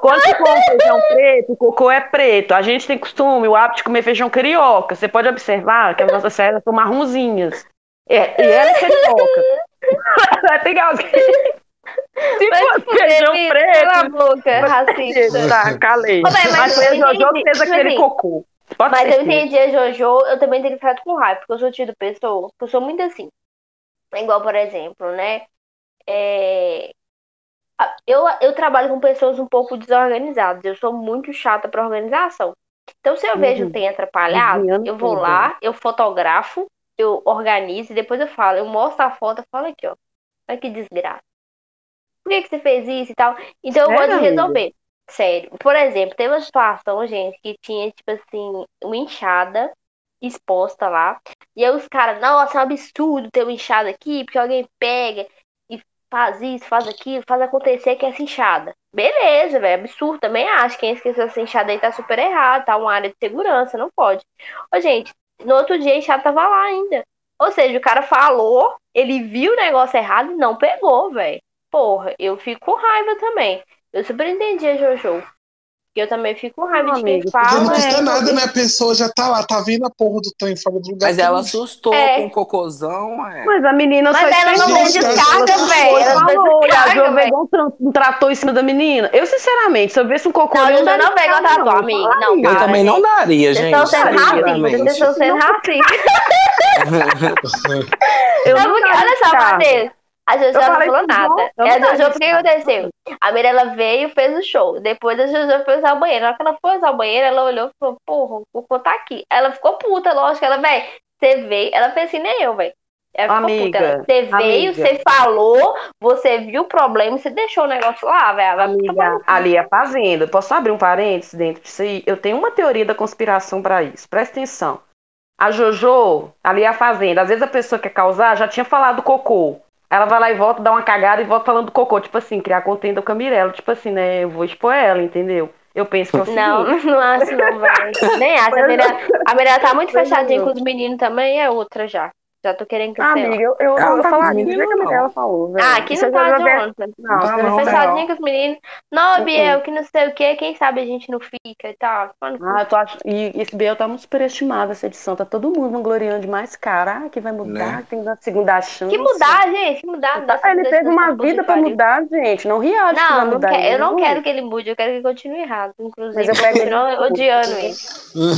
[SPEAKER 5] Quando se come feijão preto, o cocô é preto. A gente tem costume, o hábito de comer feijão carioca. Você pode observar que as nossas férias são marronzinhas. É, e ela é carioca. tem alguém. Se
[SPEAKER 2] Vai
[SPEAKER 5] fosse
[SPEAKER 2] se fuder,
[SPEAKER 5] feijão
[SPEAKER 2] Vitor,
[SPEAKER 5] preto,
[SPEAKER 2] Cala a boca, racista.
[SPEAKER 5] Tá, calei.
[SPEAKER 2] Ô, véi, mas,
[SPEAKER 5] Mas foi a Jojo que
[SPEAKER 2] gente,
[SPEAKER 5] fez
[SPEAKER 2] tipo
[SPEAKER 5] aquele
[SPEAKER 2] assim,
[SPEAKER 5] cocô. Pode
[SPEAKER 2] Mas
[SPEAKER 5] ser
[SPEAKER 2] eu entendi a Jojo, eu também tenho ficado com raiva, porque eu sou tipo de pessoa, que eu sou muito assim. Igual, por exemplo, né? É, a- Eu, eu trabalho com pessoas um pouco desorganizadas, eu sou muito chata pra organização. Então, se eu
[SPEAKER 5] Uhum.
[SPEAKER 2] vejo que tem atrapalhado,
[SPEAKER 6] Viviane
[SPEAKER 2] eu vou
[SPEAKER 6] Silva.
[SPEAKER 2] lá, eu fotografo, eu organizo e depois eu falo, eu mostro a foto, eu falo aqui, ó. Olha que desgraça. Por que, que você fez isso e tal? Então eu
[SPEAKER 6] Sério,
[SPEAKER 2] gosto de
[SPEAKER 6] amiga?
[SPEAKER 2] resolver. Sério. Por exemplo, teve uma situação, gente, que tinha, tipo assim, uma enxada exposta lá. E aí os caras, nossa, é um absurdo ter uma enxada aqui, porque alguém pega e faz isso, faz aquilo, faz acontecer que é essa enxada. Beleza, velho, absurdo, também acho. Quem esqueceu essa enxada aí tá super errado, tá uma área de segurança, não pode. Ô, gente, no outro dia a enxada tava lá ainda. Ou seja, o cara falou, ele viu o negócio errado e não pegou, velho. Porra, eu fico com raiva também. Eu super entendi a Jojo. E Eu também fico com raiva
[SPEAKER 6] Não,
[SPEAKER 2] de quem
[SPEAKER 6] amigo,
[SPEAKER 5] Ah,
[SPEAKER 2] fala.
[SPEAKER 4] não custa
[SPEAKER 2] é,
[SPEAKER 4] nada, né? A pessoa já tá lá, tá vindo a porra do trem fora do um lugar.
[SPEAKER 3] Mas ela assustou
[SPEAKER 2] É.
[SPEAKER 3] com o cocôzão, é.
[SPEAKER 6] Mas a menina só
[SPEAKER 2] Mas ela não
[SPEAKER 4] Gente,
[SPEAKER 2] deu
[SPEAKER 6] esperou.
[SPEAKER 4] fez ela
[SPEAKER 2] descarga,
[SPEAKER 4] falou,
[SPEAKER 2] velho. Ela não deu
[SPEAKER 6] Falou, e a
[SPEAKER 2] descarga,
[SPEAKER 6] Jo
[SPEAKER 2] velho.
[SPEAKER 6] pegou um tra- um trator em cima da menina. Eu, sinceramente, se eu visse um cocô
[SPEAKER 2] Não,
[SPEAKER 6] ali,
[SPEAKER 2] eu já
[SPEAKER 6] daria
[SPEAKER 2] não pego a
[SPEAKER 6] nada,
[SPEAKER 2] tatuagem,
[SPEAKER 6] não.
[SPEAKER 2] amigo. Não,
[SPEAKER 6] Fala,
[SPEAKER 3] Eu
[SPEAKER 2] cara.
[SPEAKER 3] também não daria,
[SPEAKER 2] Vocês
[SPEAKER 3] gente.
[SPEAKER 2] estão sendo racistas,
[SPEAKER 3] sinceramente.
[SPEAKER 2] vocês estão sendo racistas.
[SPEAKER 6] Eu
[SPEAKER 2] Não,
[SPEAKER 6] não
[SPEAKER 2] porque,
[SPEAKER 6] daria
[SPEAKER 2] olha só,
[SPEAKER 6] descarga.
[SPEAKER 2] Matheus. A Jojo
[SPEAKER 6] Eu
[SPEAKER 2] não
[SPEAKER 6] falei
[SPEAKER 2] falou
[SPEAKER 6] pro João,
[SPEAKER 2] nada.
[SPEAKER 6] eu
[SPEAKER 2] É a
[SPEAKER 6] não
[SPEAKER 2] Jojo,
[SPEAKER 6] daria
[SPEAKER 2] o que aconteceu? A Mirella veio, fez o show. Depois a Jojo foi usar o banheiro. Na hora que ela foi usar o banheiro, ela olhou e falou, porra, o cocô tá aqui. Ela ficou puta, lógico. Ela, velho, você veio. Ela fez assim, nem eu, velho. Ela ficou
[SPEAKER 6] Amiga,
[SPEAKER 2] puta. Ela, Você veio,
[SPEAKER 6] amiga.
[SPEAKER 2] você falou, você viu o problema, e você deixou o negócio lá, velho. Vai tomar no
[SPEAKER 6] Amiga,
[SPEAKER 2] cu.
[SPEAKER 5] Ali é a fazenda. Posso abrir um parênteses dentro disso aí? Eu tenho uma teoria da conspiração pra isso. Presta atenção. A Jojo, ali é a fazenda. Às vezes a pessoa quer causar, já tinha falado do cocô. Ela vai lá e volta, dá uma cagada e volta falando do cocô. Tipo assim, criar contenda com a Mirella. Tipo assim, né? Eu vou expor ela, entendeu? Eu penso que é o seguinte.
[SPEAKER 2] Não, não acho não, velho. Nem acho. A Mirella, a Mirella tá muito
[SPEAKER 6] Pois
[SPEAKER 2] fechadinha
[SPEAKER 6] não.
[SPEAKER 2] com os meninos também, é outra já. Já tô querendo
[SPEAKER 6] Ah,
[SPEAKER 2] cancelar.
[SPEAKER 6] Amiga, eu, eu,
[SPEAKER 3] Ela
[SPEAKER 6] eu
[SPEAKER 3] tá
[SPEAKER 6] falaria
[SPEAKER 3] com
[SPEAKER 6] do jeito né, que a
[SPEAKER 3] menino,
[SPEAKER 6] Mirella falou, velho.
[SPEAKER 2] Ah, aqui
[SPEAKER 6] Isso
[SPEAKER 2] não
[SPEAKER 6] eu
[SPEAKER 2] tá
[SPEAKER 6] já
[SPEAKER 2] de
[SPEAKER 6] vou ver-
[SPEAKER 2] ontem.
[SPEAKER 6] Não,
[SPEAKER 3] Tá,
[SPEAKER 6] eu
[SPEAKER 3] não,
[SPEAKER 6] vou-
[SPEAKER 3] velho.
[SPEAKER 2] Fechadinha com os meninos. Não,
[SPEAKER 6] Uhum.
[SPEAKER 2] Biel, que não sei o que, quem sabe a gente não fica e tal. Mano,
[SPEAKER 6] Ah, eu tô ach... E esse Biel tá muito superestimado, essa edição. Tá todo mundo vangloriando demais, cara. Ah, que vai mudar,
[SPEAKER 3] Né?
[SPEAKER 6] que tem que dar segunda chance.
[SPEAKER 2] que mudar, gente, que mudar. não dá
[SPEAKER 6] Ah, ele
[SPEAKER 2] essa
[SPEAKER 6] teve uma
[SPEAKER 2] puta que
[SPEAKER 6] vida pra
[SPEAKER 2] pariu.
[SPEAKER 6] mudar, gente. Não ria de que vai
[SPEAKER 2] Não, não
[SPEAKER 6] mudar.
[SPEAKER 2] quero, eu
[SPEAKER 6] ele é?
[SPEAKER 2] não quero que ele mude, eu quero que ele continue errado. Inclusive,
[SPEAKER 6] Mas é eu
[SPEAKER 2] eu
[SPEAKER 6] pego ele
[SPEAKER 2] continuo odiando ele.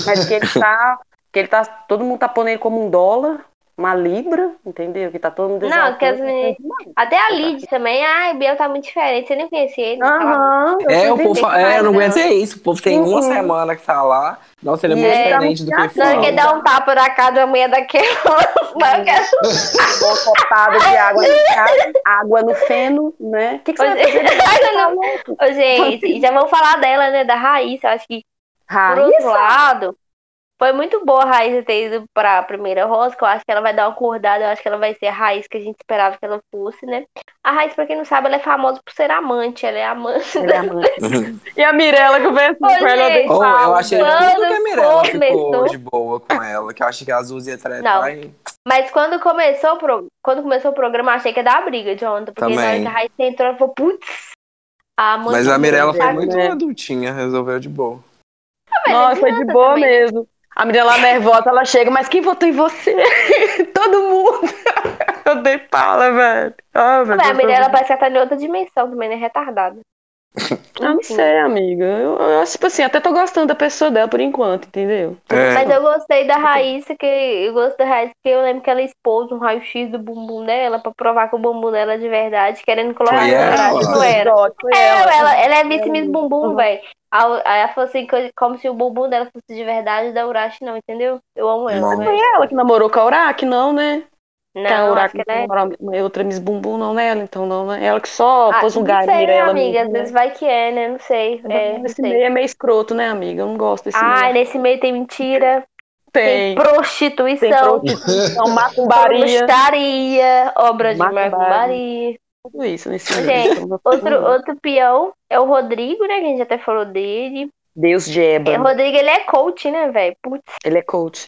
[SPEAKER 6] Mas que ele tá. Que ele tá. Todo mundo tá pondo ele como um dólar, uma libra, entendeu? Que tá todo mundo
[SPEAKER 2] Não,
[SPEAKER 6] exaltando.
[SPEAKER 2] que as meninas- Até a Lid também. Ai, o Biel tá muito diferente. Você nem conhecia ele. não falava
[SPEAKER 6] Aham. eu
[SPEAKER 3] É,
[SPEAKER 6] tô
[SPEAKER 3] o povo
[SPEAKER 6] entendendo.
[SPEAKER 3] fa- é, eu não
[SPEAKER 2] Não.
[SPEAKER 3] aguento é isso. O povo tem uma
[SPEAKER 6] Uhum.
[SPEAKER 3] semana que tá lá. Nossa, ele é
[SPEAKER 6] E
[SPEAKER 3] muito
[SPEAKER 2] ele tá
[SPEAKER 3] diferente do que
[SPEAKER 6] muito
[SPEAKER 2] Não,
[SPEAKER 6] Não.
[SPEAKER 2] ele quer
[SPEAKER 3] fala.
[SPEAKER 2] dar um tapa na cara da mulher daquela. Não, eu quero-
[SPEAKER 6] Uma copada de água no cara, água no feno, né? O que, que você vai um fazer?
[SPEAKER 2] Ai, não. Ô, gente, e já vamos falar dela, né? Da Raíssa. Eu acho que, por outro
[SPEAKER 6] Raíssa?
[SPEAKER 2] lado, foi muito boa a Raíssa ter ido pra primeira rosca. Eu acho que ela vai dar uma acordada. Eu acho que ela vai ser a Raíssa que a gente esperava que ela fosse, né? A Raíssa, pra quem não sabe, ela é famosa por ser amante. Ela é amante.
[SPEAKER 6] Ela é amante.
[SPEAKER 5] E a Mirella que vem assim
[SPEAKER 2] Ô,
[SPEAKER 5] com ela.
[SPEAKER 2] gente.
[SPEAKER 5] Eu
[SPEAKER 3] Ou Oh, eu
[SPEAKER 2] Quando
[SPEAKER 3] tipo achei tudo que a Mirella ficou
[SPEAKER 2] começou-
[SPEAKER 3] tipo, de boa com ela, que eu achei que a é Azul ia
[SPEAKER 2] Não.
[SPEAKER 3] tratar e
[SPEAKER 2] Mas quando começou, o pro- quando começou o programa, eu achei que ia dar briga de ontem. Porque na hora
[SPEAKER 3] Também.
[SPEAKER 2] que a Raíssa entrou, ela falou, putz. A mãe
[SPEAKER 3] Mas
[SPEAKER 2] do tá
[SPEAKER 3] a Mirella
[SPEAKER 2] Deus,
[SPEAKER 3] foi
[SPEAKER 2] sabe?
[SPEAKER 3] muito
[SPEAKER 6] né?
[SPEAKER 3] adultinha, resolveu de boa.
[SPEAKER 2] velho,
[SPEAKER 5] Nossa, foi de
[SPEAKER 2] adianta
[SPEAKER 5] boa
[SPEAKER 2] também.
[SPEAKER 5] mesmo. A Mirella nervosa, ela chega, mas quem votou em você? Todo mundo. Eu dei pala, velho. Ah, meu
[SPEAKER 2] Mas É, a
[SPEAKER 5] Deus, eu-
[SPEAKER 2] Mirella parece que ela tá em outra dimensão também, né? Retardada. tá
[SPEAKER 5] Eu
[SPEAKER 2] assim.
[SPEAKER 5] não sei, amiga. Eu, eu, tipo assim, até tô gostando da pessoa dela por enquanto, entendeu?
[SPEAKER 3] É.
[SPEAKER 2] Mas eu gostei da
[SPEAKER 3] Então.
[SPEAKER 2] Raíssa, que eu gosto da Raíssa, que eu lembro que ela expôs um raio-x do bumbum dela pra provar que o bumbum dela é de verdade, querendo colocar
[SPEAKER 3] Foi
[SPEAKER 2] na
[SPEAKER 3] ela?
[SPEAKER 2] verdade, não era.
[SPEAKER 5] Dó, foi
[SPEAKER 2] É,
[SPEAKER 5] ela. Uhum.
[SPEAKER 2] ela, ela é vice-miss bumbum, velho. Aí ela falou assim, que- como se o bumbum dela fosse de verdade da Urashi, não, entendeu? Eu amo ela.
[SPEAKER 3] Bom.
[SPEAKER 2] velho.
[SPEAKER 5] Ela que namorou com a Uraki, não, né? que a
[SPEAKER 2] Não, acho
[SPEAKER 5] Uraki
[SPEAKER 2] que ela é.
[SPEAKER 5] namorou a outra Miss Bumbum, não, né? Ela, então não, né? Ela que só
[SPEAKER 2] Ah,
[SPEAKER 5] pôs um
[SPEAKER 2] não
[SPEAKER 5] galho
[SPEAKER 2] sei, né,
[SPEAKER 5] nela
[SPEAKER 2] amiga? Às
[SPEAKER 5] mesmo, né?
[SPEAKER 2] vezes vai que é, né? Não sei. É, não
[SPEAKER 5] Esse
[SPEAKER 2] sei.
[SPEAKER 5] meio é meio escroto, né, amiga? Eu não gosto desse
[SPEAKER 2] Ai,
[SPEAKER 5] meio.
[SPEAKER 2] nesse meio tem mentira, tem,
[SPEAKER 5] Tem. Tem
[SPEAKER 2] prostituição,
[SPEAKER 5] prostituição, macumbaria.
[SPEAKER 2] Macumbaria, obra de
[SPEAKER 5] Macumbaria.
[SPEAKER 2] macumbaria.
[SPEAKER 5] Tudo isso nesse
[SPEAKER 2] Gente,
[SPEAKER 5] meio. Então, não-
[SPEAKER 2] Outro, outro peão é o Rodrigo, né? Que a gente até falou dele.
[SPEAKER 5] Deus
[SPEAKER 2] É, o
[SPEAKER 5] Jeba.
[SPEAKER 2] Rodrigo, ele é coach, né, velho? Putz,
[SPEAKER 5] Ele é coach.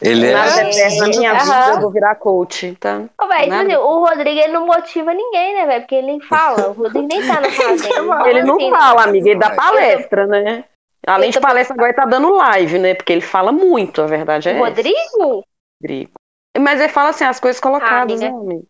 [SPEAKER 3] Ele é.
[SPEAKER 5] Nada
[SPEAKER 2] É.
[SPEAKER 5] é certo na minha
[SPEAKER 2] Aham.
[SPEAKER 5] vida, eu vou virar coach, tá?
[SPEAKER 2] ô, véio, tipo
[SPEAKER 5] Nada.
[SPEAKER 2] assim, o Rodrigo, ele não motiva ninguém, né, velho? Porque ele nem fala. O Rodrigo nem tá na fazenda.
[SPEAKER 5] Ele
[SPEAKER 2] Então,
[SPEAKER 5] não
[SPEAKER 2] assim,
[SPEAKER 5] fala, amiga, ele dá
[SPEAKER 3] Vai.
[SPEAKER 5] palestra, né? Além
[SPEAKER 2] Eu
[SPEAKER 5] de
[SPEAKER 2] tô-
[SPEAKER 5] palestra, agora ele tá dando live, né? Porque ele fala muito, a verdade é
[SPEAKER 2] O
[SPEAKER 5] essa,
[SPEAKER 2] Rodrigo?
[SPEAKER 5] Rodrigo. Mas ele fala assim, as coisas colocadas,
[SPEAKER 2] Ah,
[SPEAKER 5] né, amigo?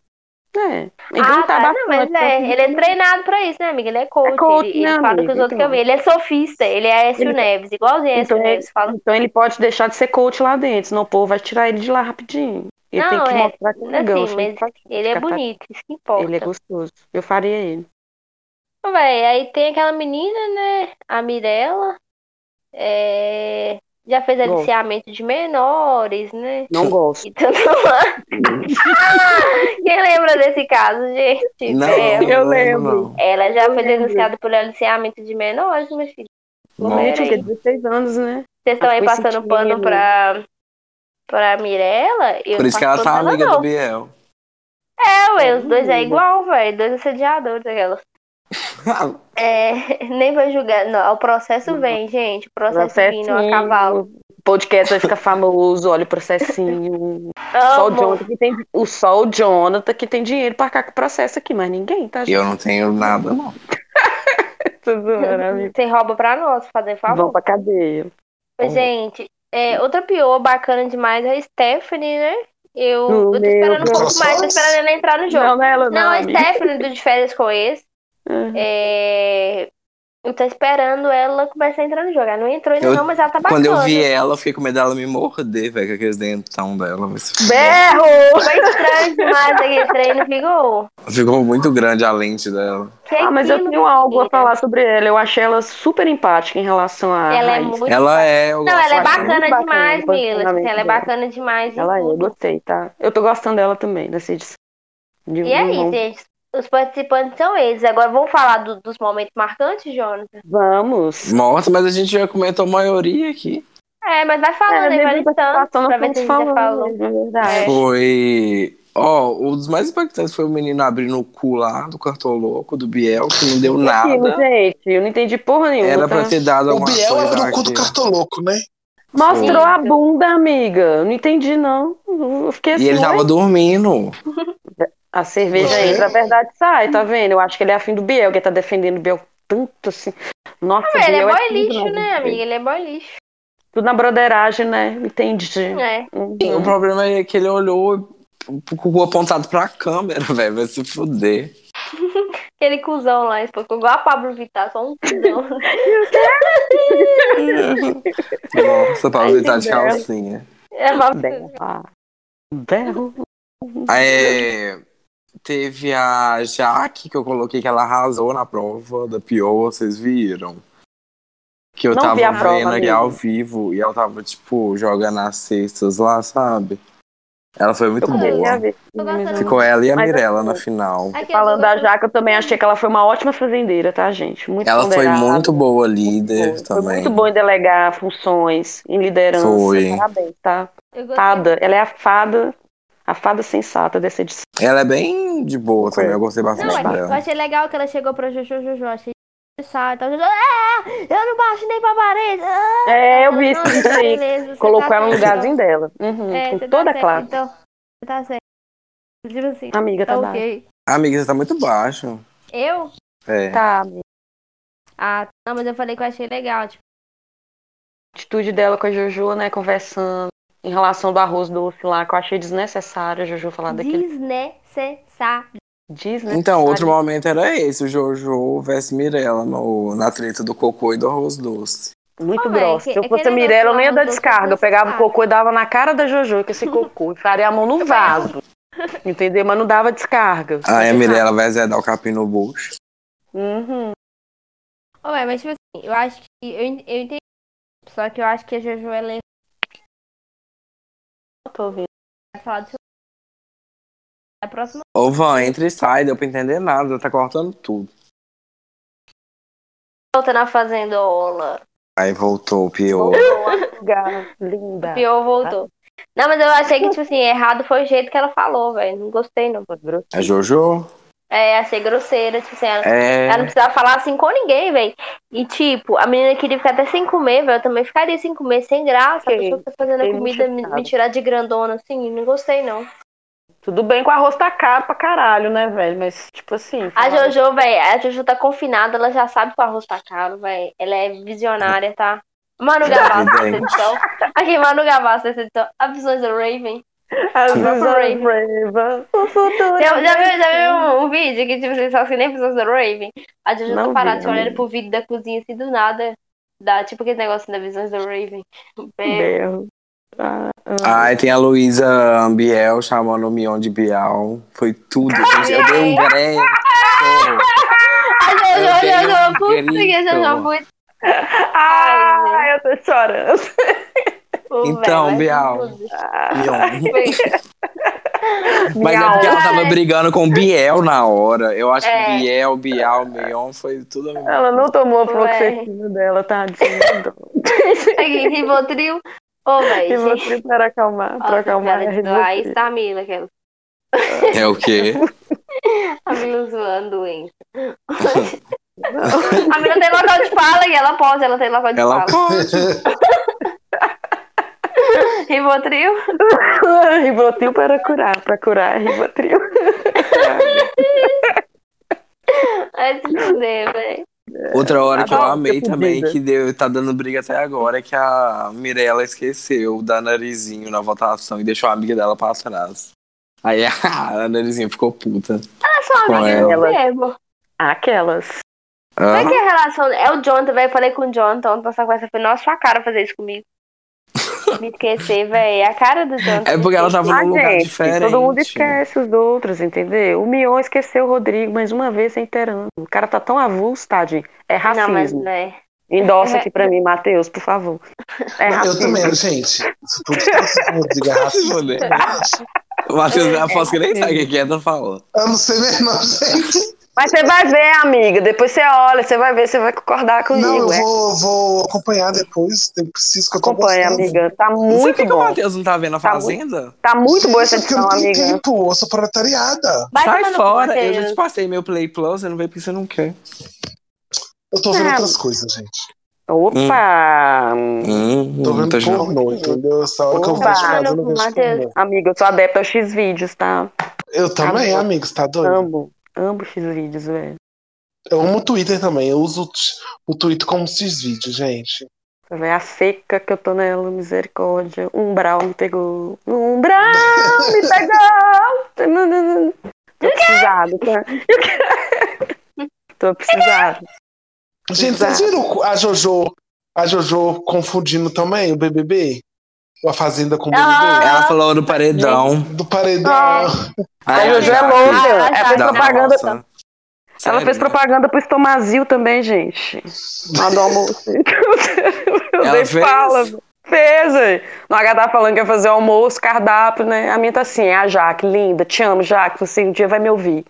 [SPEAKER 5] É. Ele
[SPEAKER 2] ah,
[SPEAKER 5] não tá
[SPEAKER 2] tá,
[SPEAKER 5] abafando,
[SPEAKER 2] não, mas
[SPEAKER 5] tá
[SPEAKER 2] é, ele é treinado pra isso, né, amiga? Ele é coach,
[SPEAKER 5] É coach,
[SPEAKER 2] ele,
[SPEAKER 5] né,
[SPEAKER 2] ele fala
[SPEAKER 5] amiga?
[SPEAKER 2] com os outros
[SPEAKER 5] Então.
[SPEAKER 2] que eu vi. Ele é sofista, ele é Aécio
[SPEAKER 5] Ele- tá-
[SPEAKER 2] Neves, igualzinho Aécio
[SPEAKER 5] Então, ele-
[SPEAKER 2] Neves. Fala,
[SPEAKER 5] Então ele pode deixar de ser coach lá dentro, senão o povo vai tirar ele de lá rapidinho. Ele
[SPEAKER 2] Não,
[SPEAKER 5] tem que
[SPEAKER 2] é,
[SPEAKER 5] mostrar que é
[SPEAKER 2] assim,
[SPEAKER 5] legal. assim,
[SPEAKER 2] mas
[SPEAKER 5] pra-
[SPEAKER 2] ele é
[SPEAKER 5] ficar pra-
[SPEAKER 2] bonito, isso que importa.
[SPEAKER 5] Ele é gostoso. Eu faria ele.
[SPEAKER 2] Ô, véi, aí tem aquela menina, né? A Mirella. é, Já fez
[SPEAKER 5] Gosto.
[SPEAKER 2] aliciamento de menores, né?
[SPEAKER 5] Não gosto.
[SPEAKER 2] E tanto lá. Quem lembra desse caso, gente?
[SPEAKER 3] Não,
[SPEAKER 2] É,
[SPEAKER 3] não
[SPEAKER 5] eu
[SPEAKER 3] lembro.
[SPEAKER 2] Ela já foi denunciada por aliciamento de menores, meu filho.
[SPEAKER 3] não.
[SPEAKER 2] Não.
[SPEAKER 3] Não.
[SPEAKER 5] Gente, o quê? 16 anos, né?
[SPEAKER 2] Vocês estão
[SPEAKER 5] Ah,
[SPEAKER 2] aí
[SPEAKER 5] foi
[SPEAKER 2] passando
[SPEAKER 5] sentido.
[SPEAKER 2] pano pra, pra Mirella? Eu
[SPEAKER 3] Por isso que ela tá amiga do
[SPEAKER 2] não.
[SPEAKER 3] Biel.
[SPEAKER 2] É, ué, os dois é igual, velho. Dois assediadores, aquelas. É, nem vai julgar. Não, o processo vem, gente. O processo vem, não a cavalo.
[SPEAKER 5] O um podcast vai ficar famoso, olha o processinho. Só o,
[SPEAKER 2] Amo.
[SPEAKER 5] Jonathan que tem, o, só o Jonathan que tem dinheiro pra cá com o processo aqui, mas ninguém, tá?
[SPEAKER 3] eu não tenho nada, não.
[SPEAKER 5] Tudo maravilhoso.
[SPEAKER 2] Você rouba pra nós, fazer
[SPEAKER 5] Vão
[SPEAKER 2] favor.
[SPEAKER 5] pra cadeia.
[SPEAKER 2] Mas, Gente, é, outra pior bacana demais é a Stephanie, né? Eu,
[SPEAKER 5] No
[SPEAKER 2] eu tô esperando um
[SPEAKER 5] meu
[SPEAKER 2] pouco
[SPEAKER 3] coração.
[SPEAKER 2] mais, tô esperando ela entrar no jogo.
[SPEAKER 5] não é ela,
[SPEAKER 2] Não, a
[SPEAKER 5] amiga.
[SPEAKER 2] Stephanie do De Férias com Ex.
[SPEAKER 5] Uhum.
[SPEAKER 2] É... Eu tô esperando ela começar a entrar no jogo. Ela não entrou ainda
[SPEAKER 3] Eu-
[SPEAKER 2] não, mas ela tá bacana.
[SPEAKER 3] Quando eu vi ela, eu fiquei com medo dela me morder, velho, com aqueles dentão dela. vai se fuder.
[SPEAKER 5] Berro!
[SPEAKER 2] Foi estranho demais aquele treino, ficou...
[SPEAKER 3] Ficou muito grande a lente dela.
[SPEAKER 2] Que
[SPEAKER 5] Ah, mas eu
[SPEAKER 2] aquilo,
[SPEAKER 5] tenho algo a
[SPEAKER 2] É menina?
[SPEAKER 5] falar sobre ela. Eu achei ela super empática em relação a.
[SPEAKER 2] Ela é
[SPEAKER 5] Raíssa.
[SPEAKER 2] muito...
[SPEAKER 3] Ela é. Eu
[SPEAKER 2] Não,
[SPEAKER 3] gosto
[SPEAKER 2] ela é
[SPEAKER 5] acho
[SPEAKER 3] dela.
[SPEAKER 2] bacana
[SPEAKER 5] muito bacana
[SPEAKER 2] demais,
[SPEAKER 5] o
[SPEAKER 2] Mila. Assim, ela é
[SPEAKER 5] posicionamento
[SPEAKER 2] bacana demais. em
[SPEAKER 5] Ela é, eu
[SPEAKER 2] tudo.
[SPEAKER 5] gostei, tá? Eu tô gostando dela também, nessa edição. De um
[SPEAKER 2] E é aí, gente? Os participantes são eles. Agora vamos falar do- dos momentos marcantes, Jonathan?
[SPEAKER 5] Vamos.
[SPEAKER 3] Nossa, mas a gente já comentou a maioria aqui.
[SPEAKER 2] É, mas vai falando, aí, vai
[SPEAKER 5] Desde a
[SPEAKER 2] listando
[SPEAKER 5] participação,
[SPEAKER 2] pra
[SPEAKER 5] nós
[SPEAKER 2] ver se a gente
[SPEAKER 5] estamos
[SPEAKER 2] já falou.
[SPEAKER 5] falando mesmo, é verdade.
[SPEAKER 3] Foi. Ó, um dos mais impactantes foi o menino abrindo o cu lá do cartoloco, do Biel, que não deu
[SPEAKER 5] Aquilo,
[SPEAKER 3] nada.
[SPEAKER 5] gente, eu não entendi porra nenhuma.
[SPEAKER 3] Era
[SPEAKER 5] tá?
[SPEAKER 3] pra ter dado
[SPEAKER 4] O
[SPEAKER 3] alguma coisa.
[SPEAKER 4] Biel abriu o cu do
[SPEAKER 3] daquilo.
[SPEAKER 4] cartoloco, né?
[SPEAKER 5] Mostrou
[SPEAKER 2] Sim.
[SPEAKER 5] a bunda, amiga. Eu não entendi, não. Eu fiquei assim.
[SPEAKER 3] E ele
[SPEAKER 5] ué?
[SPEAKER 3] tava dormindo.
[SPEAKER 5] A cerveja
[SPEAKER 4] Você?
[SPEAKER 5] entra, a verdade sai, tá vendo? Eu acho que ele é afim do Biel, que tá defendendo o Biel tanto assim. Nossa,
[SPEAKER 2] Ah, Ele é
[SPEAKER 5] Biel
[SPEAKER 2] boy
[SPEAKER 5] tudo
[SPEAKER 2] lixo,
[SPEAKER 5] na
[SPEAKER 2] né,
[SPEAKER 5] vida.
[SPEAKER 2] amiga? Ele é boy lixo.
[SPEAKER 5] Tudo na broderagem, né? Entendi.
[SPEAKER 2] É.
[SPEAKER 5] Uhum.
[SPEAKER 3] Sim, O problema é que ele olhou com o cu apontado pra câmera, velho. Vai se fuder.
[SPEAKER 2] Aquele cuzão lá, esse pouco, igual a Pablo Vittar, só um cuzão.
[SPEAKER 3] Nossa, pra evitar de
[SPEAKER 5] Ai, que
[SPEAKER 3] calcinha.
[SPEAKER 2] É uma...
[SPEAKER 5] Berro. Ah, berro.
[SPEAKER 3] É, teve a Jaque, que eu coloquei que ela arrasou na prova da Pio, vocês viram? Que eu
[SPEAKER 5] Não
[SPEAKER 3] tava
[SPEAKER 5] vi a
[SPEAKER 3] vendo
[SPEAKER 5] prova,
[SPEAKER 3] aqui
[SPEAKER 5] amigo.
[SPEAKER 3] ao vivo e ela tava, tipo, jogando as cestas lá, sabe? Ela foi muito
[SPEAKER 5] Eu comecei a
[SPEAKER 3] boa.
[SPEAKER 5] ver.
[SPEAKER 2] Tô gostando.
[SPEAKER 3] Ficou ela e a
[SPEAKER 5] Mas
[SPEAKER 3] Mirella
[SPEAKER 5] assim,
[SPEAKER 3] na final.
[SPEAKER 2] Aqui,
[SPEAKER 5] Falando
[SPEAKER 2] eu
[SPEAKER 5] da
[SPEAKER 2] tô
[SPEAKER 5] Jaca, eu também achei que ela foi uma ótima fazendeira, tá, gente? Muito
[SPEAKER 3] Ela foi
[SPEAKER 5] ponderada,
[SPEAKER 3] muito boa
[SPEAKER 5] boa.
[SPEAKER 3] líder
[SPEAKER 5] Foi
[SPEAKER 3] também.
[SPEAKER 5] muito boa em delegar funções, em liderança.
[SPEAKER 3] Foi.
[SPEAKER 5] Parabéns, tá?
[SPEAKER 2] Eu gostei.
[SPEAKER 5] Fada. Ela é a fada, a fada sensata dessa edição.
[SPEAKER 3] Ela é bem de boa também, eu gostei
[SPEAKER 2] Não,
[SPEAKER 3] bastante
[SPEAKER 2] é que eu
[SPEAKER 3] dela.
[SPEAKER 2] achei legal que ela chegou pra Jojo, Jojo, achei sabe, tal, Jojo, ah, eu não baixo nem pra parede. Ah,
[SPEAKER 5] É, eu vi
[SPEAKER 2] Nossa,
[SPEAKER 5] isso aí.
[SPEAKER 2] beleza, você
[SPEAKER 5] Colocou
[SPEAKER 2] tá
[SPEAKER 5] ela no
[SPEAKER 2] certo,
[SPEAKER 5] lugarzinho dela. Uhum,
[SPEAKER 2] então. É,
[SPEAKER 5] com
[SPEAKER 2] você tá
[SPEAKER 5] toda a
[SPEAKER 2] certo,
[SPEAKER 5] classe.
[SPEAKER 2] Então, você tá certo. Tipo assim,
[SPEAKER 5] Amiga, tá,
[SPEAKER 2] tá
[SPEAKER 5] dada.
[SPEAKER 2] ok.
[SPEAKER 3] Amiga, você tá muito baixo.
[SPEAKER 2] Eu?
[SPEAKER 3] É.
[SPEAKER 5] Tá, amiga.
[SPEAKER 2] Ah, não, mas eu falei que eu achei legal, tipo,
[SPEAKER 5] A atitude dela com a Jojo, né, conversando em relação do arroz doce lá, que eu achei desnecessário a Jojo falar daquele.
[SPEAKER 2] desnecessário.
[SPEAKER 5] Diz, né?
[SPEAKER 3] Então, outro
[SPEAKER 2] Tá.
[SPEAKER 3] momento era esse, o Jojo versus Mirella no, na treta do cocô e do arroz doce.
[SPEAKER 5] Muito
[SPEAKER 2] Ô, mãe,
[SPEAKER 5] grossa.
[SPEAKER 2] que-
[SPEAKER 5] Se eu fosse a
[SPEAKER 2] aquele
[SPEAKER 5] Mirella, eu nem ia
[SPEAKER 2] negócio
[SPEAKER 5] dar
[SPEAKER 2] do arroz
[SPEAKER 5] descarga. Eu
[SPEAKER 2] doce,
[SPEAKER 5] pegava o
[SPEAKER 2] sabe?
[SPEAKER 5] cocô e dava na cara da Jojo, que esse cocô. Faria a mão no vaso. Entendeu? Mas não dava descarga.
[SPEAKER 3] Aí a Mirella vai zé dar o capim no bucho.
[SPEAKER 5] Uhum.
[SPEAKER 2] Ô, ué, mas tipo assim, eu acho que, eu, en- eu entendi, só que eu acho que a Jojo, ela é
[SPEAKER 5] Não tô ouvindo.
[SPEAKER 2] falar do seu... A próxima...
[SPEAKER 3] Ô, Van, entra e sai, deu pra entender nada, tá cortando tudo.
[SPEAKER 2] Volta na fazendola.
[SPEAKER 3] Aí voltou o pior.
[SPEAKER 5] Lugar, Linda.
[SPEAKER 2] Pior voltou. Não, mas eu achei que, tipo assim, errado foi o jeito que ela falou, velho. Não gostei, não.
[SPEAKER 3] A Jojo?
[SPEAKER 2] É, achei grosseira, tipo assim, ela, ela não
[SPEAKER 3] É.
[SPEAKER 2] precisava falar assim com ninguém, velho. E, tipo, a menina queria ficar até sem comer, velho. Eu também ficaria sem comer, sem graça. A
[SPEAKER 5] Fiquei.
[SPEAKER 2] pessoa que tá fazendo a
[SPEAKER 5] Fiquei
[SPEAKER 2] comida
[SPEAKER 5] muito
[SPEAKER 2] me,
[SPEAKER 5] chateada.
[SPEAKER 2] me tirar de grandona, assim, não gostei, não.
[SPEAKER 5] Tudo bem que o arroz tá caro pra caralho, né, velho? Mas, tipo assim.
[SPEAKER 2] A
[SPEAKER 5] falar-
[SPEAKER 2] Jojo, velho, a Jojo tá confinada, ela já sabe que o arroz tá caro, velho. Ela é visionária, tá? Manu Gavassi, essa
[SPEAKER 3] Evidente.
[SPEAKER 2] edição. Aqui, Manu Gavassi, essa edição. Abusões da Raven.
[SPEAKER 5] As
[SPEAKER 3] Sim.
[SPEAKER 5] visões
[SPEAKER 2] Raven.
[SPEAKER 5] bravas. O
[SPEAKER 2] Já,
[SPEAKER 5] futuro
[SPEAKER 2] já
[SPEAKER 5] é
[SPEAKER 2] viu, já viu um vídeo que tipo, vocês só que nem pessoas da Raven? A Jojo
[SPEAKER 5] Não
[SPEAKER 2] tá
[SPEAKER 5] vi,
[SPEAKER 2] parada
[SPEAKER 5] não
[SPEAKER 2] olhando
[SPEAKER 5] vi.
[SPEAKER 2] pro vídeo da cozinha assim do nada. Dá tipo aquele negócio da visões da Raven. É,
[SPEAKER 5] berro. Ah, ah.
[SPEAKER 3] Ai, tem a Luísa Biel chamando o Mion de Bial. Foi tudo, gente. Eu dei um grego.
[SPEAKER 2] A Jojo,
[SPEAKER 3] Eu
[SPEAKER 2] Jojo,
[SPEAKER 3] tenho um
[SPEAKER 2] puta que a Jojo
[SPEAKER 3] grito.
[SPEAKER 2] foi.
[SPEAKER 5] Ai, eu tô chorando.
[SPEAKER 2] Pô,
[SPEAKER 3] Então,
[SPEAKER 2] velho, vai
[SPEAKER 3] Bial.
[SPEAKER 2] tudo.
[SPEAKER 3] Mion. Mas é
[SPEAKER 5] Bial.
[SPEAKER 3] porque ela tava brigando com o Biel na hora. Eu acho
[SPEAKER 2] É.
[SPEAKER 3] que Biel, Bial, Mion foi tudo a mesma
[SPEAKER 5] Ela não tomou a
[SPEAKER 2] Ué.
[SPEAKER 5] fluoxetina dela, tá dizendo.
[SPEAKER 2] Aqui, Rivotril. Ô,
[SPEAKER 5] E
[SPEAKER 2] velho. gente.
[SPEAKER 5] você para acalmar, pra
[SPEAKER 2] Nossa,
[SPEAKER 5] acalmar.
[SPEAKER 2] cara,
[SPEAKER 5] é
[SPEAKER 2] tipo, Aí
[SPEAKER 5] você.
[SPEAKER 2] está a Mila, aquela.
[SPEAKER 3] É o quê?
[SPEAKER 2] tá A Mila zoando doente. A Mila tem local de fala e ela pode, ela tem local de
[SPEAKER 3] Ela
[SPEAKER 2] fala.
[SPEAKER 3] pode.
[SPEAKER 2] Rivotril.
[SPEAKER 5] Rivotril para curar, para curar Rivotril.
[SPEAKER 2] Ai, se fuder, velho.
[SPEAKER 3] Outra hora que eu
[SPEAKER 5] Adoro,
[SPEAKER 3] amei
[SPEAKER 5] fico
[SPEAKER 3] também,
[SPEAKER 5] doida.
[SPEAKER 3] que deu, tá dando briga até agora, é que a Mirella esqueceu da narizinho na votação e deixou a amiga dela pra trás. Aí a narizinho ficou puta.
[SPEAKER 2] Ela é só
[SPEAKER 3] Com
[SPEAKER 2] amiga
[SPEAKER 3] ela.
[SPEAKER 2] dele mesmo.
[SPEAKER 5] Aquelas.
[SPEAKER 3] Ah,
[SPEAKER 2] Como é que é a relação? É o Jonathan, velho. Falei com o Jonathan ontem, essa conversa foi nossa sua cara fazer isso comigo. Me esquecer, velho. É a cara do Jonathan.
[SPEAKER 3] É porque ela tava
[SPEAKER 5] Ah,
[SPEAKER 3] num lugar
[SPEAKER 5] gente,
[SPEAKER 3] diferente.
[SPEAKER 5] Todo mundo esquece os outros, entendeu? O Mion esqueceu o Rodrigo mais uma vez sem inteirando. O cara tá tão avulso, tadinho. É
[SPEAKER 2] Não, mas
[SPEAKER 3] assim.
[SPEAKER 5] racismo.
[SPEAKER 2] né.
[SPEAKER 5] Endossa aqui pra mim, Matheus, por favor. É
[SPEAKER 4] Eu
[SPEAKER 5] racismo.
[SPEAKER 4] também, gente. Isso tudo que eu digo é
[SPEAKER 3] Se
[SPEAKER 4] racismo.
[SPEAKER 3] fuder. O Matheus, eu aposto que nem sabe o que é, tá falando.
[SPEAKER 4] Eu não sei mesmo, não, gente.
[SPEAKER 5] Mas você vai ver, amiga. Depois você olha, você vai ver, você vai concordar comigo.
[SPEAKER 4] Não, eu
[SPEAKER 5] é.
[SPEAKER 4] vou, vou acompanhar depois. Eu preciso que eu tô
[SPEAKER 5] Acompanha,
[SPEAKER 4] gostando.
[SPEAKER 5] amiga. Tá
[SPEAKER 3] Por
[SPEAKER 5] muito
[SPEAKER 3] que que o
[SPEAKER 5] bom.
[SPEAKER 3] Matheus não tá vendo a
[SPEAKER 5] Tá
[SPEAKER 3] Fazenda?
[SPEAKER 5] Tá muito boa essa
[SPEAKER 4] Gente, é porque eu
[SPEAKER 5] edição,
[SPEAKER 4] não tenho
[SPEAKER 5] amiga.
[SPEAKER 4] tempo. Eu sou proletariada.
[SPEAKER 2] Vai tomar
[SPEAKER 3] Sai
[SPEAKER 2] no cu,
[SPEAKER 3] fora, eu já
[SPEAKER 2] Matheus.
[SPEAKER 3] te passei meu Play Plus, eu não vejo porque você não quer.
[SPEAKER 4] Eu tô vendo
[SPEAKER 5] Ah.
[SPEAKER 4] outras coisas, gente.
[SPEAKER 5] Opa!
[SPEAKER 3] Hum,
[SPEAKER 4] Tô vendo
[SPEAKER 3] tá junto.
[SPEAKER 4] pornô, entendeu? Essa hora que eu
[SPEAKER 5] Opa.
[SPEAKER 4] vejo fazer, eu não vejo
[SPEAKER 2] Matheus.
[SPEAKER 4] pornô.
[SPEAKER 5] Amiga, eu sou adepta aos X-Vídeos, tá?
[SPEAKER 4] Eu também,
[SPEAKER 5] Tá bom.
[SPEAKER 4] amigo, você tá doido?
[SPEAKER 5] Amo. Amo X-Vídeos, velho.
[SPEAKER 4] Eu amo o Twitter também. Eu uso o t- o Twitter como esses vídeos, gente.
[SPEAKER 5] Véi, A seca que eu tô nela, misericórdia. Umbral me pegou. Umbral me pegou! Tô precisado, tá? Tô precisado.
[SPEAKER 4] Gente, vocês viram a Jojo, a Jojo confundindo também o BBB? A Fazenda com o
[SPEAKER 2] Ah.
[SPEAKER 4] BBB?
[SPEAKER 3] Ela falou do paredão.
[SPEAKER 4] Do paredão.
[SPEAKER 3] Aí
[SPEAKER 5] A
[SPEAKER 3] ela
[SPEAKER 5] Jojo é
[SPEAKER 3] já-
[SPEAKER 5] louca.
[SPEAKER 2] Ah,
[SPEAKER 5] Ela tá fez
[SPEAKER 2] já.
[SPEAKER 3] da
[SPEAKER 5] propaganda.
[SPEAKER 3] nossa.
[SPEAKER 5] Ela
[SPEAKER 3] Sério?
[SPEAKER 5] fez propaganda pro Estomazil também, gente. Lá do almoço. Eu
[SPEAKER 3] Ela
[SPEAKER 5] dei
[SPEAKER 3] fez?
[SPEAKER 5] fala. Fez, hein? No H tá falando que ia fazer almoço, cardápio, né? A minha tá assim, a Jaque, linda, te amo, Jaque, você um dia vai me ouvir.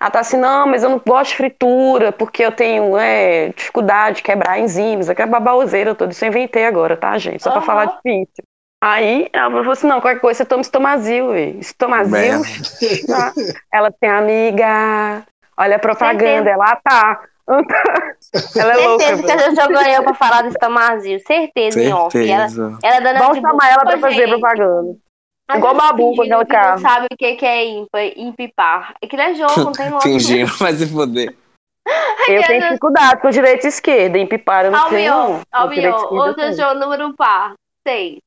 [SPEAKER 5] Ela tá assim, não, mas eu não gosto de fritura, porque eu tenho é, dificuldade de quebrar enzimas, aquela babaoseira toda, isso eu inventei agora, tá, gente? Só pra
[SPEAKER 2] Aham.
[SPEAKER 5] falar difícil. Aí ela falou assim, não, qualquer coisa você toma estomazil, hein? Estomazil,
[SPEAKER 3] Merda.
[SPEAKER 5] tá? Ela tem amiga, olha a
[SPEAKER 2] Certeza.
[SPEAKER 5] propaganda, ela tá. Ela é louca,
[SPEAKER 2] Certeza tá que
[SPEAKER 5] velho.
[SPEAKER 2] a Jojo ganhou pra falar desse Tamazio. Certeza, em off. Ela,
[SPEAKER 3] Certeza.
[SPEAKER 2] ela dando
[SPEAKER 5] Vamos
[SPEAKER 2] essa de
[SPEAKER 5] chamar ela pra
[SPEAKER 2] boba,
[SPEAKER 5] fazer
[SPEAKER 2] gente.
[SPEAKER 5] propaganda.
[SPEAKER 2] A
[SPEAKER 5] Igual
[SPEAKER 2] Jojo
[SPEAKER 5] babu com
[SPEAKER 2] fingindo
[SPEAKER 5] aquele
[SPEAKER 2] que não
[SPEAKER 5] carro.
[SPEAKER 2] sabe o que que é ímpar, impipar. É que não é jogo, não tem nome.
[SPEAKER 3] Fingindo, mas se foder.
[SPEAKER 5] Eu
[SPEAKER 2] Ai,
[SPEAKER 5] tenho
[SPEAKER 2] Deus.
[SPEAKER 5] dificuldade com direita e esquerda, em pipar eu não sei
[SPEAKER 2] Almion,
[SPEAKER 5] não. Com
[SPEAKER 2] Almion,
[SPEAKER 5] direita e esquerda
[SPEAKER 2] ô
[SPEAKER 5] um? eu tenho.
[SPEAKER 2] Jojo, número par, seis.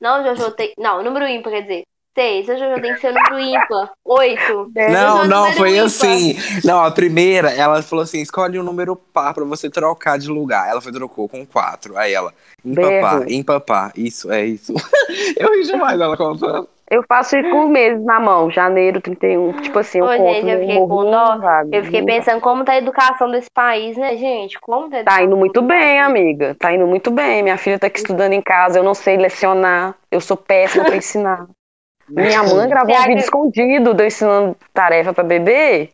[SPEAKER 2] Não, Jojo tem. Não, número ímpar, quer dizer. Seis. A Jojo tem que ser o número ímpar. Oito.
[SPEAKER 3] Não,
[SPEAKER 2] Jojo,
[SPEAKER 5] é
[SPEAKER 3] não,
[SPEAKER 2] número
[SPEAKER 3] foi
[SPEAKER 2] ímpar.
[SPEAKER 3] assim. Não, a primeira, ela falou assim: escolhe um número par pra você trocar de lugar. Ela foi trocou com quatro. Aí ela, empapar,
[SPEAKER 5] Berro.
[SPEAKER 3] empapar. Isso, é isso. Eu ri demais ela contando.
[SPEAKER 5] Eu faço isso com meses na mão, janeiro, 31, tipo assim, eu
[SPEAKER 2] Ô,
[SPEAKER 5] conto.
[SPEAKER 2] gente, eu
[SPEAKER 5] não
[SPEAKER 2] fiquei
[SPEAKER 5] morro,
[SPEAKER 2] com
[SPEAKER 5] não
[SPEAKER 2] dó.
[SPEAKER 5] vago,
[SPEAKER 2] Eu fiquei
[SPEAKER 5] não
[SPEAKER 2] pensando como tá a educação desse país, né, gente? Como tá a
[SPEAKER 5] Tá
[SPEAKER 2] educação
[SPEAKER 5] indo muito
[SPEAKER 2] desse
[SPEAKER 5] bem,
[SPEAKER 2] país?
[SPEAKER 5] amiga. Tá indo muito bem. Minha filha tá aqui estudando em casa. Eu não sei lecionar. Eu sou péssima pra ensinar. Minha mãe gravou um
[SPEAKER 2] Viagra-
[SPEAKER 5] vídeo escondido de eu ensinando tarefa pra bebê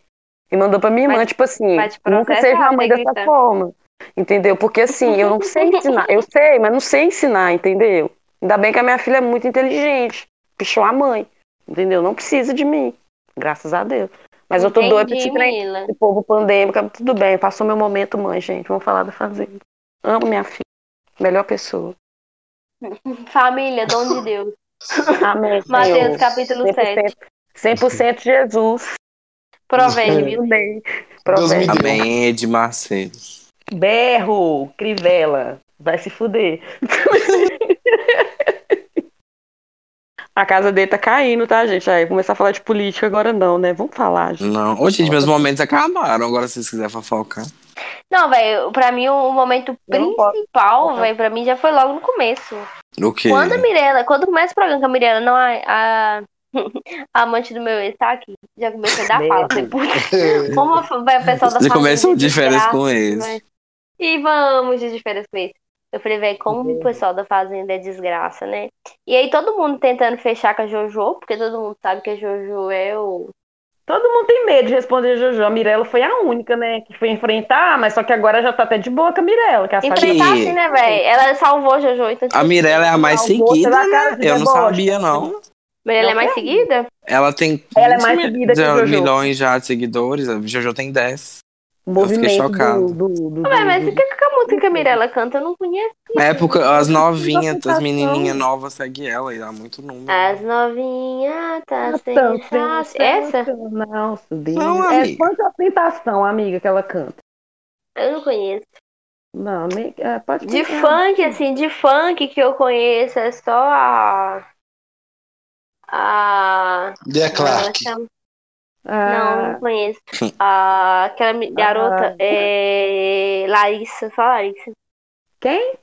[SPEAKER 5] e mandou pra minha
[SPEAKER 2] Vai
[SPEAKER 5] irmã,
[SPEAKER 2] te-
[SPEAKER 5] tipo assim,
[SPEAKER 2] vai te
[SPEAKER 5] nunca
[SPEAKER 2] processar,
[SPEAKER 5] seja a mãe
[SPEAKER 2] tá
[SPEAKER 5] dessa
[SPEAKER 2] gritando.
[SPEAKER 5] forma. Entendeu? Porque assim, eu não sei ensinar. Eu sei, mas não sei ensinar, entendeu? Ainda bem que a minha filha é muito inteligente. Pichou a mãe. Entendeu? Não precisa de mim. Graças a Deus. Mas eu tô doida pra te
[SPEAKER 2] Entendi,
[SPEAKER 5] treinar.
[SPEAKER 2] Mila.
[SPEAKER 5] Esse povo pandêmico, tudo bem, passou meu momento, mãe, gente. Vamos falar da fazenda. Amo minha filha. Melhor pessoa.
[SPEAKER 2] Família, dom de Deus.
[SPEAKER 5] Amém.
[SPEAKER 2] Mateus,
[SPEAKER 5] Senhor.
[SPEAKER 2] capítulo 7.
[SPEAKER 5] 100% Jesus.
[SPEAKER 6] É.
[SPEAKER 2] Provérbios.
[SPEAKER 4] Deus
[SPEAKER 5] Amém.
[SPEAKER 4] me
[SPEAKER 5] Profeta.
[SPEAKER 4] livre.
[SPEAKER 3] Amém, Ed Macedo.
[SPEAKER 5] Berro, Crivella. Vai se fuder. A casa dele tá caindo, tá, gente? Aí, começar a falar de política agora não, né? Vamos falar, gente.
[SPEAKER 3] Não. Ô, gente, meus momentos acabaram. Agora, se vocês quiserem fofocar.
[SPEAKER 2] Não, velho, pra mim o momento
[SPEAKER 6] Eu não posso.
[SPEAKER 2] principal, velho, pra mim já foi logo no começo.
[SPEAKER 3] O quê?
[SPEAKER 2] Quando a Mirella, quando começa o programa com a Mirella, não, a, a, a amante do meu ex tá aqui, já começa a dar fala. Falei, puta, como a, vai o pessoal da
[SPEAKER 3] Vocês
[SPEAKER 2] família
[SPEAKER 3] começam de férias
[SPEAKER 2] desgraça,
[SPEAKER 3] com
[SPEAKER 2] vai-
[SPEAKER 3] eles.
[SPEAKER 2] E vamos de férias com isso. Eu falei, velho, como o pessoal da Fazenda é desgraça, né? E aí todo mundo tentando fechar com a Jojo, porque todo mundo sabe que a Jojo é o.
[SPEAKER 5] Todo mundo tem medo de responder Jojo. A Mirella foi a única, né, que foi enfrentar, mas só que agora já tá até de boa com a Mirella, que é a Fábio-
[SPEAKER 2] Enfrentar
[SPEAKER 3] Que-
[SPEAKER 2] assim, né, velho? Ela salvou a Jojo. Então, tipo,
[SPEAKER 3] A Mirella é a mais
[SPEAKER 5] Não, você
[SPEAKER 3] seguida,
[SPEAKER 5] dá cara
[SPEAKER 3] né?
[SPEAKER 5] de
[SPEAKER 3] Eu não
[SPEAKER 5] deboche.
[SPEAKER 3] sabia, não.
[SPEAKER 2] Mirella é
[SPEAKER 5] Não,
[SPEAKER 2] mais
[SPEAKER 5] foi.
[SPEAKER 2] seguida?
[SPEAKER 3] Ela tem
[SPEAKER 5] Ela é mais
[SPEAKER 3] 20
[SPEAKER 5] seguida que a Jojo.
[SPEAKER 3] milhões já de seguidores. A Jojo tem 10.
[SPEAKER 5] O
[SPEAKER 3] fiquei
[SPEAKER 5] movimento
[SPEAKER 3] chocado.
[SPEAKER 5] do, do, do, do-
[SPEAKER 2] Ué, Ah,
[SPEAKER 3] Uhum.
[SPEAKER 2] mas o que, que a música que a Mirella canta? Eu não conheço.
[SPEAKER 3] Na época, as novinhas, as
[SPEAKER 5] sensação.
[SPEAKER 3] menininhas novas seguem ela e dá muito número.
[SPEAKER 2] As novinhas tá
[SPEAKER 5] Tão
[SPEAKER 2] sensacional. Essa?
[SPEAKER 5] sensacional, subindo.
[SPEAKER 3] Não,
[SPEAKER 5] é
[SPEAKER 3] amiga.
[SPEAKER 5] quanta tentação, amiga, que ela canta.
[SPEAKER 2] Eu não conheço.
[SPEAKER 5] Não, nem, é, pode
[SPEAKER 2] De
[SPEAKER 5] cantar.
[SPEAKER 2] funk, assim, de funk que eu conheço é só a. A.
[SPEAKER 7] Lia Clark.
[SPEAKER 2] Não,
[SPEAKER 5] Ah,
[SPEAKER 2] Não, não conheço. Ah, aquela me- garota
[SPEAKER 5] Ah.
[SPEAKER 2] é Larissa, só Larissa.
[SPEAKER 5] Quem?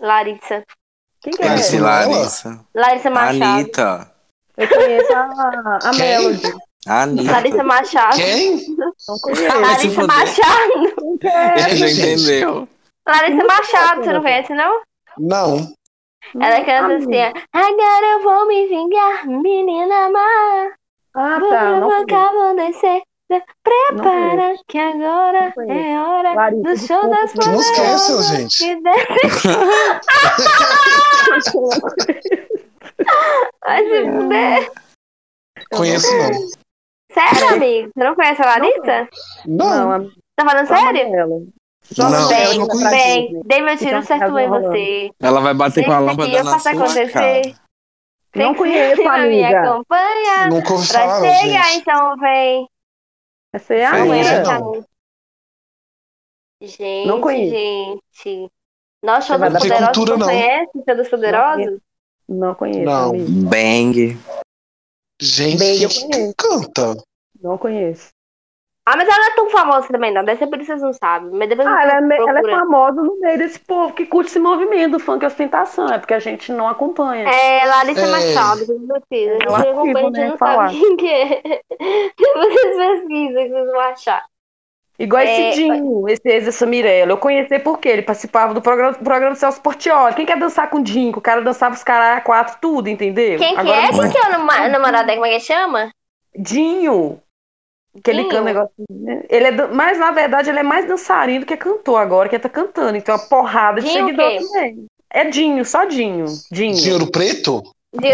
[SPEAKER 2] Larissa.
[SPEAKER 5] Quem que é?
[SPEAKER 3] Larissa,
[SPEAKER 7] Sim.
[SPEAKER 3] Larissa.
[SPEAKER 2] Larissa Machado.
[SPEAKER 3] Anitta.
[SPEAKER 5] Eu conheço a, a
[SPEAKER 7] Quem?
[SPEAKER 5] Melody.
[SPEAKER 3] Anitta.
[SPEAKER 2] Larissa é Machado.
[SPEAKER 7] Quem?
[SPEAKER 5] Não conheço.
[SPEAKER 3] Ah, vai se
[SPEAKER 2] Larissa
[SPEAKER 3] foder.
[SPEAKER 2] Machado.
[SPEAKER 3] Ele já
[SPEAKER 7] gente.
[SPEAKER 3] entendeu.
[SPEAKER 2] Larissa Machado, você não conhece, não?
[SPEAKER 7] Não.
[SPEAKER 2] Ela canta assim,
[SPEAKER 5] Amiga.
[SPEAKER 2] ó, agora eu vou me vingar, menina má.
[SPEAKER 5] Ah,
[SPEAKER 2] Vou
[SPEAKER 5] tá. Não conheço.
[SPEAKER 2] provocar, vou descer.
[SPEAKER 5] Não conheço.
[SPEAKER 2] Para, que agora
[SPEAKER 5] Não conheço.
[SPEAKER 2] é hora
[SPEAKER 5] Larissa,
[SPEAKER 2] do show
[SPEAKER 5] desculpa,
[SPEAKER 2] das
[SPEAKER 7] Que
[SPEAKER 2] Não
[SPEAKER 7] música é essa, gente?
[SPEAKER 2] Que der- Vai se fuder.
[SPEAKER 7] Conheço não.
[SPEAKER 2] Sério, amigo? Você não conhece a Larissa?
[SPEAKER 7] Não.
[SPEAKER 5] Não, amiga.
[SPEAKER 2] Tá falando
[SPEAKER 5] só a
[SPEAKER 2] sério?
[SPEAKER 5] Manuela.
[SPEAKER 7] Não,
[SPEAKER 3] Não.
[SPEAKER 7] eu acho que
[SPEAKER 2] Bem,
[SPEAKER 7] eu conheço.
[SPEAKER 2] bem, dei meu tiro um
[SPEAKER 5] Então,
[SPEAKER 2] certo
[SPEAKER 5] tá
[SPEAKER 2] em
[SPEAKER 5] rolando.
[SPEAKER 2] você.
[SPEAKER 3] Ela vai bater com a
[SPEAKER 2] Sempre que
[SPEAKER 3] lâmpada
[SPEAKER 2] eu
[SPEAKER 3] na
[SPEAKER 2] faço
[SPEAKER 3] sua cara.
[SPEAKER 2] acontecer.
[SPEAKER 5] Não
[SPEAKER 2] Sempre que
[SPEAKER 5] conheço,
[SPEAKER 2] me
[SPEAKER 5] amiga.
[SPEAKER 2] acompanha.
[SPEAKER 7] Nunca ouvi
[SPEAKER 2] Pra
[SPEAKER 7] falar, não,
[SPEAKER 2] chegar,
[SPEAKER 7] gente.
[SPEAKER 2] então, vem.
[SPEAKER 5] Essa é a
[SPEAKER 3] Não
[SPEAKER 7] conheço,
[SPEAKER 5] Amanda.
[SPEAKER 7] não.
[SPEAKER 2] Gente,
[SPEAKER 5] Não conheço.
[SPEAKER 2] gente. Nós, show
[SPEAKER 5] Não
[SPEAKER 2] dos
[SPEAKER 5] tem
[SPEAKER 2] poderosos,
[SPEAKER 7] cultura,
[SPEAKER 2] não
[SPEAKER 7] não.
[SPEAKER 2] conhece show dos poderosos?
[SPEAKER 5] Não conheço,
[SPEAKER 7] Não.
[SPEAKER 5] amiga.
[SPEAKER 3] Bang.
[SPEAKER 7] Gente,
[SPEAKER 5] Bem, eu
[SPEAKER 7] quem canta?
[SPEAKER 5] Não conheço.
[SPEAKER 2] Ah, mas ela não é tão famosa também, não. Deve ser por isso que vocês não sabem. Mas depois
[SPEAKER 5] Ah, ela é, me- ela é
[SPEAKER 2] procura.
[SPEAKER 5] famosa no meio desse povo que curte esse movimento do funk ostentação. É porque a gente não acompanha.
[SPEAKER 2] É, Larissa
[SPEAKER 7] É.
[SPEAKER 2] Machado, vocês pesquisam.
[SPEAKER 5] É um
[SPEAKER 2] Vocês
[SPEAKER 5] arquivo,
[SPEAKER 2] acompanham, a
[SPEAKER 5] né,
[SPEAKER 2] gente não
[SPEAKER 5] falar.
[SPEAKER 2] sabe quem que é. Vocês pesquisam, que vocês vão achar.
[SPEAKER 5] Igual
[SPEAKER 2] É,
[SPEAKER 5] esse Dinho, esse ex dessa Mirella. Eu conheci porque ele participava do programa, do programa do Celso Portioli. Quem quer dançar com o Dinho? Que O cara dançava os caras quatro, tudo, entendeu?
[SPEAKER 2] Quem que
[SPEAKER 5] Agora
[SPEAKER 2] é?
[SPEAKER 5] não vai-
[SPEAKER 2] Quem que é o nama- namorado dela? Como é que ele chama?
[SPEAKER 5] Dinho. Que ele
[SPEAKER 2] Dinho?
[SPEAKER 5] canta um negocinho, né? Ele é dan- mas, na verdade, ele é mais dançarino do que cantor agora, que ele tá cantando. Então, é uma porrada de
[SPEAKER 2] Dinho o
[SPEAKER 5] seguidor
[SPEAKER 2] quê?
[SPEAKER 5] também. É Dinho, só Dinho. Dinho.
[SPEAKER 7] De Ouro Preto?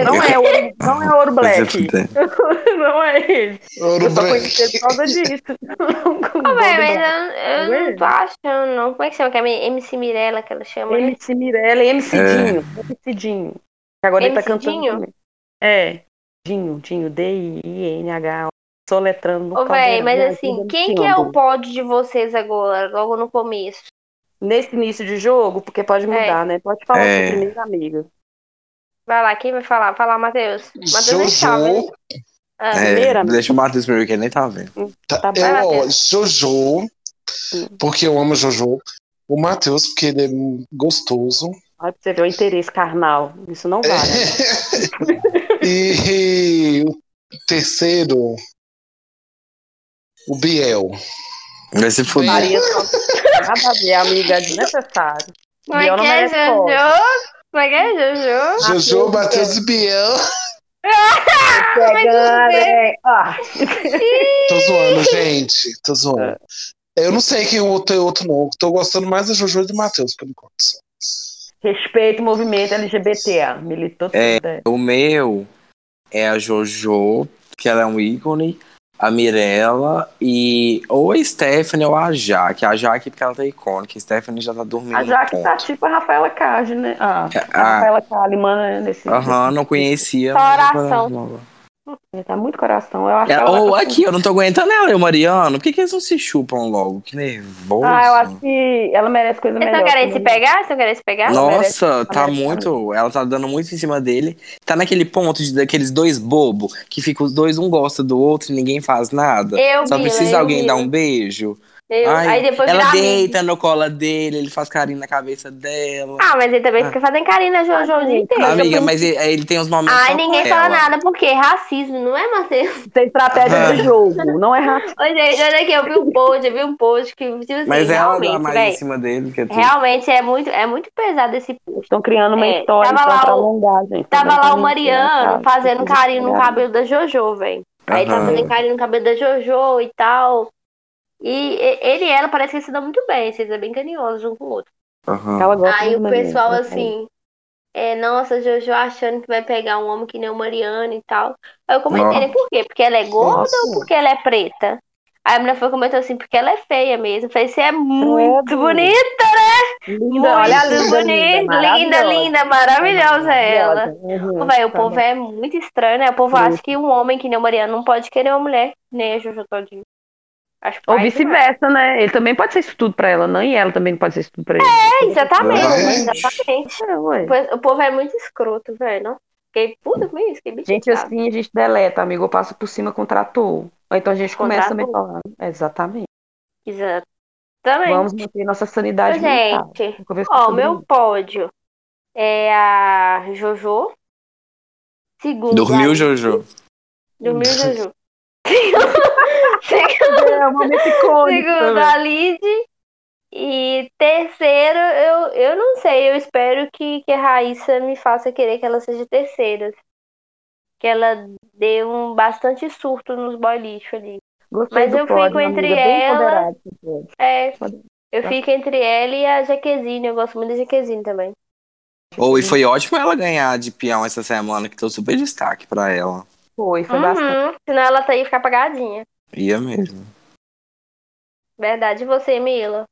[SPEAKER 5] Não é ouro, não é ouro black. não é ele.
[SPEAKER 7] Ouro
[SPEAKER 5] Eu só
[SPEAKER 7] Branco.
[SPEAKER 5] conheci ele por causa disso.
[SPEAKER 2] Não,
[SPEAKER 5] Gold
[SPEAKER 2] velho, mas
[SPEAKER 5] Black.
[SPEAKER 2] eu, eu não tô achando, não. Como é que chama? Que é MC Mirella que ela chama, né?
[SPEAKER 5] MC Mirella e MC
[SPEAKER 3] É.
[SPEAKER 5] Dinho. MC Dinho. Que agora ele tá
[SPEAKER 2] MC
[SPEAKER 5] cantando
[SPEAKER 2] Dinho?
[SPEAKER 5] também. É. Dinho, Dinho, D-I-N-H. Soletrando no
[SPEAKER 2] Ô, véi,
[SPEAKER 5] caldeirão, né,
[SPEAKER 2] mas
[SPEAKER 5] me
[SPEAKER 2] assim,
[SPEAKER 5] ajuda,
[SPEAKER 2] quem
[SPEAKER 5] me
[SPEAKER 2] que é o
[SPEAKER 5] ando.
[SPEAKER 2] pódio de vocês agora, logo no começo?
[SPEAKER 5] Nesse início de jogo, porque
[SPEAKER 2] É.
[SPEAKER 5] pode mudar, né? Pode falar
[SPEAKER 3] É.
[SPEAKER 5] com a primeira amiga.
[SPEAKER 2] Vai lá, quem vai falar? Vai lá, Matheus. Matheus nem sabe, né?
[SPEAKER 7] Jojo.
[SPEAKER 2] Ah,
[SPEAKER 5] Primeira, amiga.
[SPEAKER 3] É, deixa o Matheus primeiro, que ele nem tá vendo.
[SPEAKER 7] Tá,
[SPEAKER 5] bom.
[SPEAKER 7] eu, ó, Jojo. Porque eu amo Jojo. O Matheus, porque ele é gostoso.
[SPEAKER 5] Olha pra você ver o interesse carnal. Isso não vale.
[SPEAKER 3] É.
[SPEAKER 7] E o terceiro, o Biel.
[SPEAKER 3] Vai se fuder.
[SPEAKER 5] Maria, nada a ver, amiga. É desnecessário.
[SPEAKER 2] Como é
[SPEAKER 5] Biel não
[SPEAKER 2] que é,
[SPEAKER 5] merece pódio.
[SPEAKER 2] Jojo? Como é que é, Jojo?
[SPEAKER 7] Jojo, Matheus e Biel.
[SPEAKER 2] Ah,
[SPEAKER 5] Pegando, é. Ah,
[SPEAKER 7] Tô zoando, gente. Tô zoando. Eu não sei quem outro é outro, não. Tô gostando mais da Jojo e do Matheus, por enquanto.
[SPEAKER 5] respeito o movimento LGBT. Militou tudo.
[SPEAKER 3] É.
[SPEAKER 5] é.
[SPEAKER 3] O meu é a Jojo, que ela é um ícone. A Mirella e ou a Stephanie ou a Jaque. A Jaque, porque ela tá icônica. A Stephanie já tá dormindo.
[SPEAKER 5] A Jaque
[SPEAKER 3] no
[SPEAKER 5] tá
[SPEAKER 3] ponto.
[SPEAKER 5] tipo a Rafaela Cage, né? Ah, a
[SPEAKER 3] Ah.
[SPEAKER 5] Rafaela Kalimann né, nesse.
[SPEAKER 3] Aham, não conhecia.
[SPEAKER 2] Só
[SPEAKER 3] mas
[SPEAKER 2] oração.
[SPEAKER 3] agora-
[SPEAKER 5] Ele tá muito coração. Eu acho
[SPEAKER 3] É,
[SPEAKER 5] que ela tá vai
[SPEAKER 3] ou
[SPEAKER 5] gostar.
[SPEAKER 3] aqui, eu não tô aguentando ela, eu, Mariano. Por que, que eles não se chupam logo? Que nervoso.
[SPEAKER 5] Ah, eu acho que ela merece coisa
[SPEAKER 2] Vocês
[SPEAKER 5] melhor.
[SPEAKER 2] não querem
[SPEAKER 5] né?
[SPEAKER 2] se pegar? Vocês não querem se pegar?
[SPEAKER 3] Nossa, tá
[SPEAKER 5] merece.
[SPEAKER 3] muito. Ela tá dando muito em cima dele. Tá naquele ponto de daqueles dois bobos que fica os dois, um gosta do outro e ninguém faz nada.
[SPEAKER 2] Eu,
[SPEAKER 3] Só
[SPEAKER 2] Bila,
[SPEAKER 3] precisa
[SPEAKER 2] eu,
[SPEAKER 3] alguém dar
[SPEAKER 2] Bila.
[SPEAKER 3] um beijo.
[SPEAKER 2] Eu-
[SPEAKER 3] Ai,
[SPEAKER 2] aí depois
[SPEAKER 3] ela
[SPEAKER 2] virar
[SPEAKER 3] deita no colo dele, ele faz carinho na cabeça dela.
[SPEAKER 2] Ah, mas ele também fica fazendo carinho na João João o dia inteiro.
[SPEAKER 3] Amiga, mas ele, ele tem uns momentos.
[SPEAKER 2] Ai,
[SPEAKER 3] só com
[SPEAKER 2] ninguém fala
[SPEAKER 3] ela.
[SPEAKER 2] nada, porque racismo, não é, Matheus?
[SPEAKER 6] Tem estratégia
[SPEAKER 3] Ah.
[SPEAKER 6] do jogo, não é rápido.
[SPEAKER 2] Olha, gente, olha aqui, eu vi um post, eu vi um post que, tipo assim,
[SPEAKER 3] Mas ela dá
[SPEAKER 2] realmente,
[SPEAKER 3] mais em
[SPEAKER 2] velho,
[SPEAKER 3] cima dele. Que tu.
[SPEAKER 2] realmente é muito, é muito pesado esse post.
[SPEAKER 5] Estão criando uma
[SPEAKER 2] É,
[SPEAKER 5] história então,
[SPEAKER 2] tava
[SPEAKER 5] pra
[SPEAKER 2] lá o-
[SPEAKER 5] prolongar, gente.
[SPEAKER 2] Tava
[SPEAKER 5] Também
[SPEAKER 2] lá
[SPEAKER 5] pra
[SPEAKER 2] o
[SPEAKER 5] mim,
[SPEAKER 2] Mariano
[SPEAKER 5] né, cara?
[SPEAKER 2] fazendo carinho no
[SPEAKER 5] Obrigada.
[SPEAKER 2] cabelo da Jojo, velho. Aí tá
[SPEAKER 3] Aham.
[SPEAKER 2] fazendo carinho no cabelo da Jojo e tal. E e- ele e ela parece que se dão muito bem, vocês é bem carinhosos um com o outro.
[SPEAKER 3] Aham.
[SPEAKER 5] Ela gosta
[SPEAKER 2] Aí
[SPEAKER 5] de
[SPEAKER 2] o
[SPEAKER 5] Mariano,
[SPEAKER 2] pessoal
[SPEAKER 5] né,
[SPEAKER 2] assim, é, nossa, Jojo achando que vai pegar um homem que nem o Mariano e tal. Aí eu comentei,
[SPEAKER 3] Nossa.
[SPEAKER 2] né, por quê? Porque ela é gorda ou porque ela é preta? Aí a menina foi e comentou assim, porque ela é feia mesmo. Eu falei, você é muito
[SPEAKER 6] Credo.
[SPEAKER 2] bonita,
[SPEAKER 5] cara? Linda, olha a
[SPEAKER 2] muito
[SPEAKER 5] linda, uhum.
[SPEAKER 2] bonita, linda, linda, maravilhosa é ela. Pô, véi, o povo é muito estranho, né? O povo acha que um homem que nem o Mariano não pode querer uma mulher, que nem a Jojo Todinho. Acho pai
[SPEAKER 5] Ou
[SPEAKER 2] demais.
[SPEAKER 5] vice-versa, né? Ele também pode ser isso tudo pra ela, não? E ela também pode ser isso tudo pra ele.
[SPEAKER 2] É, exatamente,
[SPEAKER 7] Vai.
[SPEAKER 2] exatamente.
[SPEAKER 5] É, ué.
[SPEAKER 2] O povo é muito escroto, velho. não? Fiquei puta com isso, fiquei bicho.
[SPEAKER 5] Gente, assim a gente deleta, amigo. Eu passo por cima, contratou. Ou então a gente começa também
[SPEAKER 2] Contratou.
[SPEAKER 5] falando. Exatamente.
[SPEAKER 2] Exatamente.
[SPEAKER 5] Vamos Hum. manter nossa sanidade
[SPEAKER 2] Mas,
[SPEAKER 5] mental.
[SPEAKER 2] gente,
[SPEAKER 5] Vamos conversar
[SPEAKER 2] é. ó, o
[SPEAKER 5] sobre
[SPEAKER 2] meu
[SPEAKER 5] isso.
[SPEAKER 2] pódio é a Jojo. Segundo.
[SPEAKER 3] Dormiu,
[SPEAKER 2] a-
[SPEAKER 3] Jojo?
[SPEAKER 2] Dormiu, Jojo.
[SPEAKER 5] É um momento icônico.
[SPEAKER 2] Segundo
[SPEAKER 5] né?
[SPEAKER 2] a Lid. E terceiro, eu, eu não sei, eu espero que, que a Raíssa me faça querer que ela seja terceira. Que ela dê um bastante surto nos boy lixo ali.
[SPEAKER 5] Gostei
[SPEAKER 2] Mas
[SPEAKER 5] do
[SPEAKER 2] eu fico
[SPEAKER 5] pódio,
[SPEAKER 2] entre
[SPEAKER 5] amiga, bem
[SPEAKER 2] ela-
[SPEAKER 5] empoderada, gente.
[SPEAKER 2] É, eu
[SPEAKER 5] Tá.
[SPEAKER 2] fico entre ela e a Jaquezine, eu gosto muito da Jaquezine também.
[SPEAKER 3] Ou e foi ótimo ela ganhar de peão essa semana, que deu super destaque pra ela.
[SPEAKER 5] Foi, foi bastante.
[SPEAKER 2] Uhum, senão ela tá aí ficar apagadinha.
[SPEAKER 3] Ia mesmo.
[SPEAKER 2] Verdade, e você, Mila?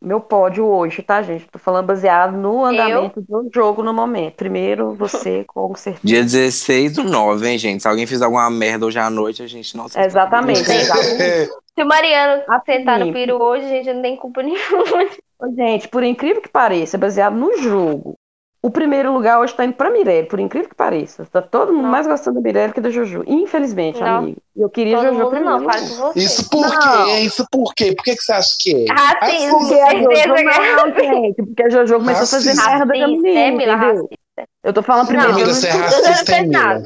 [SPEAKER 5] Meu pódio hoje, tá, gente? Tô falando baseado no andamento do jogo no momento. Primeiro, você, com certeza.
[SPEAKER 3] Dia 16 do 9, hein, gente? Se alguém fizer alguma merda hoje à noite, a gente não se
[SPEAKER 5] Exatamente. exatamente.
[SPEAKER 2] Se o Mariano
[SPEAKER 5] Assim,
[SPEAKER 2] sentar no piru hoje, gente, não tem culpa nenhuma.
[SPEAKER 5] Ô, Gente, por incrível que pareça, é baseado no jogo. O primeiro lugar hoje tá indo pra Mirelle, por incrível que pareça. Tá todo mundo
[SPEAKER 2] Não.
[SPEAKER 5] mais gostando da Mirelle que da Juju. Infelizmente,
[SPEAKER 2] Não.
[SPEAKER 5] amigo. Eu queria
[SPEAKER 2] Todo
[SPEAKER 5] Juju
[SPEAKER 2] mundo
[SPEAKER 5] primeiro.
[SPEAKER 2] não, fala com você.
[SPEAKER 7] Isso por
[SPEAKER 5] Não.
[SPEAKER 7] quê? Isso por quê? Por que, que você acha que é?
[SPEAKER 2] Racismo,
[SPEAKER 5] Porque a Jojo
[SPEAKER 2] certeza que é
[SPEAKER 5] não, gente, porque a Jojo começou a fazer
[SPEAKER 7] Racista.
[SPEAKER 5] merda da
[SPEAKER 2] racista,
[SPEAKER 5] menina,
[SPEAKER 2] é, Mila,
[SPEAKER 5] entendeu?
[SPEAKER 2] racista.
[SPEAKER 5] Eu tô falando primeiro.
[SPEAKER 2] Não.
[SPEAKER 7] Mila, você é racista, hein, Mila?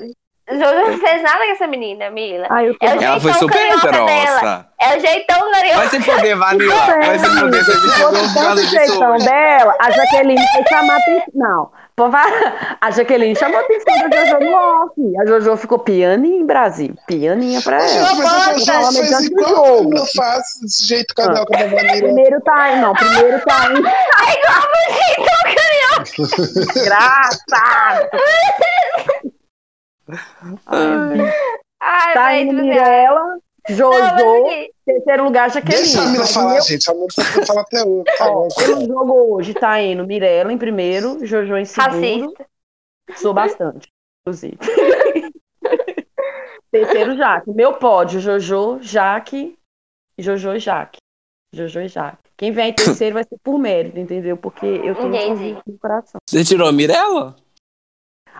[SPEAKER 2] Jojo não fez nada com essa menina, Mila.
[SPEAKER 5] Ah, eu tô...
[SPEAKER 2] É o
[SPEAKER 3] Ela foi
[SPEAKER 2] jeitão
[SPEAKER 3] super
[SPEAKER 2] carioca dela.
[SPEAKER 3] heterossa.
[SPEAKER 2] É o jeitão carioca.
[SPEAKER 3] Vai se foder, Vanilla.
[SPEAKER 5] bem,
[SPEAKER 3] Vai se foder, você me
[SPEAKER 5] fosse
[SPEAKER 2] tá
[SPEAKER 3] chegou por
[SPEAKER 5] tanto
[SPEAKER 3] causa disso
[SPEAKER 7] né?
[SPEAKER 5] jeitão
[SPEAKER 3] hoje.
[SPEAKER 5] dela, a Jaqueline foi chamar atenção. Não, pô, vai- a Jaqueline chamou atenção da Jojo no off. A Jojo ficou pianinha em Brasil. Pianinha pra ela.
[SPEAKER 7] Ah, mas
[SPEAKER 5] Não,
[SPEAKER 7] a
[SPEAKER 5] mas
[SPEAKER 7] Jojo fez
[SPEAKER 5] antes do
[SPEAKER 7] igual
[SPEAKER 5] jogo.
[SPEAKER 7] eu faço, desse jeito carioca da Vanilla.
[SPEAKER 5] Primeiro tá não, primeiro tá Engraçado.
[SPEAKER 2] Ai,
[SPEAKER 5] Tá
[SPEAKER 2] velho,
[SPEAKER 5] indo
[SPEAKER 2] do céu.
[SPEAKER 5] Mirella,
[SPEAKER 2] Não, mas
[SPEAKER 5] Jojo,
[SPEAKER 2] aqui,
[SPEAKER 5] terceiro lugar Jaqueline.
[SPEAKER 7] Deixa a Mila
[SPEAKER 5] Mas
[SPEAKER 7] falar,
[SPEAKER 5] meu-
[SPEAKER 7] gente. A Mila tá tentando falar até hoje.
[SPEAKER 5] ó, Pelo jogo hoje tá indo Mirella em primeiro, Jojo em segundo.
[SPEAKER 2] Racista.
[SPEAKER 5] Sou bastante, inclusive. terceiro Jaque. Meu pódio, Jojo, Jaque, Jojo e Jaque. Jojo e Jaque. Quem vem em terceiro vai ser por mérito, entendeu? Porque eu tenho
[SPEAKER 2] Entendi.
[SPEAKER 5] convite no coração.
[SPEAKER 3] Você tirou a Mirella?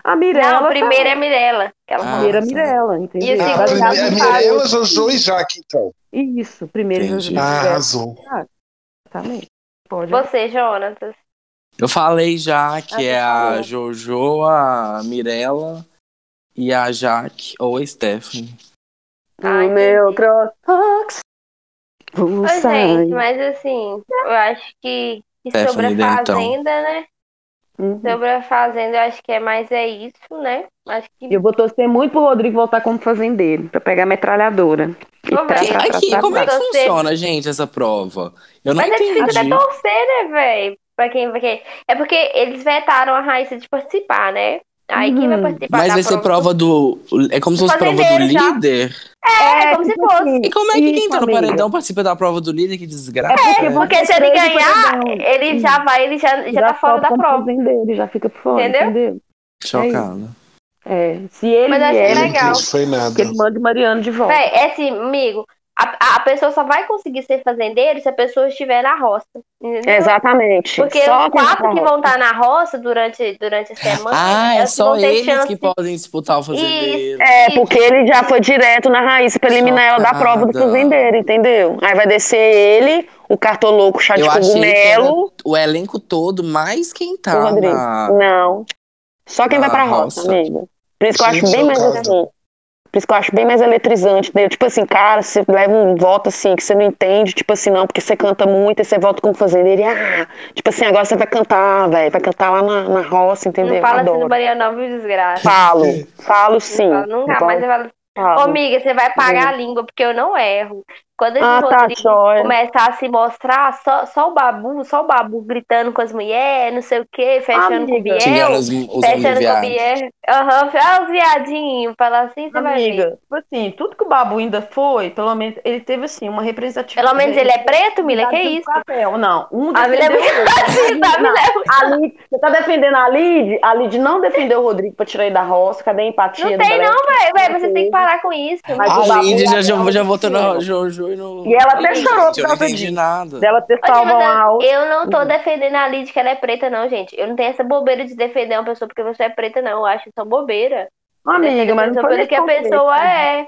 [SPEAKER 5] A
[SPEAKER 2] Não,
[SPEAKER 5] Mirella. tá
[SPEAKER 2] o primeiro é a Mirella. que ela
[SPEAKER 3] Ah.
[SPEAKER 2] falou.
[SPEAKER 5] Primeira Mirella, entendeu?
[SPEAKER 2] E o
[SPEAKER 7] Ah,
[SPEAKER 2] segundo
[SPEAKER 5] Baseado
[SPEAKER 7] primeiro- é
[SPEAKER 5] no
[SPEAKER 7] Mirella,
[SPEAKER 5] fato.
[SPEAKER 7] Jojo e Jaque, então.
[SPEAKER 5] Isso, primeiro
[SPEAKER 3] Entendi.
[SPEAKER 5] Jojo.
[SPEAKER 7] Ah, arrasou.
[SPEAKER 5] Exatamente. Pode.
[SPEAKER 2] Você, Jonatas.
[SPEAKER 3] Eu falei já que é a
[SPEAKER 2] falou.
[SPEAKER 3] Jojo, a Mirella e a Jaque ou a Stephanie.
[SPEAKER 2] Ai,
[SPEAKER 5] o meu
[SPEAKER 2] tá entendi.
[SPEAKER 5] Crocs.
[SPEAKER 2] Ô,
[SPEAKER 5] Vou
[SPEAKER 2] gente,
[SPEAKER 5] sair.
[SPEAKER 2] mas assim, eu acho que, que
[SPEAKER 3] Stephanie
[SPEAKER 2] sobre a
[SPEAKER 3] Dentão.
[SPEAKER 2] Fazenda, né?
[SPEAKER 5] Uhum.
[SPEAKER 2] Sobre a Fazenda, eu acho que é mais é isso, né? Acho que.
[SPEAKER 5] Eu vou torcer muito pro Rodrigo voltar como fazendeiro, pra pegar a metralhadora. E
[SPEAKER 2] Ô, velho,
[SPEAKER 5] tá, tá,
[SPEAKER 3] Aqui,
[SPEAKER 5] tá,
[SPEAKER 3] como é que
[SPEAKER 2] tá.
[SPEAKER 3] funciona, gente, essa prova? Eu não
[SPEAKER 2] Mas é difícil até
[SPEAKER 3] entendi.
[SPEAKER 2] torcer, né, velho? Pra quem, pra quem. É porque eles vetaram a Raíssa de participar, né? Aí quem vai
[SPEAKER 5] Uhum.
[SPEAKER 2] participar
[SPEAKER 3] Mas
[SPEAKER 2] da
[SPEAKER 3] vai ser prova do. É como se
[SPEAKER 2] Do
[SPEAKER 3] fosse prova do
[SPEAKER 2] fazendeiro já.
[SPEAKER 3] líder?
[SPEAKER 2] É, como se
[SPEAKER 5] tipo
[SPEAKER 2] fosse.
[SPEAKER 5] assim,
[SPEAKER 3] E como é que quem
[SPEAKER 5] isso,
[SPEAKER 3] tá no
[SPEAKER 5] amiga. É
[SPEAKER 3] paredão participa da prova do líder? Que desgraça.
[SPEAKER 5] porque
[SPEAKER 3] né?
[SPEAKER 5] você-
[SPEAKER 2] É, Porque se ele
[SPEAKER 5] Três
[SPEAKER 2] ganhar,
[SPEAKER 5] paredão.
[SPEAKER 2] ele já vai, ele já, já, tá
[SPEAKER 5] solta
[SPEAKER 6] um
[SPEAKER 2] fora da
[SPEAKER 5] como
[SPEAKER 2] prova.
[SPEAKER 5] Fazendeiro, já fica por fora,
[SPEAKER 2] Entendeu?
[SPEAKER 5] entendeu?
[SPEAKER 3] Chocada.
[SPEAKER 5] É, se ele
[SPEAKER 2] Mas achei
[SPEAKER 5] vier,
[SPEAKER 2] legal.
[SPEAKER 7] Gente, foi
[SPEAKER 5] que
[SPEAKER 7] nada.
[SPEAKER 5] ele manda o Mariano de volta.
[SPEAKER 2] Véi, é assim, amigo, a, a- a pessoa só vai conseguir ser fazendeiro se a pessoa estiver na roça. Entendeu?
[SPEAKER 6] Exatamente.
[SPEAKER 2] então, Porque
[SPEAKER 6] Só
[SPEAKER 2] os quatro
[SPEAKER 6] quem tá
[SPEAKER 2] que vão estar na roça durante, durante a semana.
[SPEAKER 3] Ah, é
[SPEAKER 2] elas
[SPEAKER 3] só
[SPEAKER 2] vão ter
[SPEAKER 3] eles
[SPEAKER 2] chance.
[SPEAKER 3] que podem disputar o fazendeiro.
[SPEAKER 6] É, porque ele já foi direto na raiz pra eliminar ela da prova do
[SPEAKER 3] Chocada.
[SPEAKER 6] fazendeiro, entendeu? Aí vai descer ele, o cartoloco, o chá de
[SPEAKER 3] Eu achei que era
[SPEAKER 6] cogumelo.
[SPEAKER 3] o elenco todo, mais quem
[SPEAKER 6] O
[SPEAKER 3] tá
[SPEAKER 6] Rodrigo.
[SPEAKER 3] na...
[SPEAKER 6] Não. Só quem vai
[SPEAKER 3] Ah,
[SPEAKER 6] pra roça,
[SPEAKER 3] roça.
[SPEAKER 6] amigo. Por isso que eu acho
[SPEAKER 7] Gente,
[SPEAKER 6] bem mais
[SPEAKER 7] chocado.
[SPEAKER 6] assim. Por isso que eu acho bem mais eletrizante dele. Tipo assim, cara, você leva um voto assim que você não entende, tipo assim, não, porque você canta muito e você volta como fazendeiro. e, Ah, tipo assim, agora você vai cantar, velho. Vai cantar lá na, na roça, entendeu?
[SPEAKER 2] Não fala assim
[SPEAKER 6] Adoro.
[SPEAKER 2] no Mariano, não, viu, desgraça.
[SPEAKER 6] Falo, falo sim. então
[SPEAKER 2] Fala, Nunca
[SPEAKER 6] Bom,
[SPEAKER 2] mais você fala. Ô,
[SPEAKER 6] falo.
[SPEAKER 2] amiga, você vai pagar a língua, porque eu não erro. Quando esse
[SPEAKER 6] Ah, tá,
[SPEAKER 2] Rodrigo é
[SPEAKER 6] joia.
[SPEAKER 2] começar a se mostrar, só, só o babu, só o babu gritando com as mulheres, não sei o quê, fechando com o
[SPEAKER 6] Amiga.
[SPEAKER 2] Biel.
[SPEAKER 3] Tirando os, os homens
[SPEAKER 2] Fechando com o
[SPEAKER 3] viados.
[SPEAKER 2] Biel. Aham, ah, os viadinhos, fala assim, você vai ver.
[SPEAKER 5] Amiga, tipo assim, tudo que o Babu ainda foi, pelo menos ele teve assim, uma representatividade.
[SPEAKER 2] Pelo menos ele é preto,
[SPEAKER 5] tá
[SPEAKER 2] Mila, que isso?
[SPEAKER 5] Papel. Não, um
[SPEAKER 2] A Mila é
[SPEAKER 5] defendeu o outro.
[SPEAKER 2] bonita, a Mila é bonita.
[SPEAKER 5] A Lid, você tá defendendo a Lid? A Lid não defendeu o Rodrigo pra tirar ele da roça. Cadê a empatia
[SPEAKER 2] Não
[SPEAKER 5] do
[SPEAKER 2] tem
[SPEAKER 5] Belete?
[SPEAKER 2] não, velho, velho, você tem que parar com isso.
[SPEAKER 5] Mas o
[SPEAKER 3] A
[SPEAKER 5] Babu
[SPEAKER 3] Lindy já,
[SPEAKER 5] bateu
[SPEAKER 3] já,
[SPEAKER 5] no
[SPEAKER 3] já votou
[SPEAKER 5] Cristiano.
[SPEAKER 3] no Jojo e no...
[SPEAKER 5] E ela até
[SPEAKER 3] Ih,
[SPEAKER 5] chorou
[SPEAKER 3] gente,
[SPEAKER 5] por
[SPEAKER 3] Eu não
[SPEAKER 5] causa
[SPEAKER 3] entendi
[SPEAKER 5] disso.
[SPEAKER 3] nada.
[SPEAKER 5] Dela ter
[SPEAKER 2] Ô,
[SPEAKER 5] salvo
[SPEAKER 2] Jonathan,
[SPEAKER 5] uma aula.
[SPEAKER 2] Eu não tô defendendo a Lid que ela é preta, não, gente. Eu não tenho essa bobeira de defender uma pessoa porque você é preta, não. Eu acho isso uma bobeira.
[SPEAKER 5] Amiga,
[SPEAKER 2] Defender
[SPEAKER 5] mas não
[SPEAKER 2] a pessoa pelo
[SPEAKER 5] foi
[SPEAKER 2] que a pessoa é.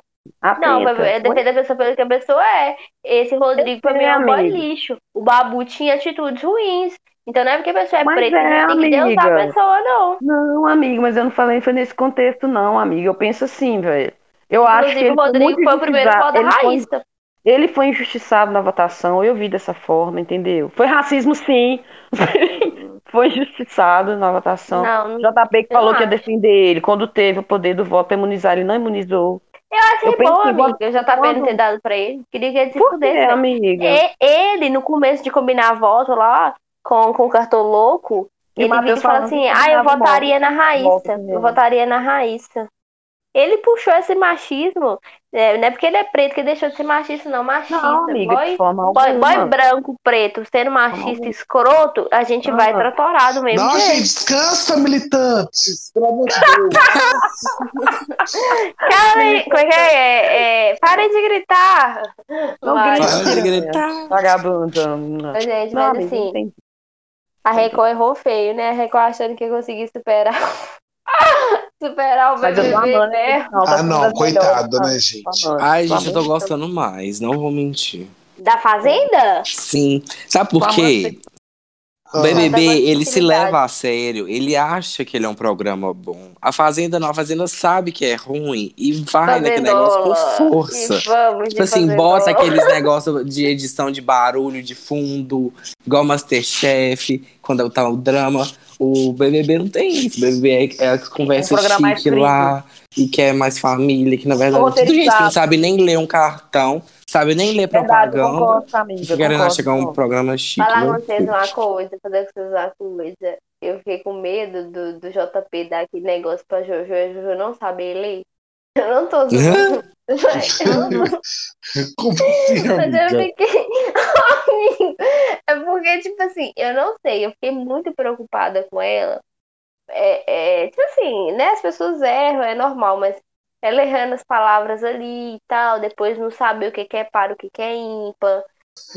[SPEAKER 2] Não,
[SPEAKER 5] mas
[SPEAKER 2] é defender a pessoa pelo que a pessoa é. Esse Rodrigo, pra mim, é um boy lixo. O Babu tinha atitudes ruins. Então não é porque a pessoa é
[SPEAKER 5] Mas
[SPEAKER 2] preta
[SPEAKER 5] é,
[SPEAKER 2] que tem que deusar a
[SPEAKER 5] amiga.
[SPEAKER 2] pessoa, não.
[SPEAKER 5] Não, amigo, mas eu não falei foi nesse contexto, não, amiga. Eu penso assim, velho. Eu acho que
[SPEAKER 2] Inclusive,
[SPEAKER 5] ele
[SPEAKER 2] o Rodrigo
[SPEAKER 5] muito
[SPEAKER 2] foi o primeiro
[SPEAKER 5] injustiçado.
[SPEAKER 2] voto da
[SPEAKER 5] Ele foi
[SPEAKER 2] Raíssa.
[SPEAKER 5] Ele foi injustiçado na votação, eu vi dessa forma, entendeu? Foi racismo, sim. foi injustiçado na votação.
[SPEAKER 2] Não, não.
[SPEAKER 5] JP que falou
[SPEAKER 2] não
[SPEAKER 5] que ia
[SPEAKER 2] acho.
[SPEAKER 5] defender ele quando teve o poder do voto pra imunizar, ele não imunizou.
[SPEAKER 2] Eu achei
[SPEAKER 5] Eu penso
[SPEAKER 2] bom,
[SPEAKER 5] que
[SPEAKER 2] tá amiga.
[SPEAKER 5] quando-
[SPEAKER 2] Eu já tava vendo
[SPEAKER 5] quando-
[SPEAKER 2] ter dado pra ele. Queria que ele se
[SPEAKER 5] Por que,
[SPEAKER 2] fudesse. né?
[SPEAKER 5] amiga?
[SPEAKER 2] E- ele, no começo de combinar a volta lá com, com o cartoloco,
[SPEAKER 5] E o
[SPEAKER 2] ele vira
[SPEAKER 5] Matheus
[SPEAKER 2] e fala
[SPEAKER 5] falando que
[SPEAKER 2] assim: ah, eu
[SPEAKER 5] combinava
[SPEAKER 2] votaria na
[SPEAKER 5] Volta
[SPEAKER 2] Raíssa.
[SPEAKER 5] com ele.
[SPEAKER 2] Eu votaria na Raíssa. Ele puxou esse machismo, né? não é porque ele é preto que deixou de ser machista, não. Machista,
[SPEAKER 5] Não, amiga, de
[SPEAKER 2] boy,
[SPEAKER 5] forma
[SPEAKER 2] boy, boy
[SPEAKER 5] alguma.
[SPEAKER 2] branco, preto, sendo machista, escroto, a gente
[SPEAKER 5] Não,
[SPEAKER 2] vai
[SPEAKER 5] não.
[SPEAKER 2] tratorado do mesmo
[SPEAKER 7] Não,
[SPEAKER 2] jeito.
[SPEAKER 7] gente, descansa, militantes. Pelo amor de Deus.
[SPEAKER 2] Cara, como é que é? É, é, parem de gritar!
[SPEAKER 5] Não
[SPEAKER 2] Mas-
[SPEAKER 5] grita,
[SPEAKER 7] Para de
[SPEAKER 3] gritar.
[SPEAKER 5] Vagabunda.
[SPEAKER 2] Mas, gente,
[SPEAKER 5] Não,
[SPEAKER 2] mas
[SPEAKER 5] amiga,
[SPEAKER 2] assim,
[SPEAKER 5] não tem-
[SPEAKER 2] A Record errou feio, né? A Record achando que ia conseguir superar. superar o
[SPEAKER 5] Mas eu tô
[SPEAKER 2] BBB,
[SPEAKER 5] amando
[SPEAKER 2] né?
[SPEAKER 5] esse final, tá
[SPEAKER 7] Ah, não,
[SPEAKER 5] sendo
[SPEAKER 7] coitada,
[SPEAKER 5] melhor.
[SPEAKER 7] né, gente?
[SPEAKER 5] Tô amando,
[SPEAKER 3] Ai,
[SPEAKER 5] tô
[SPEAKER 3] gente, eu tô
[SPEAKER 5] amando.
[SPEAKER 3] gostando mais, não vou mentir.
[SPEAKER 2] Da Fazenda?
[SPEAKER 3] Sim. Sabe por
[SPEAKER 2] Vamos
[SPEAKER 3] quê? O
[SPEAKER 7] Ah,
[SPEAKER 3] BBB,
[SPEAKER 2] Vamos dar
[SPEAKER 3] ele se
[SPEAKER 2] possibilidade.
[SPEAKER 3] leva a sério, ele acha que ele é um programa bom. A Fazenda não, a Fazenda sabe que é ruim e vai naquele né, negócio por
[SPEAKER 2] Fazendola.
[SPEAKER 3] força.
[SPEAKER 2] E vamos de
[SPEAKER 3] Tipo assim,
[SPEAKER 2] fazendola.
[SPEAKER 3] bota aqueles negócios de edição de barulho, de fundo, igual Masterchef, quando tá o drama. O BBB não tem isso. O BBB é, é a conversa
[SPEAKER 5] Um programa mais
[SPEAKER 3] chique lá, e que é mais família, que na verdade é tudo
[SPEAKER 5] Roteirizado.
[SPEAKER 3] gente que não sabe nem ler um cartão, sabe nem ler
[SPEAKER 5] Verdade, eu
[SPEAKER 3] propaganda.
[SPEAKER 5] concordo, amiga,
[SPEAKER 3] Fica querendo
[SPEAKER 5] concordo,
[SPEAKER 3] chegar um
[SPEAKER 5] concordo.
[SPEAKER 3] programa chique.
[SPEAKER 2] Falar
[SPEAKER 3] né?
[SPEAKER 2] com vocês uma coisa, fazer com vocês uma coisa. é, Eu fiquei com medo do, do JP dar aquele negócio pra Jojo e a Jojo não saber ler. Eu não tô zoando. Eu não tô
[SPEAKER 7] Como assim,
[SPEAKER 2] Mas eu
[SPEAKER 7] amiga?
[SPEAKER 2] fiquei. Amigo, é porque, tipo assim, eu não sei, eu fiquei muito preocupada com ela. É, é, tipo assim, né? As pessoas erram, é normal, mas ela errando as palavras ali e tal, depois não saber o que que é par, o que que é ímpar.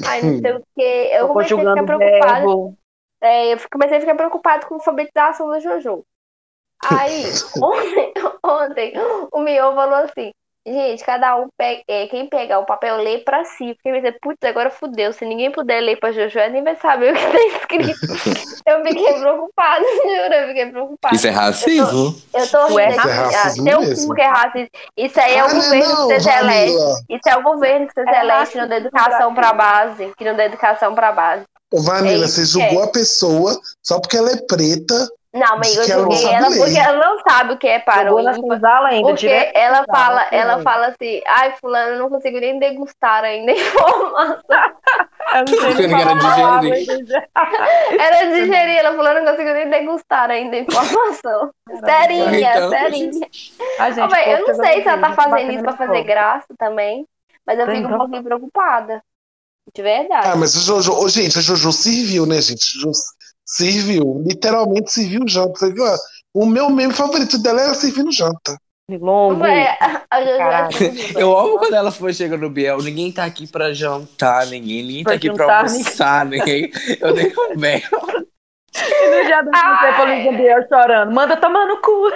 [SPEAKER 2] Ai, não sei o quê. Eu
[SPEAKER 5] Tô
[SPEAKER 2] comecei a ficar
[SPEAKER 5] conjugando
[SPEAKER 2] preocupada.
[SPEAKER 5] verbo.
[SPEAKER 2] É, eu comecei a ficar preocupada com a alfabetização da Jojo. Aí, ontem, ontem, o Mion falou assim, gente, cada um pega, é, quem pegar o papel lê pra si. Porque vai dizer, putz, agora fudeu, se ninguém puder ler pra Jojo, ela nem vai saber o que tá escrito. Eu fiquei preocupada, juro, eu fiquei preocupada.
[SPEAKER 3] Isso é racismo?
[SPEAKER 2] Eu tô
[SPEAKER 5] Isso é
[SPEAKER 2] rindo aqui, ah,
[SPEAKER 7] racismo
[SPEAKER 2] seu
[SPEAKER 7] mesmo.
[SPEAKER 2] cu que é racista. Isso aí é o
[SPEAKER 7] Ah, não,
[SPEAKER 2] governo que você
[SPEAKER 7] Camila.
[SPEAKER 2] elege. Isso é o governo que você
[SPEAKER 5] É
[SPEAKER 2] elege, que não dá educação pra base, que não dá educação pra base.
[SPEAKER 7] Ô, Vanilla,
[SPEAKER 2] É isso
[SPEAKER 7] você
[SPEAKER 2] que é.
[SPEAKER 7] julgou a pessoa só porque ela é preta.
[SPEAKER 2] Não, mas eu
[SPEAKER 7] Que ela não
[SPEAKER 2] julguei
[SPEAKER 7] sabe
[SPEAKER 2] ela
[SPEAKER 7] ler.
[SPEAKER 2] porque ela não sabe o que é
[SPEAKER 5] Jogou
[SPEAKER 2] parou
[SPEAKER 5] na senzala ainda,
[SPEAKER 2] Porque
[SPEAKER 5] direto na
[SPEAKER 2] ela
[SPEAKER 5] senzala,
[SPEAKER 2] fala,
[SPEAKER 5] assim,
[SPEAKER 2] ela
[SPEAKER 5] né?
[SPEAKER 2] fala assim, ai, fulano, eu não consigo nem degustar ainda a informação.
[SPEAKER 5] Eu não sei
[SPEAKER 3] Você
[SPEAKER 5] nem
[SPEAKER 3] não quer
[SPEAKER 5] falar palavras,
[SPEAKER 2] Era digerir, ela falou, eu não consigo nem degustar ainda a informação. Serinha,
[SPEAKER 3] Então,
[SPEAKER 2] serinha.
[SPEAKER 5] Ai, gente,
[SPEAKER 2] Ô, véi, eu
[SPEAKER 5] pô,
[SPEAKER 2] não sei se ela tá
[SPEAKER 5] gente, batendo
[SPEAKER 2] fazendo isso pra
[SPEAKER 5] na
[SPEAKER 2] fazer
[SPEAKER 5] porta.
[SPEAKER 2] graça também, mas eu
[SPEAKER 5] Tem
[SPEAKER 2] fico um
[SPEAKER 5] razão.
[SPEAKER 2] pouquinho preocupada. De verdade.
[SPEAKER 7] Ah, mas o Jojo. Ô, gente, a Jojo serviu, né, gente? Jojo serviu. Literalmente serviu já. Você viu a O meu meme favorito dela era servindo janta.
[SPEAKER 5] Longo.
[SPEAKER 2] Ué, a- a Jojo
[SPEAKER 5] Caralho.
[SPEAKER 2] assim,
[SPEAKER 3] Eu amo quando ela foi chegando no Biel. Ninguém tá aqui pra jantar, ninguém, ninguém tá
[SPEAKER 5] Pra
[SPEAKER 3] aqui pra
[SPEAKER 5] jantar,
[SPEAKER 3] almoçar, ninguém. Eu nem converso.
[SPEAKER 5] no dia do
[SPEAKER 2] Ai.
[SPEAKER 5] Luiz Gabriel chorando. Manda tomar no cu.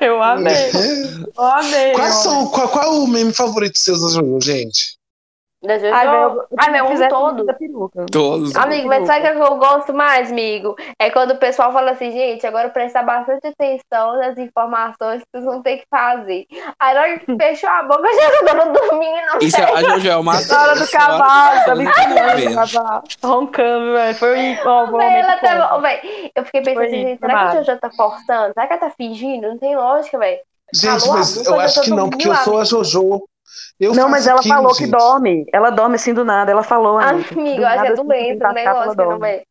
[SPEAKER 5] Eu
[SPEAKER 2] É.
[SPEAKER 5] amei. Eu amei.
[SPEAKER 7] Quais são, qual, qual é o meme favorito seu da Jojo, gente?
[SPEAKER 2] da Jojo.
[SPEAKER 5] Ai, meu,
[SPEAKER 2] Ai, meu, um todo.
[SPEAKER 5] Da peruca.
[SPEAKER 3] Todos.
[SPEAKER 2] Amigo, mas sabe o que eu gosto mais, amigo? É quando o pessoal fala assim, gente, agora prestar bastante atenção nas informações que vocês vão ter que fazer. Aí na hora que fechou a boca, já tava dormindo.
[SPEAKER 3] Isso, é- a Jojo é o Matheus.
[SPEAKER 5] Na hora do cavalo, tá me
[SPEAKER 3] brincando.
[SPEAKER 5] roncando, velho. Foi ó, um
[SPEAKER 2] Véi,
[SPEAKER 5] momento
[SPEAKER 2] ela
[SPEAKER 5] bom.
[SPEAKER 2] tava. Véi, eu fiquei pensando
[SPEAKER 5] Foi
[SPEAKER 2] assim, gente, será
[SPEAKER 5] babado.
[SPEAKER 2] que a Jojo tá forçando? Será que ela tá fingindo? Não tem lógica, velho.
[SPEAKER 7] Gente,
[SPEAKER 2] Alô,
[SPEAKER 7] mas
[SPEAKER 2] adulta,
[SPEAKER 7] eu
[SPEAKER 2] já
[SPEAKER 7] acho
[SPEAKER 2] tô
[SPEAKER 7] que não,
[SPEAKER 2] dormindo
[SPEAKER 7] porque eu
[SPEAKER 2] lá,
[SPEAKER 7] sou a Jojo. Eu
[SPEAKER 5] Não, mas
[SPEAKER 7] faço
[SPEAKER 5] ela
[SPEAKER 7] aquilo,
[SPEAKER 5] falou que
[SPEAKER 7] gente.
[SPEAKER 5] dorme. Ela dorme assim do nada. Ela falou. Anitta.
[SPEAKER 2] Amigo,
[SPEAKER 5] Do
[SPEAKER 2] eu acho que
[SPEAKER 5] nada,
[SPEAKER 2] é
[SPEAKER 5] assim,
[SPEAKER 2] doente
[SPEAKER 5] sem
[SPEAKER 2] o
[SPEAKER 5] passar, ela
[SPEAKER 2] negócio que não
[SPEAKER 5] dorme.
[SPEAKER 2] vai.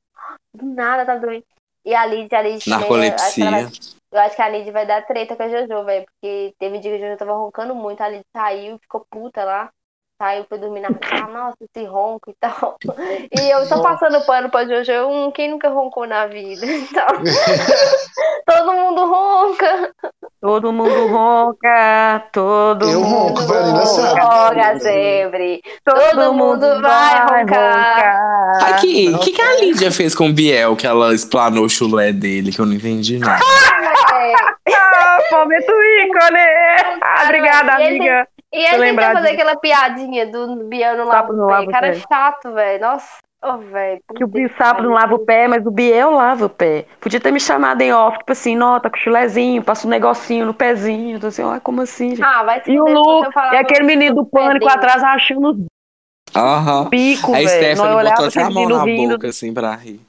[SPEAKER 2] Do nada tá doente. E a Lid, a Lid também, eu acho que ela vai
[SPEAKER 3] Narcolepsia.
[SPEAKER 2] Eu acho que a Lid vai dar treta com a Jojo, velho. Porque teve um dia que a Jojo tava roncando muito, a Lid saiu, ficou puta lá. Saiu, foi dormir na casa, nossa, esse ronco e tal. E eu tô passando pano pra Jojo, hum, quem nunca roncou na vida? Então, todo mundo ronca.
[SPEAKER 5] Todo mundo ronca. Todo
[SPEAKER 7] Eu
[SPEAKER 5] mundo
[SPEAKER 7] ronco, Vanilla sabe. é
[SPEAKER 2] Roga sempre. Todo mundo vai
[SPEAKER 5] Ah,
[SPEAKER 2] roncar.
[SPEAKER 3] Aqui, o que, que a Lídia fez com o Biel que ela explanou o chulé dele, que eu não entendi nada.
[SPEAKER 2] É.
[SPEAKER 5] Ah, momento ícone! Ah, obrigada,
[SPEAKER 2] E ele-
[SPEAKER 5] amiga.
[SPEAKER 2] E a gente
[SPEAKER 5] lembrar
[SPEAKER 2] vai fazer
[SPEAKER 5] disso.
[SPEAKER 2] aquela piadinha do Biano lá
[SPEAKER 5] Papo no
[SPEAKER 2] no pé.
[SPEAKER 5] lavo
[SPEAKER 2] Cara é
[SPEAKER 5] pé.
[SPEAKER 2] chato, velho. Nossa, ô, velho.
[SPEAKER 5] Que o Bi- sapo não lava o pé, mas o Biel lava o pé. Podia ter me chamado em off, tipo assim, nota, com chulezinho, passa um negocinho no pezinho. Então assim, ó, como assim, gente?
[SPEAKER 2] Ah, vai se
[SPEAKER 5] E o
[SPEAKER 2] fuder, se
[SPEAKER 5] Lu,
[SPEAKER 2] eu falar
[SPEAKER 5] é
[SPEAKER 2] pra
[SPEAKER 5] aquele menino do pânico
[SPEAKER 2] dele.
[SPEAKER 5] atrás achando o
[SPEAKER 3] Aham.
[SPEAKER 5] bico,
[SPEAKER 3] A
[SPEAKER 5] velho. Não, eu
[SPEAKER 3] Stephanie botou
[SPEAKER 5] olhava
[SPEAKER 3] até
[SPEAKER 5] aquele
[SPEAKER 3] a mão
[SPEAKER 5] menino
[SPEAKER 3] na
[SPEAKER 5] rindo.
[SPEAKER 3] boca, assim, pra rir.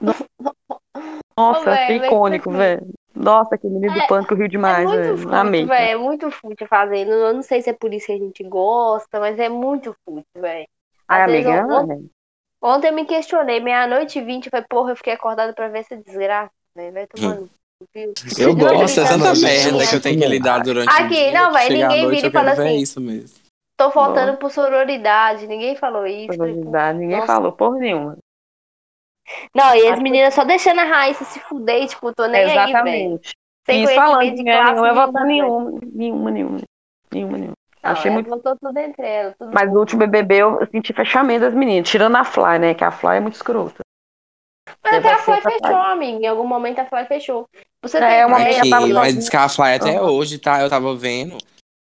[SPEAKER 5] Nossa,
[SPEAKER 2] Ô, velho,
[SPEAKER 5] foi
[SPEAKER 2] vem
[SPEAKER 5] icônico,
[SPEAKER 2] aqui.
[SPEAKER 5] velho. Nossa, aquele menino
[SPEAKER 2] É-
[SPEAKER 5] do pânico riu
[SPEAKER 2] É
[SPEAKER 5] demais,
[SPEAKER 2] muito
[SPEAKER 5] velho.
[SPEAKER 2] fútil,
[SPEAKER 5] Amei.
[SPEAKER 2] velho. É muito fútil fazendo. Eu não sei se é por isso que a gente gosta, mas é muito fútil, velho.
[SPEAKER 5] Ai,
[SPEAKER 2] Às vezes
[SPEAKER 5] amiga, ah,
[SPEAKER 2] eu-
[SPEAKER 5] velho.
[SPEAKER 2] Ontem eu me questionei, meia-noite e vinte, eu falei, porra, eu fiquei acordada pra ver essa desgraça, velho. Vai tomando. Viu?
[SPEAKER 3] Eu
[SPEAKER 2] Não,
[SPEAKER 3] gosto, é
[SPEAKER 2] gente,
[SPEAKER 3] tanta
[SPEAKER 7] não, gente,
[SPEAKER 3] merda que eu tenho que lidar durante o
[SPEAKER 2] Aqui,
[SPEAKER 3] dia.
[SPEAKER 2] não,
[SPEAKER 3] que
[SPEAKER 2] vai,
[SPEAKER 3] chega à
[SPEAKER 2] ninguém
[SPEAKER 3] noite,
[SPEAKER 2] vira e
[SPEAKER 3] eu quero
[SPEAKER 2] fala
[SPEAKER 3] ver
[SPEAKER 2] assim,
[SPEAKER 3] isso mesmo.
[SPEAKER 5] Hum.
[SPEAKER 2] Tô faltando por sororidade. Ninguém falou isso. Falei, "Pô,
[SPEAKER 5] Ninguém
[SPEAKER 2] tipo, Nossa.
[SPEAKER 5] falou porra nenhuma.
[SPEAKER 2] Não, e as meninas só deixando a Raíssa se fuder, tipo, tô nem aí, velho.
[SPEAKER 5] Exatamente.
[SPEAKER 2] Sem
[SPEAKER 5] Isso falando, né?
[SPEAKER 2] conhecimento de
[SPEAKER 5] ninguém
[SPEAKER 2] classe
[SPEAKER 5] não é ia votar
[SPEAKER 2] nenhuma, velho.
[SPEAKER 5] nenhuma, nenhuma, nenhuma, nenhuma, nenhuma.
[SPEAKER 2] Não,
[SPEAKER 5] um.
[SPEAKER 2] é
[SPEAKER 5] Achei
[SPEAKER 2] ela
[SPEAKER 5] muito.
[SPEAKER 2] botou tudo entre elas, tudo
[SPEAKER 5] Mas o último BBB eu senti fechamento das meninas, tirando a Fly, né? Que a Fly é muito escrota.
[SPEAKER 2] Mas
[SPEAKER 5] Vai
[SPEAKER 2] a
[SPEAKER 5] ser
[SPEAKER 2] Fly
[SPEAKER 5] capaz.
[SPEAKER 2] fechou, amiga. Em algum momento a Fly fechou. Você
[SPEAKER 5] É,
[SPEAKER 2] tem
[SPEAKER 5] uma
[SPEAKER 2] ideia?
[SPEAKER 5] vez eu
[SPEAKER 3] Aqui,
[SPEAKER 5] tava
[SPEAKER 3] mas
[SPEAKER 5] sozinha.
[SPEAKER 3] diz que a Fly até hoje, tá? Eu tava vendo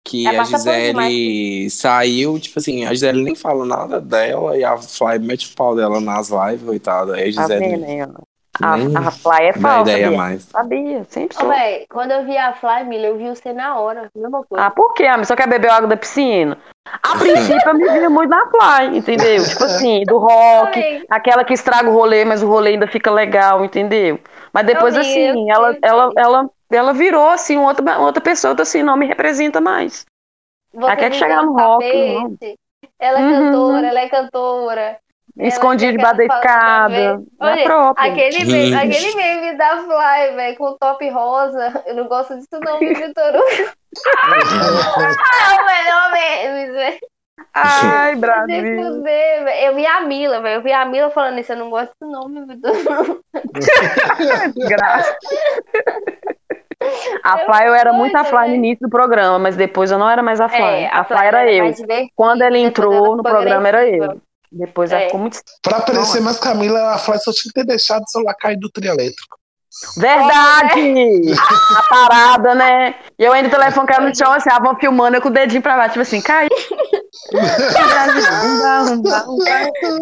[SPEAKER 3] que
[SPEAKER 2] É,
[SPEAKER 3] a
[SPEAKER 2] passa pano
[SPEAKER 3] Gisele saiu, tipo assim, a Gisele nem fala nada dela e a Fly mete o pau dela nas lives, coitada. Aí a
[SPEAKER 5] Tá
[SPEAKER 3] Gisele
[SPEAKER 5] vendo
[SPEAKER 3] nem
[SPEAKER 5] aí, ó? A,
[SPEAKER 3] dá
[SPEAKER 5] a Fly é falsa,
[SPEAKER 3] ideia
[SPEAKER 5] Bia.
[SPEAKER 3] mais.
[SPEAKER 5] Sabia, sempre
[SPEAKER 2] Ô,
[SPEAKER 5] sou.
[SPEAKER 2] véi, quando eu vi a Fly, Miller, eu vi você na hora. Mesma coisa.
[SPEAKER 5] Ah, por quê? amiga? Só quer beber água da piscina? A princípio eu me via muito na Fly, entendeu? Tipo assim, do rock,
[SPEAKER 2] Ai,
[SPEAKER 5] Aquela que estraga o rolê, mas o rolê ainda fica legal, entendeu? Mas depois,
[SPEAKER 2] Eu vi,
[SPEAKER 5] assim,
[SPEAKER 2] eu
[SPEAKER 5] ela,
[SPEAKER 2] sei.
[SPEAKER 5] ela, ela, ela virou, assim, outra, outra pessoa, então, assim, não me representa mais.
[SPEAKER 2] você
[SPEAKER 5] quer
[SPEAKER 2] me
[SPEAKER 5] chegar
[SPEAKER 2] deu
[SPEAKER 5] no
[SPEAKER 2] um
[SPEAKER 5] rock,
[SPEAKER 2] tapete. Ela é
[SPEAKER 5] Uhum.
[SPEAKER 2] cantora, ela é cantora.
[SPEAKER 5] Escondida
[SPEAKER 2] quer
[SPEAKER 5] debaixo da
[SPEAKER 2] que ela fale toda
[SPEAKER 5] escada. é
[SPEAKER 2] vez.
[SPEAKER 5] na
[SPEAKER 2] né? Olha,
[SPEAKER 5] própria.
[SPEAKER 2] Aquele meme, aquele meme da Fly, velho, com top rosa. Eu não gosto disso não, viu, Vitor Hugo? É o melhor meme, velho.
[SPEAKER 5] Ai,
[SPEAKER 2] Se
[SPEAKER 5] Brasil.
[SPEAKER 2] fuder, velho. Eu vi a Mila, velho. Eu vi a Mila falando isso. Eu não gosto do nome, Vitor.
[SPEAKER 5] Graça. A Fly, eu era muito a Fly no
[SPEAKER 2] né?
[SPEAKER 5] início do programa, mas depois eu não era
[SPEAKER 2] É,
[SPEAKER 5] mais a Fly. a, Fly, era eu.
[SPEAKER 2] mais divertida,
[SPEAKER 5] Quando ela
[SPEAKER 2] depois
[SPEAKER 5] entrou no
[SPEAKER 2] ficou
[SPEAKER 5] programa, era
[SPEAKER 2] agressiva.
[SPEAKER 5] eu. Depois
[SPEAKER 2] É.
[SPEAKER 5] ela ficou muito.
[SPEAKER 7] Pra parecer mais Camila, a Fly só tinha que ter deixado o celular cair do trio elétrico.
[SPEAKER 2] é?
[SPEAKER 5] Verdade! A parada, né? E eu ainda telefone caiu no chão, assim, ah, vão filmando eu com o dedinho pra baixo, tipo assim, caiu.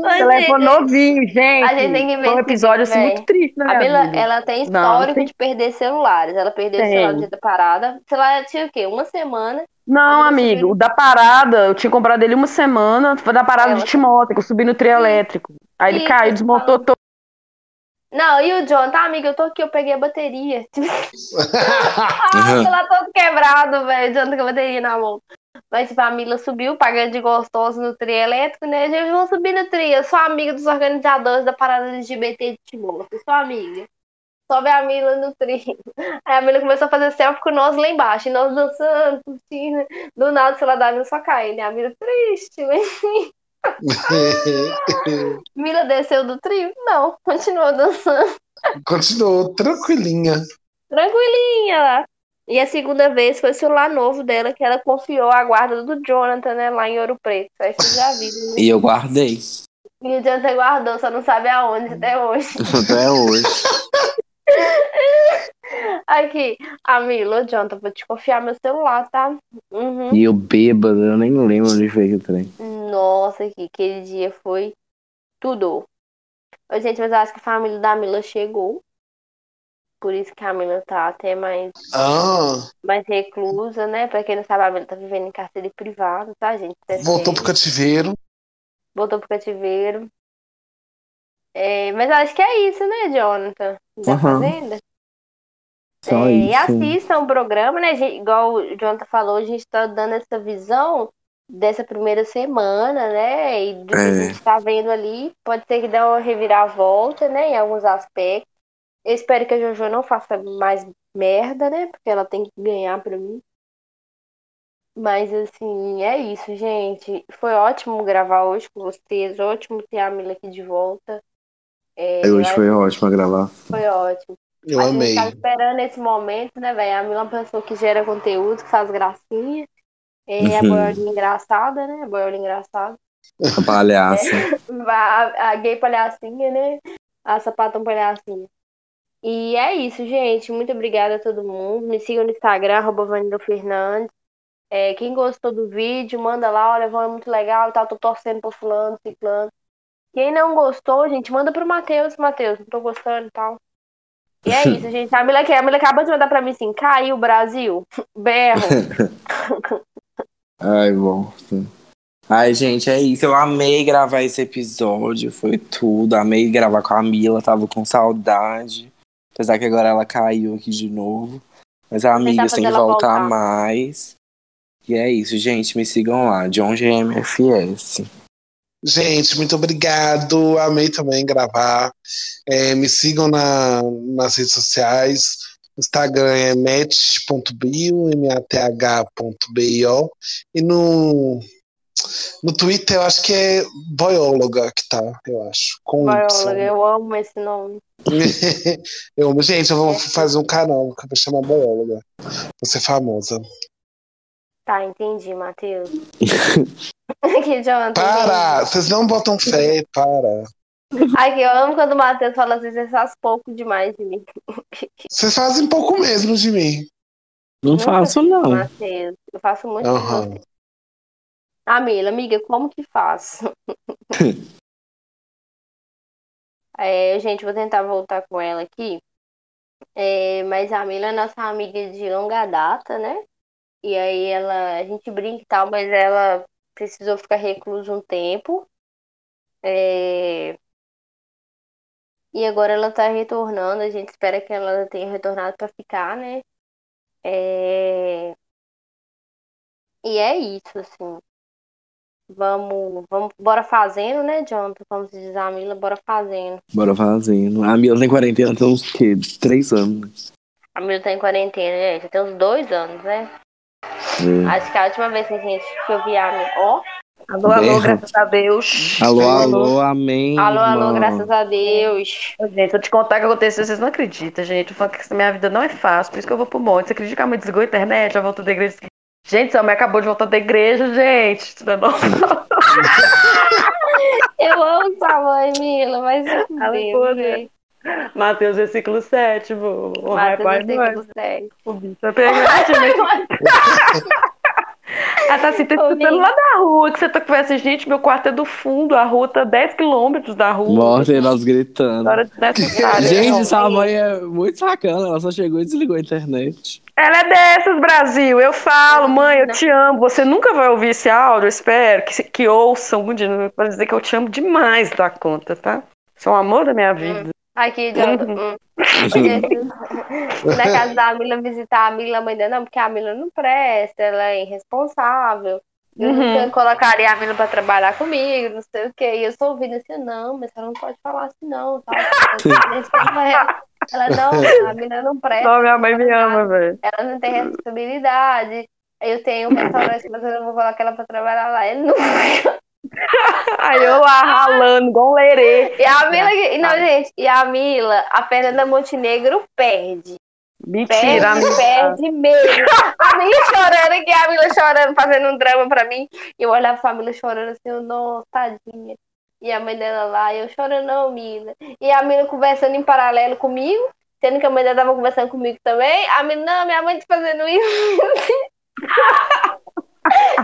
[SPEAKER 2] Mas,
[SPEAKER 5] telefone
[SPEAKER 2] gente,
[SPEAKER 5] novinho, gente.
[SPEAKER 2] A gente tem que ver
[SPEAKER 5] Foi um
[SPEAKER 2] esse
[SPEAKER 5] episódio assim,
[SPEAKER 2] vídeo,
[SPEAKER 5] muito triste, né?
[SPEAKER 2] A Mila, ela tem
[SPEAKER 5] Não,
[SPEAKER 2] histórico
[SPEAKER 5] tem-
[SPEAKER 2] de perder celulares. Ela perdeu o
[SPEAKER 5] Tem.
[SPEAKER 2] celular no dia da parada. Sei lá, ela tinha o quê? Uma semana.
[SPEAKER 5] Não,
[SPEAKER 2] Ela
[SPEAKER 5] amigo,
[SPEAKER 2] subiu-
[SPEAKER 5] o da parada, eu tinha comprado ele uma semana, foi da parada
[SPEAKER 2] Ela-
[SPEAKER 5] de Timóteo, que eu subi no trio elétrico. Aí ele
[SPEAKER 2] Ih,
[SPEAKER 5] caiu,
[SPEAKER 2] tá
[SPEAKER 5] desmontou todo.
[SPEAKER 2] Não, e o John, tá, amiga? Eu tô aqui, eu peguei a bateria. Tipo, Ah, sei lá, todo quebrado, velho. Adianta que eu bateria na mão. Mas, tipo, a Mila subiu, pagando de gostoso no trio elétrico, né? Gente, vão subir no trio. Eu sou amiga dos organizadores da parada LGBT de Timóteo. Eu Sou amiga. Sobe a Mila no trio. Aí a Mila começou a fazer selfie com nós lá embaixo. E nós dançando, curtindo. Do nada, sei lá, da Mila só cai, né? A Mila triste, né? Mila desceu do trio? Não, continuou dançando.
[SPEAKER 7] Continuou tranquilinha.
[SPEAKER 2] Tranquilinha lá. E a segunda vez foi o celular novo dela, que ela confiou a guarda do Jonathan, né, lá em Ouro Preto. Aí vocês já viram.
[SPEAKER 3] E eu guardei.
[SPEAKER 2] E o Jonathan guardou, só não sabe aonde até hoje.
[SPEAKER 3] Até hoje.
[SPEAKER 2] Aqui, Amilo, ô, Jonathan, vou te confiar meu celular, tá? Uhum.
[SPEAKER 3] E eu bêbado, eu nem lembro onde foi que eu trem.
[SPEAKER 2] Nossa, que aquele dia foi tudo. Ô, gente, mas eu acho que a família da Mila chegou. Por isso que a Mila tá até mais,
[SPEAKER 7] Ah,
[SPEAKER 2] mais reclusa, né? Pra quem não sabe, a Mila tá vivendo em cárcere privado, tá, gente? Tá
[SPEAKER 7] voltou
[SPEAKER 2] certo.
[SPEAKER 7] pro cativeiro.
[SPEAKER 2] Voltou pro cativeiro. É, mas eu acho que é isso, né, Jonathan? Da
[SPEAKER 3] Aham.
[SPEAKER 2] Fazenda.
[SPEAKER 3] Só
[SPEAKER 2] É, E
[SPEAKER 3] isso.
[SPEAKER 2] assistam o programa, né? gente? igual o Jonathan falou, a gente tá dando essa visão dessa primeira semana, né? E do que a
[SPEAKER 3] É.
[SPEAKER 2] gente tá vendo ali. Pode ser que dê uma reviravolta, né? Em alguns aspectos. Eu espero que a Jojo não faça mais merda, né? Porque ela tem que ganhar pra mim. Mas assim, é isso, gente. Foi ótimo gravar hoje com vocês. Ótimo ter a Mila aqui de volta. É, eu
[SPEAKER 3] Hoje
[SPEAKER 2] acho
[SPEAKER 3] foi ótimo gravar.
[SPEAKER 2] que foi ótimo.
[SPEAKER 7] Eu
[SPEAKER 2] A
[SPEAKER 7] amei.
[SPEAKER 2] gente tava esperando esse momento, né, velho? A Mila é uma pessoa que gera conteúdo, que faz gracinha. É a
[SPEAKER 3] Uhum.
[SPEAKER 2] boiola engraçada, né? A boiola engraçada.
[SPEAKER 3] A palhaça.
[SPEAKER 2] A, a gay palhacinha, né? A sapatão palhacinha. E é isso, gente. Muito obrigada a todo mundo. Me sigam no Instagram, arroba Vanilla Fernandes. É, quem gostou do vídeo, manda lá. Olha, Vão, é muito legal e tal. Tô torcendo pro fulano, ciclano. Quem não gostou, gente, manda pro Matheus. Matheus, não tô gostando e tal. E é isso, gente. A Mila, a Mila acabou de mandar pra mim assim, caiu o Brasil. Berro.
[SPEAKER 3] Ai, volta. Ai, gente, é isso. Eu amei gravar esse episódio, foi tudo. Amei gravar com a Mila, tava com saudade. Apesar que agora ela caiu aqui de novo. Mas, amiga,
[SPEAKER 2] fazer
[SPEAKER 3] tem que
[SPEAKER 2] tá ela
[SPEAKER 3] voltar,
[SPEAKER 2] voltar.
[SPEAKER 3] mais. E é isso, gente. Me sigam lá, John GMFS.
[SPEAKER 7] Gente, muito obrigado. Amei também gravar. É, me sigam na- nas redes sociais. Instagram é match.bio, math.bio. E no, no Twitter eu acho que é boióloga que tá, eu acho. Com
[SPEAKER 2] Bióloga,
[SPEAKER 7] Y.
[SPEAKER 2] eu amo esse nome.
[SPEAKER 7] Eu amo. Gente, eu vou fazer um canal que eu vou chamar boióloga. Vou ser famosa.
[SPEAKER 2] Tá, entendi, Matheus. que Jonathan.
[SPEAKER 7] Para! Vocês não botam fé, para.
[SPEAKER 2] Ai, que eu amo quando o Matheus fala assim, você faz pouco demais de mim.
[SPEAKER 7] Vocês fazem pouco mesmo de mim.
[SPEAKER 3] Não
[SPEAKER 2] Nunca
[SPEAKER 3] faço, não.
[SPEAKER 2] Matheus, eu faço muito por
[SPEAKER 7] Aham.
[SPEAKER 2] você. Ah, Mila, amiga, como que faço? É, gente, vou tentar voltar com ela aqui. É, mas a Mila é nossa amiga de longa data, né? E aí ela, a gente brinca e tal, mas ela precisou ficar reclusa um tempo. É, E agora ela tá retornando, a gente espera que ela tenha retornado pra ficar, né? É, E é isso, assim. Vamos, vamos, bora fazendo, né, Jonathan? Como se diz a Mila, bora fazendo.
[SPEAKER 3] Bora fazendo. A Mila tem quarentena, tem uns quê? Três anos.
[SPEAKER 2] A Mila tá em quarentena, né? Já tem uns dois anos, né?
[SPEAKER 3] É.
[SPEAKER 2] Acho que a última vez que a gente que eu vi a Mila. Ó,
[SPEAKER 5] Alô, alô,
[SPEAKER 3] Berro.
[SPEAKER 5] graças a Deus.
[SPEAKER 3] Alô, alô, amém.
[SPEAKER 2] alô, alô,
[SPEAKER 3] irmão.
[SPEAKER 2] graças a Deus.
[SPEAKER 5] Ô, Gente, vou te contar o que aconteceu, vocês não acreditam, gente. Eu falo que essa minha vida não é fácil, por isso que eu vou pro monte. Você acredita que a mãe desligou a internet, já voltou da igreja? Gente, sua mãe acabou de voltar da igreja, gente. Isso não é normal.
[SPEAKER 2] Eu amo sua mãe, Mila, mas meu
[SPEAKER 5] Ela
[SPEAKER 2] Deus,
[SPEAKER 5] pôde, né?
[SPEAKER 2] gente.
[SPEAKER 5] Mateus, versículo 7, vô. Honrai
[SPEAKER 2] Matheus, eu
[SPEAKER 5] pai e
[SPEAKER 2] sei
[SPEAKER 5] mãe.
[SPEAKER 2] que você é.
[SPEAKER 5] O bicho vai pegar. Ela tá assim, tá
[SPEAKER 2] Ô,
[SPEAKER 5] escutando
[SPEAKER 2] Ney.
[SPEAKER 5] lá da rua, que você tá conversando. assim, Gente, meu quarto é do fundo, a rua tá 10 quilômetros da rua.
[SPEAKER 3] Nossa, e nós gritando.
[SPEAKER 5] Hora desnecessária.
[SPEAKER 3] Gente,
[SPEAKER 2] Não,
[SPEAKER 3] essa
[SPEAKER 2] não.
[SPEAKER 3] mãe é muito sacana. Ela só chegou e desligou a internet.
[SPEAKER 5] Ela é dessas, Brasil. Eu
[SPEAKER 2] é
[SPEAKER 5] falo, mãe, eu te amo. Você nunca vai ouvir esse áudio, eu espero que, que ouçam algum dia pra dizer que eu te amo demais da conta, tá? Você é o amor da minha vida.
[SPEAKER 2] Aqui, Jonathan. hum. assim, na casa da Mila visitar a Mila, a mãe dela, não, porque a Mila não presta, ela é irresponsável. Eu
[SPEAKER 5] Uhum.
[SPEAKER 2] nunca colocaria a Mila pra trabalhar comigo, não sei o quê. E eu sou ouvindo assim, não, mas ela não pode falar assim, não. Tal. Ela não, a Mila não presta.
[SPEAKER 5] Não, minha mãe me ama, velho.
[SPEAKER 2] Ela não tem responsabilidade. Eu tenho um restaurante, mas eu não vou colocar ela pra trabalhar lá. Ele não
[SPEAKER 5] Aí eu lá ralando, igual um lerê.
[SPEAKER 2] E a Mila, e não, gente, e a Mila, a Fernanda Montenegro perde.
[SPEAKER 5] Mentira,
[SPEAKER 2] Perde,
[SPEAKER 5] amiga.
[SPEAKER 2] perde mesmo. A minha chorando aqui, a Mila chorando, fazendo um drama pra mim. E eu olhava pra Mila chorando assim, eu, nossa, tadinha. E a mãe dela lá, e eu chorando, não, Mila. E a Mila conversando em paralelo comigo, sendo que a mãe dela tava conversando comigo também. A Mila, não, minha mãe tá fazendo isso.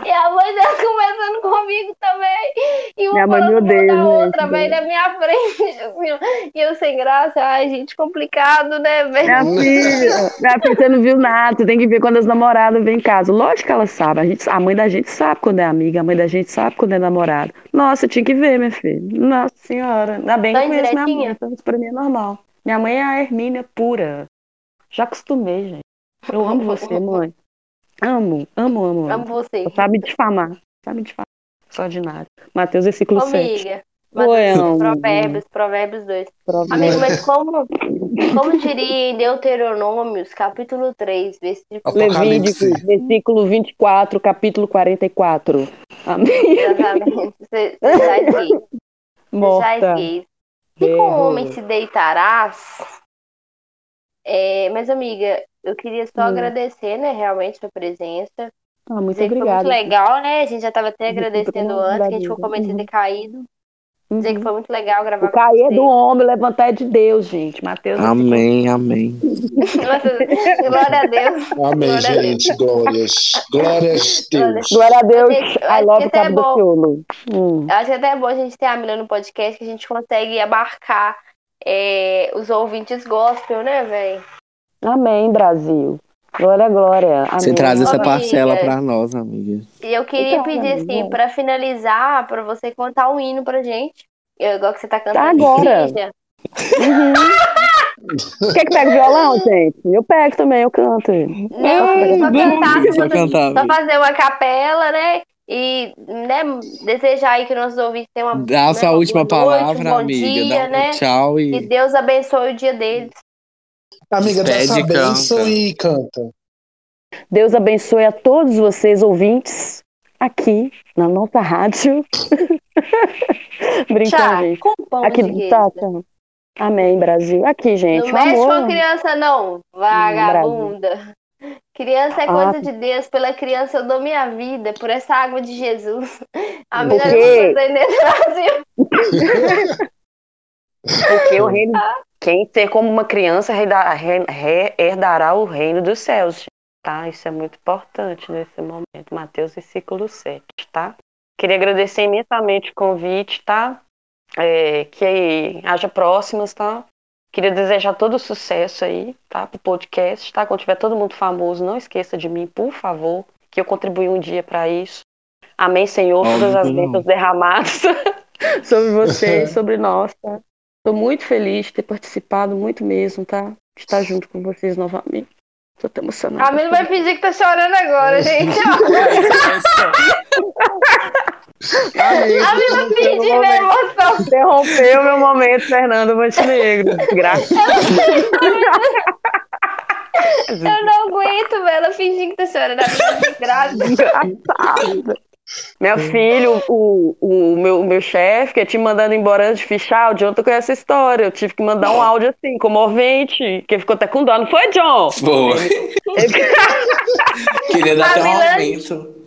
[SPEAKER 2] e a mãe dela conversando comigo também. E uma
[SPEAKER 6] Minha mãe me
[SPEAKER 2] falando mal
[SPEAKER 6] odeia,
[SPEAKER 2] da
[SPEAKER 6] gente,
[SPEAKER 2] outra, velho, na minha frente. assim, ó. e eu sem graça, ai, gente, complicado, né, velho?
[SPEAKER 6] Minha filha, minha filha, você não viu nada, você tem que ver quando as namoradas vêm em casa. Lógico que ela sabe, a, gente, a mãe da gente sabe quando é amiga, a mãe da gente sabe quando é namorada. Nossa, eu tinha que ver, minha filha. Nossa senhora, ainda bem que eu
[SPEAKER 2] Tão
[SPEAKER 6] conheço minha mãe,
[SPEAKER 2] direitinha?
[SPEAKER 6] então isso pra mim é normal. Minha mãe é a Hermínia pura. Já acostumei, gente. Eu amo você, mãe. Amo, amo, amo. amo.
[SPEAKER 2] Amo você.
[SPEAKER 6] Só sabe difamar, sabe difamar. Extraordinário. Matheus, versículo
[SPEAKER 2] Ô,
[SPEAKER 6] 7.
[SPEAKER 2] amiga,
[SPEAKER 6] Oi, amo.
[SPEAKER 2] provérbios, provérbios 2. Amigo,
[SPEAKER 6] Provérbios.
[SPEAKER 2] mas como, como diria em Deuteronômios, capítulo 3, versículo
[SPEAKER 7] Apocalipse.
[SPEAKER 6] Levítico, versículo 24, capítulo 44. Amém.
[SPEAKER 2] exatamente, você você já é gay, você já é
[SPEAKER 6] Morta.
[SPEAKER 2] gay. Se com
[SPEAKER 6] Erro.
[SPEAKER 2] o homem se deitarás... É, mas, amiga, eu queria só
[SPEAKER 6] Hum.
[SPEAKER 2] agradecer, né, realmente, sua presença.
[SPEAKER 6] Ah, muito
[SPEAKER 2] Dizer que foi
[SPEAKER 6] obrigada.
[SPEAKER 2] muito legal, né? A gente já tava até
[SPEAKER 6] Muito
[SPEAKER 2] agradecendo
[SPEAKER 6] obrigada,
[SPEAKER 2] antes, que a gente ficou
[SPEAKER 6] amiga.
[SPEAKER 2] comentando ter caído. Dizer que
[SPEAKER 6] Uhum.
[SPEAKER 2] foi muito legal gravar
[SPEAKER 6] O cair é
[SPEAKER 2] com
[SPEAKER 6] do homem, levantar é de Deus, gente. Mateus.
[SPEAKER 3] Ah. Amém, amém.
[SPEAKER 2] vocês. Glória a Deus.
[SPEAKER 7] Amém,
[SPEAKER 2] Glória a Deus.
[SPEAKER 7] gente. Glórias. Glórias a Deus.
[SPEAKER 6] Glória a Deus.
[SPEAKER 2] Eu acho que
[SPEAKER 6] I love
[SPEAKER 2] isso é
[SPEAKER 6] Cabo do
[SPEAKER 2] bom.
[SPEAKER 6] Ciolo. Hum.
[SPEAKER 2] Eu acho que até é bom a gente ter a Mila no podcast, que a gente consegue abarcar é, os ouvintes gospel, né, velho?
[SPEAKER 6] Amém, Brasil. Glória, glória. Amém.
[SPEAKER 3] Você traz essa
[SPEAKER 2] Amiga.
[SPEAKER 3] parcela pra nós, amiga.
[SPEAKER 2] E eu queria
[SPEAKER 6] Então,
[SPEAKER 2] pedir,
[SPEAKER 6] amiga.
[SPEAKER 2] assim, pra finalizar, pra você cantar um hino pra gente. Eu, igual que você tá cantando.
[SPEAKER 6] Tá
[SPEAKER 2] na
[SPEAKER 6] agora.
[SPEAKER 2] igreja.
[SPEAKER 6] Uhum. Quer que pegue violão, gente? Eu pego também, eu canto.
[SPEAKER 2] Não, só
[SPEAKER 3] não,
[SPEAKER 2] cantar,
[SPEAKER 3] amiga,
[SPEAKER 2] só,
[SPEAKER 3] só cantar,
[SPEAKER 2] só
[SPEAKER 3] amiga.
[SPEAKER 2] fazer uma capela, né? E né, desejar aí que nossos ouvintes tenham uma.
[SPEAKER 3] Dá a
[SPEAKER 2] né,
[SPEAKER 3] sua
[SPEAKER 2] uma
[SPEAKER 3] última
[SPEAKER 2] boa noite, um
[SPEAKER 3] palavra,
[SPEAKER 2] bom
[SPEAKER 3] amiga.
[SPEAKER 2] Dia,
[SPEAKER 3] Dá um
[SPEAKER 2] né?
[SPEAKER 3] tchau
[SPEAKER 2] Que
[SPEAKER 3] e.
[SPEAKER 2] Deus abençoe o dia deles.
[SPEAKER 7] Amiga, dá
[SPEAKER 3] Pede
[SPEAKER 7] essa
[SPEAKER 3] e
[SPEAKER 7] bênção
[SPEAKER 3] canta.
[SPEAKER 7] e canta.
[SPEAKER 6] Deus abençoe a todos vocês, ouvintes, aqui na nossa rádio. Brincando, Então,
[SPEAKER 2] Tchau.
[SPEAKER 6] gente.
[SPEAKER 2] Com pão de
[SPEAKER 6] Aqui,
[SPEAKER 2] queijo.
[SPEAKER 6] tá, tá. Amém, Brasil. Aqui, gente.
[SPEAKER 2] Não
[SPEAKER 6] o
[SPEAKER 2] mexe
[SPEAKER 6] amor, é um Hum,
[SPEAKER 2] com a criança, não, vagabunda. Criança é
[SPEAKER 6] Ah.
[SPEAKER 2] coisa de Deus, pela criança eu dou minha vida, é por essa água de Jesus. A
[SPEAKER 6] Por
[SPEAKER 2] menina não
[SPEAKER 6] quê?
[SPEAKER 2] tá entendendo, Brasil.
[SPEAKER 5] Porque o reino. Quem ter como uma criança herda- re- re- herdará o reino dos céus, gente, tá? Isso é muito importante nesse momento. Mateus, versículo 7, tá? Queria agradecer imensamente o convite, tá? É, que haja próximas, tá? Queria desejar todo sucesso aí, tá? Pro podcast, tá? Quando tiver todo mundo famoso, não esqueça de mim, por favor, que eu contribuí um dia para isso. Amém, Senhor, todas
[SPEAKER 3] Óbvio
[SPEAKER 5] as
[SPEAKER 3] que não.
[SPEAKER 5] bênçãos derramadas sobre você e sobre nós, tá? Estou muito feliz de ter participado, muito mesmo, tá? De estar junto com vocês novamente. Tô até emocionada.
[SPEAKER 2] A menina vai fingir que tá chorando agora, gente. ó. A menina vai
[SPEAKER 6] né?
[SPEAKER 2] fingir minha emoção.
[SPEAKER 5] Ah, Interrompeu meu momento, Fernando Montenegro. Graças
[SPEAKER 2] Eu não aguento, velho. Ela fingir que tá chorando. A menina é grávida.
[SPEAKER 5] Engraçado. Meu filho, o, o, o meu, o meu chefe, que é te mandando embora antes de fechar, o John tá com essa história. Eu tive que mandar um áudio assim, comovente, que ele ficou até com dó. Não foi, John?
[SPEAKER 3] Foi. Queria dar até um
[SPEAKER 2] Camila.
[SPEAKER 3] aumento.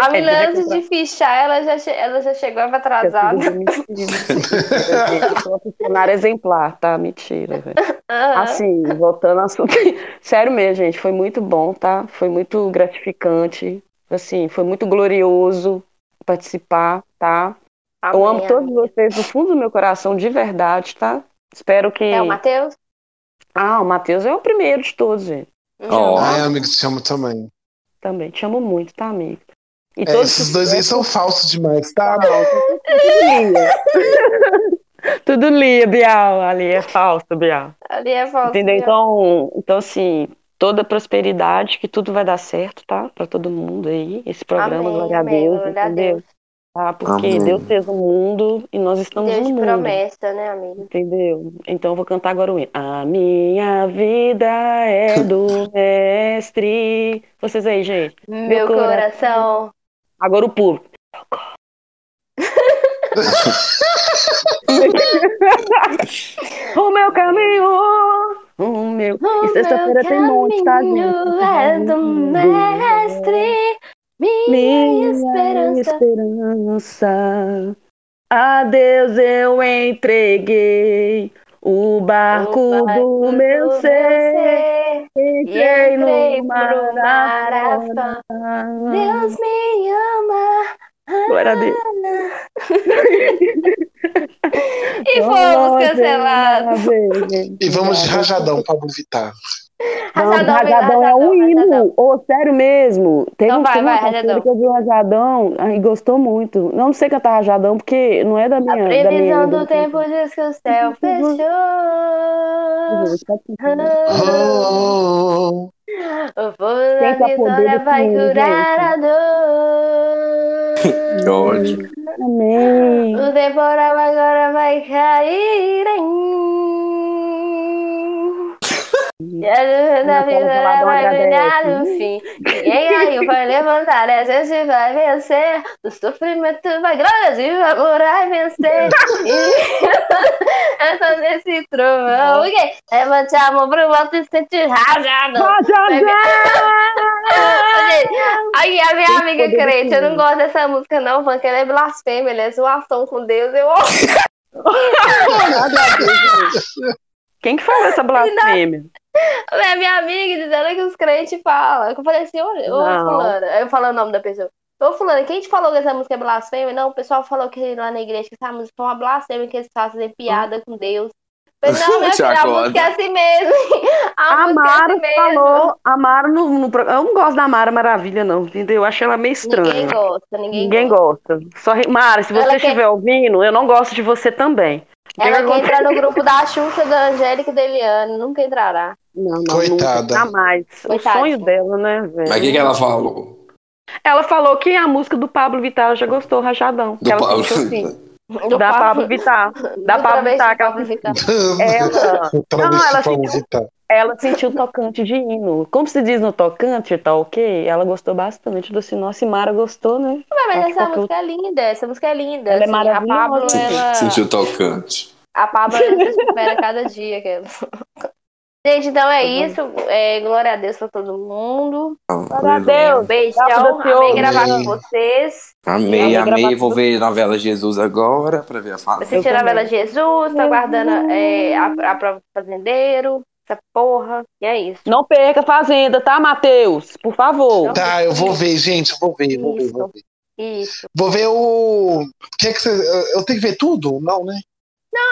[SPEAKER 2] A menina,
[SPEAKER 5] deixa eu
[SPEAKER 2] antes de fichar, ela já, che- ela já chegou ela vai atrasada.
[SPEAKER 5] Eu sou uma funcionária exemplar, tá? Mentira, velho.
[SPEAKER 2] Aham.
[SPEAKER 5] Assim, voltando ao assunto. Sério mesmo, gente, foi muito bom, tá? Foi muito gratificante. Assim, foi muito glorioso participar, tá? Eu amo
[SPEAKER 2] Amém,
[SPEAKER 5] todos
[SPEAKER 2] amém.
[SPEAKER 5] vocês do fundo do meu coração, de verdade, tá? Espero que.
[SPEAKER 2] É o Matheus?
[SPEAKER 5] Ah, o Matheus é o primeiro de todos, gente.
[SPEAKER 3] Ó.
[SPEAKER 2] Uhum.
[SPEAKER 7] Ai, amigo, te chamo também.
[SPEAKER 5] Também. Te amo muito, tá, amigo? E
[SPEAKER 7] É,
[SPEAKER 5] todos
[SPEAKER 7] esses dois aí são falsos demais, tá?
[SPEAKER 5] Tudo lia, Bial. Ali é falso, Bial.
[SPEAKER 2] Ali é falso.
[SPEAKER 5] Entendeu? Então, então, assim, toda prosperidade, que tudo vai dar certo, tá? Pra todo mundo aí. Esse programa,
[SPEAKER 2] Amém,
[SPEAKER 5] glória a
[SPEAKER 2] amém,
[SPEAKER 5] Deus,
[SPEAKER 2] glória a
[SPEAKER 5] entendeu?
[SPEAKER 2] Deus.
[SPEAKER 5] Tá? Porque
[SPEAKER 3] Amém.
[SPEAKER 5] Deus fez o mundo e nós estamos
[SPEAKER 2] Deus
[SPEAKER 5] no
[SPEAKER 2] de
[SPEAKER 5] mundo.
[SPEAKER 2] promessa, né, amigo?
[SPEAKER 5] Entendeu? Então eu vou cantar agora o hino. A minha vida é do mestre. Vocês aí, gente.
[SPEAKER 2] Meu
[SPEAKER 5] coração.
[SPEAKER 2] coração.
[SPEAKER 5] Agora o público. o meu caminho, o
[SPEAKER 6] meu. E sexta-feira tem monte, tá, gente? Uhum.
[SPEAKER 2] é do mestre, minha
[SPEAKER 6] Minha
[SPEAKER 2] esperança.
[SPEAKER 6] esperança. A Deus eu entreguei o barco, do meu ser. é
[SPEAKER 2] E entrei pro
[SPEAKER 6] mar Ah,
[SPEAKER 2] mar
[SPEAKER 6] afora.
[SPEAKER 2] afora. Deus me ama.
[SPEAKER 6] Glória a Deus.
[SPEAKER 2] E fomos cancelados.
[SPEAKER 7] E vamos de rajadão, Pablo Vittar.
[SPEAKER 6] Não,
[SPEAKER 2] Rajadão,
[SPEAKER 6] rajadão é um
[SPEAKER 2] rajadão,
[SPEAKER 6] hino. Ô, sério mesmo. Teve
[SPEAKER 2] Então
[SPEAKER 6] um
[SPEAKER 2] vai,
[SPEAKER 6] filme
[SPEAKER 2] vai,
[SPEAKER 6] uma parceira
[SPEAKER 2] rajadão.
[SPEAKER 6] que eu vi o rajadão ah, e gostou muito. Não sei cantar rajadão, porque não é da minha. da minha-
[SPEAKER 2] Previsão
[SPEAKER 6] da
[SPEAKER 2] do tempo diz que Tá o céu
[SPEAKER 6] Uhum.
[SPEAKER 2] fechou.
[SPEAKER 6] Uhum.
[SPEAKER 7] Oh,
[SPEAKER 2] O fogo da
[SPEAKER 6] Quem tá
[SPEAKER 2] vitória
[SPEAKER 6] podendo
[SPEAKER 2] vai
[SPEAKER 6] com ele,
[SPEAKER 2] curar a
[SPEAKER 3] Que
[SPEAKER 2] dor.
[SPEAKER 3] ódio.
[SPEAKER 6] Amém.
[SPEAKER 2] O temporal agora vai cair
[SPEAKER 6] Ana Paula
[SPEAKER 2] em. E a luz da vitória
[SPEAKER 6] Valadão
[SPEAKER 2] vai brilhar
[SPEAKER 6] agradece.
[SPEAKER 2] no fim. Ninguém aí vai levantar, a gente vai vencer. O sofrimento vai grande e o amor vai vencer. E essa nesse trovão. ok? Levante a mão pro alto e sente rajada.
[SPEAKER 6] Rajadão!
[SPEAKER 2] Aí a minha amiga
[SPEAKER 6] poder
[SPEAKER 2] crente, eu
[SPEAKER 6] defender.
[SPEAKER 2] não gosto dessa música, não, porque ela é blasfêmia, ela é zoação com Deus. Eu
[SPEAKER 5] Quem que falou essa blasfêmia?
[SPEAKER 2] É minha amiga dizendo que os crentes falam. Eu falei assim, ô, ô
[SPEAKER 5] Não.
[SPEAKER 2] fulana, eu falo o nome da pessoa. Ô fulana, quem te falou que essa música é blasfêmia? Não, o pessoal falou que lá na igreja que essa música é uma blasfêmia, que eles fazem piada com Deus. Eu Falei, não, minha
[SPEAKER 3] Te
[SPEAKER 2] filha, a
[SPEAKER 3] acorda.
[SPEAKER 2] música é assim mesmo. A,
[SPEAKER 5] A
[SPEAKER 2] música é
[SPEAKER 5] Mara
[SPEAKER 2] assim mesmo.
[SPEAKER 5] falou. A Mara no, no pro- Eu não gosto da Mara Maravilha, não, entendeu? Eu acho ela meio estranha.
[SPEAKER 2] Ninguém gosta, ninguém,
[SPEAKER 5] né? Ninguém gosta. Só re- Mara, se você
[SPEAKER 2] Ela quer-
[SPEAKER 5] estiver ouvindo, eu não gosto de você também. O que
[SPEAKER 2] Ela
[SPEAKER 5] que
[SPEAKER 2] quer
[SPEAKER 5] acontece?
[SPEAKER 2] entrar no grupo da Xuxa, da Angélica e da Eliane, nunca entrará.
[SPEAKER 5] Não, não,
[SPEAKER 7] Coitada.
[SPEAKER 5] nunca, jamais.
[SPEAKER 2] Coitada.
[SPEAKER 5] O sonho dela, né, velho?
[SPEAKER 3] Mas o que, que ela falou?
[SPEAKER 5] Ela falou que a música do Pablo Vittar ela já gostou, Rajadão.
[SPEAKER 3] Do
[SPEAKER 5] que ela
[SPEAKER 3] Pablo-
[SPEAKER 5] sentiu assim.
[SPEAKER 2] Do
[SPEAKER 5] Da Pablo
[SPEAKER 2] Pablo-
[SPEAKER 5] Vittar.
[SPEAKER 2] do
[SPEAKER 5] Pablo
[SPEAKER 2] travesti
[SPEAKER 5] Vittar, aquela-
[SPEAKER 2] Pablo Vittar.
[SPEAKER 5] Ela, É,
[SPEAKER 7] Travesti
[SPEAKER 5] ela
[SPEAKER 7] Pablo
[SPEAKER 5] sentiu-
[SPEAKER 7] Vittar.
[SPEAKER 5] ela sentiu tocante de hino. Como se diz no tocante, tá ok? Ela gostou bastante do Sinó. Se Mara gostou, né?
[SPEAKER 2] Ué, mas
[SPEAKER 5] Acho
[SPEAKER 2] essa
[SPEAKER 5] que eu-
[SPEAKER 2] música é linda, essa música é linda.
[SPEAKER 6] Ela é
[SPEAKER 2] assim, a Pablo,
[SPEAKER 6] maravilhosa.
[SPEAKER 2] ela...
[SPEAKER 3] Sentiu tocante.
[SPEAKER 2] A Pablo se supera a cada dia. Que... é Gente, então é
[SPEAKER 6] Uhum.
[SPEAKER 2] isso. É, glória a Deus pra todo mundo.
[SPEAKER 3] Glória
[SPEAKER 2] Beijão. Amei gravar com vocês.
[SPEAKER 3] Amei,
[SPEAKER 6] Eu vou
[SPEAKER 3] amei.
[SPEAKER 6] gravar
[SPEAKER 3] Vou ver novela Jesus agora pra ver a fase.
[SPEAKER 2] Você tira a vela Jesus,
[SPEAKER 3] Uhum.
[SPEAKER 2] tá guardando é, a, a prova do fazendeiro. Essa porra. E é isso.
[SPEAKER 6] Não perca a Fazenda, tá, Matheus? Por favor.
[SPEAKER 7] Tá, eu vou ver, gente. Eu vou ver, vou ver, vou ver.
[SPEAKER 2] Isso.
[SPEAKER 7] Vou ver o. o Que é que você... Eu tenho que ver tudo? Não, né?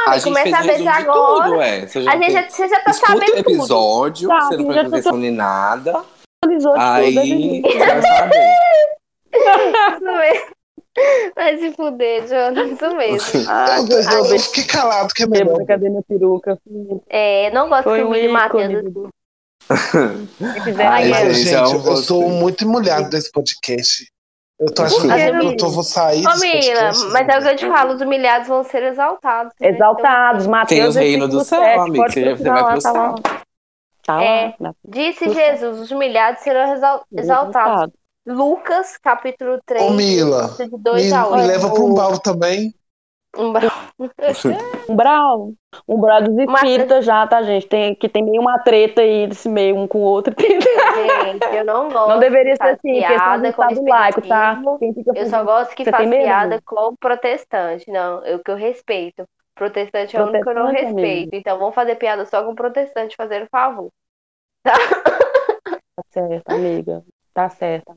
[SPEAKER 3] A
[SPEAKER 2] Ah, começa a
[SPEAKER 3] resumo
[SPEAKER 2] pensar
[SPEAKER 3] de tudo,
[SPEAKER 2] agora.
[SPEAKER 3] ué. Você já
[SPEAKER 2] A gente
[SPEAKER 3] fez.
[SPEAKER 2] já, você já tá
[SPEAKER 3] Escuta o
[SPEAKER 2] sabendo tudo.
[SPEAKER 3] episódio,
[SPEAKER 6] Sabe,
[SPEAKER 3] você
[SPEAKER 6] já
[SPEAKER 3] não presta
[SPEAKER 6] tô-
[SPEAKER 3] atenção em nada.
[SPEAKER 6] Atualizou tudo, é
[SPEAKER 3] Aí,
[SPEAKER 6] verdade.
[SPEAKER 3] você vai saber.
[SPEAKER 2] Isso mesmo. Vai se fuder, Jonathan. Isso mesmo.
[SPEAKER 6] Ai, Deus,
[SPEAKER 7] Eu
[SPEAKER 6] eu
[SPEAKER 7] vou ficar calado, que é melhor.
[SPEAKER 6] beijo. Cadê minha peruca?
[SPEAKER 2] É, não gosto
[SPEAKER 6] Foi
[SPEAKER 2] que o
[SPEAKER 6] um
[SPEAKER 2] vídeo Matheus
[SPEAKER 6] ícone. do-
[SPEAKER 2] fizeram
[SPEAKER 3] Ai,
[SPEAKER 2] aí.
[SPEAKER 7] Ai,
[SPEAKER 3] gente,
[SPEAKER 7] gente,
[SPEAKER 3] amo
[SPEAKER 7] eu
[SPEAKER 3] você.
[SPEAKER 7] sou muito molhado nesse podcast. Eu tô achando
[SPEAKER 2] Mas,
[SPEAKER 7] que
[SPEAKER 2] Mila,
[SPEAKER 7] eu tô, vou sair
[SPEAKER 2] Ô,
[SPEAKER 7] desse
[SPEAKER 2] Mila,
[SPEAKER 7] podcast. né?
[SPEAKER 2] mas é o que eu te falo, os humilhados vão ser exaltados. né?
[SPEAKER 6] Exaltados,
[SPEAKER 3] Tem os
[SPEAKER 6] Matheus.
[SPEAKER 3] reinos do
[SPEAKER 6] é
[SPEAKER 3] céu, amigo. Você já- você vai pro céu.
[SPEAKER 6] Tá
[SPEAKER 2] É.
[SPEAKER 6] lá. na-
[SPEAKER 2] Disse Jesus, os humilhados serão exal- exaltados.
[SPEAKER 6] Exaltado.
[SPEAKER 2] Lucas, capítulo 3,
[SPEAKER 7] Ô, Mila,
[SPEAKER 2] de 2 a
[SPEAKER 7] me, me
[SPEAKER 2] 8.
[SPEAKER 7] leva pra um balde também.
[SPEAKER 2] Um bra-
[SPEAKER 6] Umbral. Umbral dos
[SPEAKER 2] Uma-
[SPEAKER 6] espíritas já, tá, gente? Tem, que tem meio uma treta aí desse meio, um com o outro.
[SPEAKER 2] Gente, eu não gosto.
[SPEAKER 6] Não deveria ser
[SPEAKER 2] faz
[SPEAKER 6] assim, porque
[SPEAKER 2] piada
[SPEAKER 6] é do
[SPEAKER 2] com
[SPEAKER 6] estado laico, tá?
[SPEAKER 2] espiritismo.
[SPEAKER 6] Quem fica
[SPEAKER 2] Eu só gosto que
[SPEAKER 6] Você
[SPEAKER 2] faz
[SPEAKER 6] tem medo?
[SPEAKER 2] piada com o protestante. Não, eu que eu respeito. Protestante é o único que eu não
[SPEAKER 6] Protestante, amiga.
[SPEAKER 2] respeito. Então vamos fazer piada só com o protestante, fazer o favor.
[SPEAKER 6] Tá certo, amiga. Tá certo.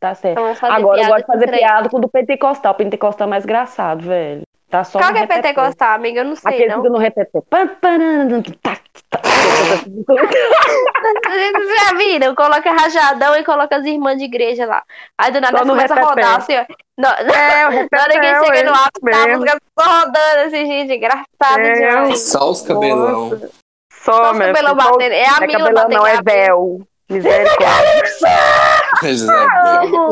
[SPEAKER 6] Tá certo.
[SPEAKER 2] Então, vamos fazer
[SPEAKER 6] Agora eu
[SPEAKER 2] piada
[SPEAKER 6] gosto de
[SPEAKER 2] com
[SPEAKER 6] fazer
[SPEAKER 2] crente.
[SPEAKER 6] piada com o do pentecostal. O pentecostal é mais engraçado, velho. Tá só
[SPEAKER 2] Qual
[SPEAKER 6] no
[SPEAKER 2] que é
[SPEAKER 6] repeteco.
[SPEAKER 2] pentecostal, amiga? Eu não sei,
[SPEAKER 6] Aquele que
[SPEAKER 2] não.
[SPEAKER 6] fica no repeteco. Pam, pararam, tá, tá.
[SPEAKER 2] Vocês já viram? Coloca rajadão e coloca as irmãs de igreja lá. Aí do nada
[SPEAKER 5] Só no
[SPEAKER 2] começa a
[SPEAKER 5] repeteco.
[SPEAKER 2] rodar assim, ó. Na,
[SPEAKER 6] tá.
[SPEAKER 5] É, o
[SPEAKER 2] na hora que
[SPEAKER 5] repetel,
[SPEAKER 2] chega no
[SPEAKER 5] é
[SPEAKER 2] ápice, tá a
[SPEAKER 5] mesmo.
[SPEAKER 2] música só rodando assim, gente. Engraçado
[SPEAKER 5] É,
[SPEAKER 2] demais.
[SPEAKER 3] Só os cabelão.
[SPEAKER 2] Só
[SPEAKER 5] Só,
[SPEAKER 2] o
[SPEAKER 5] meu
[SPEAKER 2] cabelão
[SPEAKER 5] filho,
[SPEAKER 2] batendo. É a
[SPEAKER 5] É
[SPEAKER 2] Mila
[SPEAKER 5] cabelão
[SPEAKER 2] batendo
[SPEAKER 5] não, é
[SPEAKER 2] a Mila.
[SPEAKER 5] véu. Misericórdia.
[SPEAKER 3] José Bel.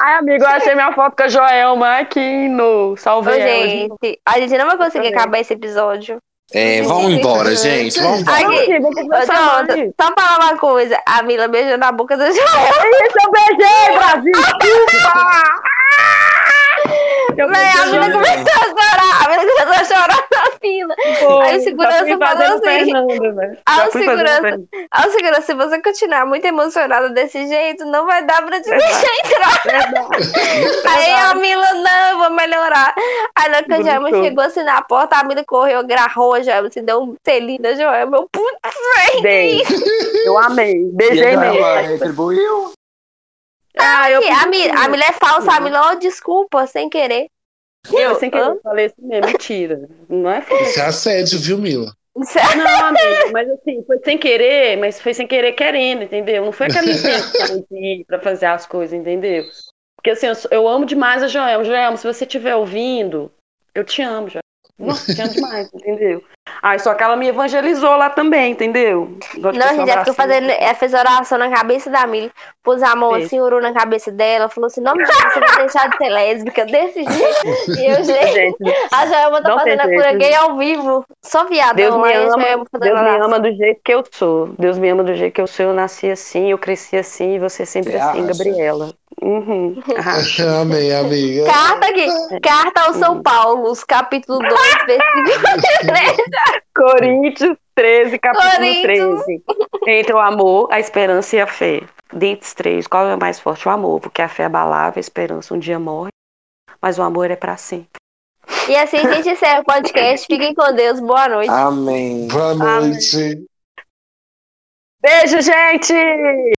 [SPEAKER 5] Ai, amigo, eu achei minha foto com a Joelma aqui no
[SPEAKER 2] Ô,
[SPEAKER 5] Salve ela. gente.
[SPEAKER 2] gente, a gente não vai conseguir acabar esse episódio.
[SPEAKER 3] É, vamos embora, gente. Vamos embora.
[SPEAKER 2] Aqui,
[SPEAKER 6] Aqui, vou
[SPEAKER 2] ô,
[SPEAKER 6] conversar
[SPEAKER 2] Jonathan,
[SPEAKER 6] hoje.
[SPEAKER 2] só falar uma coisa. A Mila beijou na boca do Joel.
[SPEAKER 6] Isso, eu beijei, Brasil!
[SPEAKER 5] Eu
[SPEAKER 2] Véi, a menina começou a chorar, a menina começou a chorar na fila.
[SPEAKER 5] vou-
[SPEAKER 2] Aí o segurança
[SPEAKER 5] já fui
[SPEAKER 2] falou
[SPEAKER 5] fazendo
[SPEAKER 2] assim.
[SPEAKER 5] Fernanda, velho.
[SPEAKER 2] Ah,
[SPEAKER 5] Já
[SPEAKER 2] o
[SPEAKER 5] fui fazendo
[SPEAKER 2] segurança.
[SPEAKER 5] Fernanda.
[SPEAKER 2] Ah, segurança, se você continuar muito emocionada desse jeito, não vai dar pra te
[SPEAKER 5] Exato.
[SPEAKER 2] deixar entrar. Aí a Mila, não, eu vou melhorar. Aí na hora que a Joelma
[SPEAKER 5] Brutou.
[SPEAKER 2] chegou assim na porta, a Mila correu, agarrou a Joelma, se deu um selinho da Joelma. Eu, puta, velho.
[SPEAKER 5] Dei. Eu amei.
[SPEAKER 3] E
[SPEAKER 5] Beijei mesmo.
[SPEAKER 3] ela retribuiu.
[SPEAKER 5] Ah, eu
[SPEAKER 2] A Mila, a Mila é falsa, a Mila, ó, desculpa, sem querer.
[SPEAKER 5] Eu, Uhum. sem querer,
[SPEAKER 2] Hã?
[SPEAKER 5] eu falei assim mesmo, mentira. Não é fácil.
[SPEAKER 4] Isso é assédio, viu, Mila?
[SPEAKER 2] Isso é-
[SPEAKER 5] Não, amigo, mas assim, foi sem querer, mas foi sem querer querendo, entendeu? Não foi aquela intenção de ir pra fazer as coisas, entendeu? Porque assim, eu, sou- eu amo demais a Joelma. Joelma, se você estiver ouvindo, eu te amo, Joelma. Nossa, te amo demais, entendeu? Aí só que ela me evangelizou lá também, entendeu? Gosto de
[SPEAKER 2] Não,
[SPEAKER 5] fazer um
[SPEAKER 2] gente, ela
[SPEAKER 5] abracinho.
[SPEAKER 2] ficou fazendo. Ela fez oração na cabeça da Mila, pôs a mão
[SPEAKER 5] Fez.
[SPEAKER 2] assim, orou na cabeça dela, falou assim: Não, Jesus, você vai deixar de ser lésbica desse jeito. E eu, gente,
[SPEAKER 5] Gente,
[SPEAKER 2] a Joelma tá
[SPEAKER 5] Não tem
[SPEAKER 2] fazendo a
[SPEAKER 5] jeito,
[SPEAKER 2] cura
[SPEAKER 5] gente.
[SPEAKER 2] gay ao vivo. Só viado, é
[SPEAKER 5] Deus me
[SPEAKER 2] online, a
[SPEAKER 5] ama,
[SPEAKER 2] Joelma fazendo
[SPEAKER 5] Deus me
[SPEAKER 2] oração.
[SPEAKER 5] ama do jeito que eu sou. Deus me ama do jeito que eu sou. Eu nasci assim, eu cresci assim, e você sempre
[SPEAKER 3] Você
[SPEAKER 5] assim,
[SPEAKER 3] acha?
[SPEAKER 5] Gabriela. Uhum. Ah,
[SPEAKER 4] Amei, amiga.
[SPEAKER 2] Carta aqui.
[SPEAKER 5] É.
[SPEAKER 2] Carta ao
[SPEAKER 5] Hum.
[SPEAKER 2] São Paulo, os capítulo 2, versículo 3.
[SPEAKER 5] Coríntios 13, capítulo
[SPEAKER 2] Coríntios.
[SPEAKER 5] 13. Entre o amor, a esperança e a fé. Dentre os três, qual é o mais forte? O amor, porque a fé é abalável, a esperança um dia morre, mas o amor é pra sempre.
[SPEAKER 2] E assim a gente encerra o podcast. Fiquem com Deus. Boa noite.
[SPEAKER 3] Amém.
[SPEAKER 4] Boa noite.
[SPEAKER 5] Beijo, gente!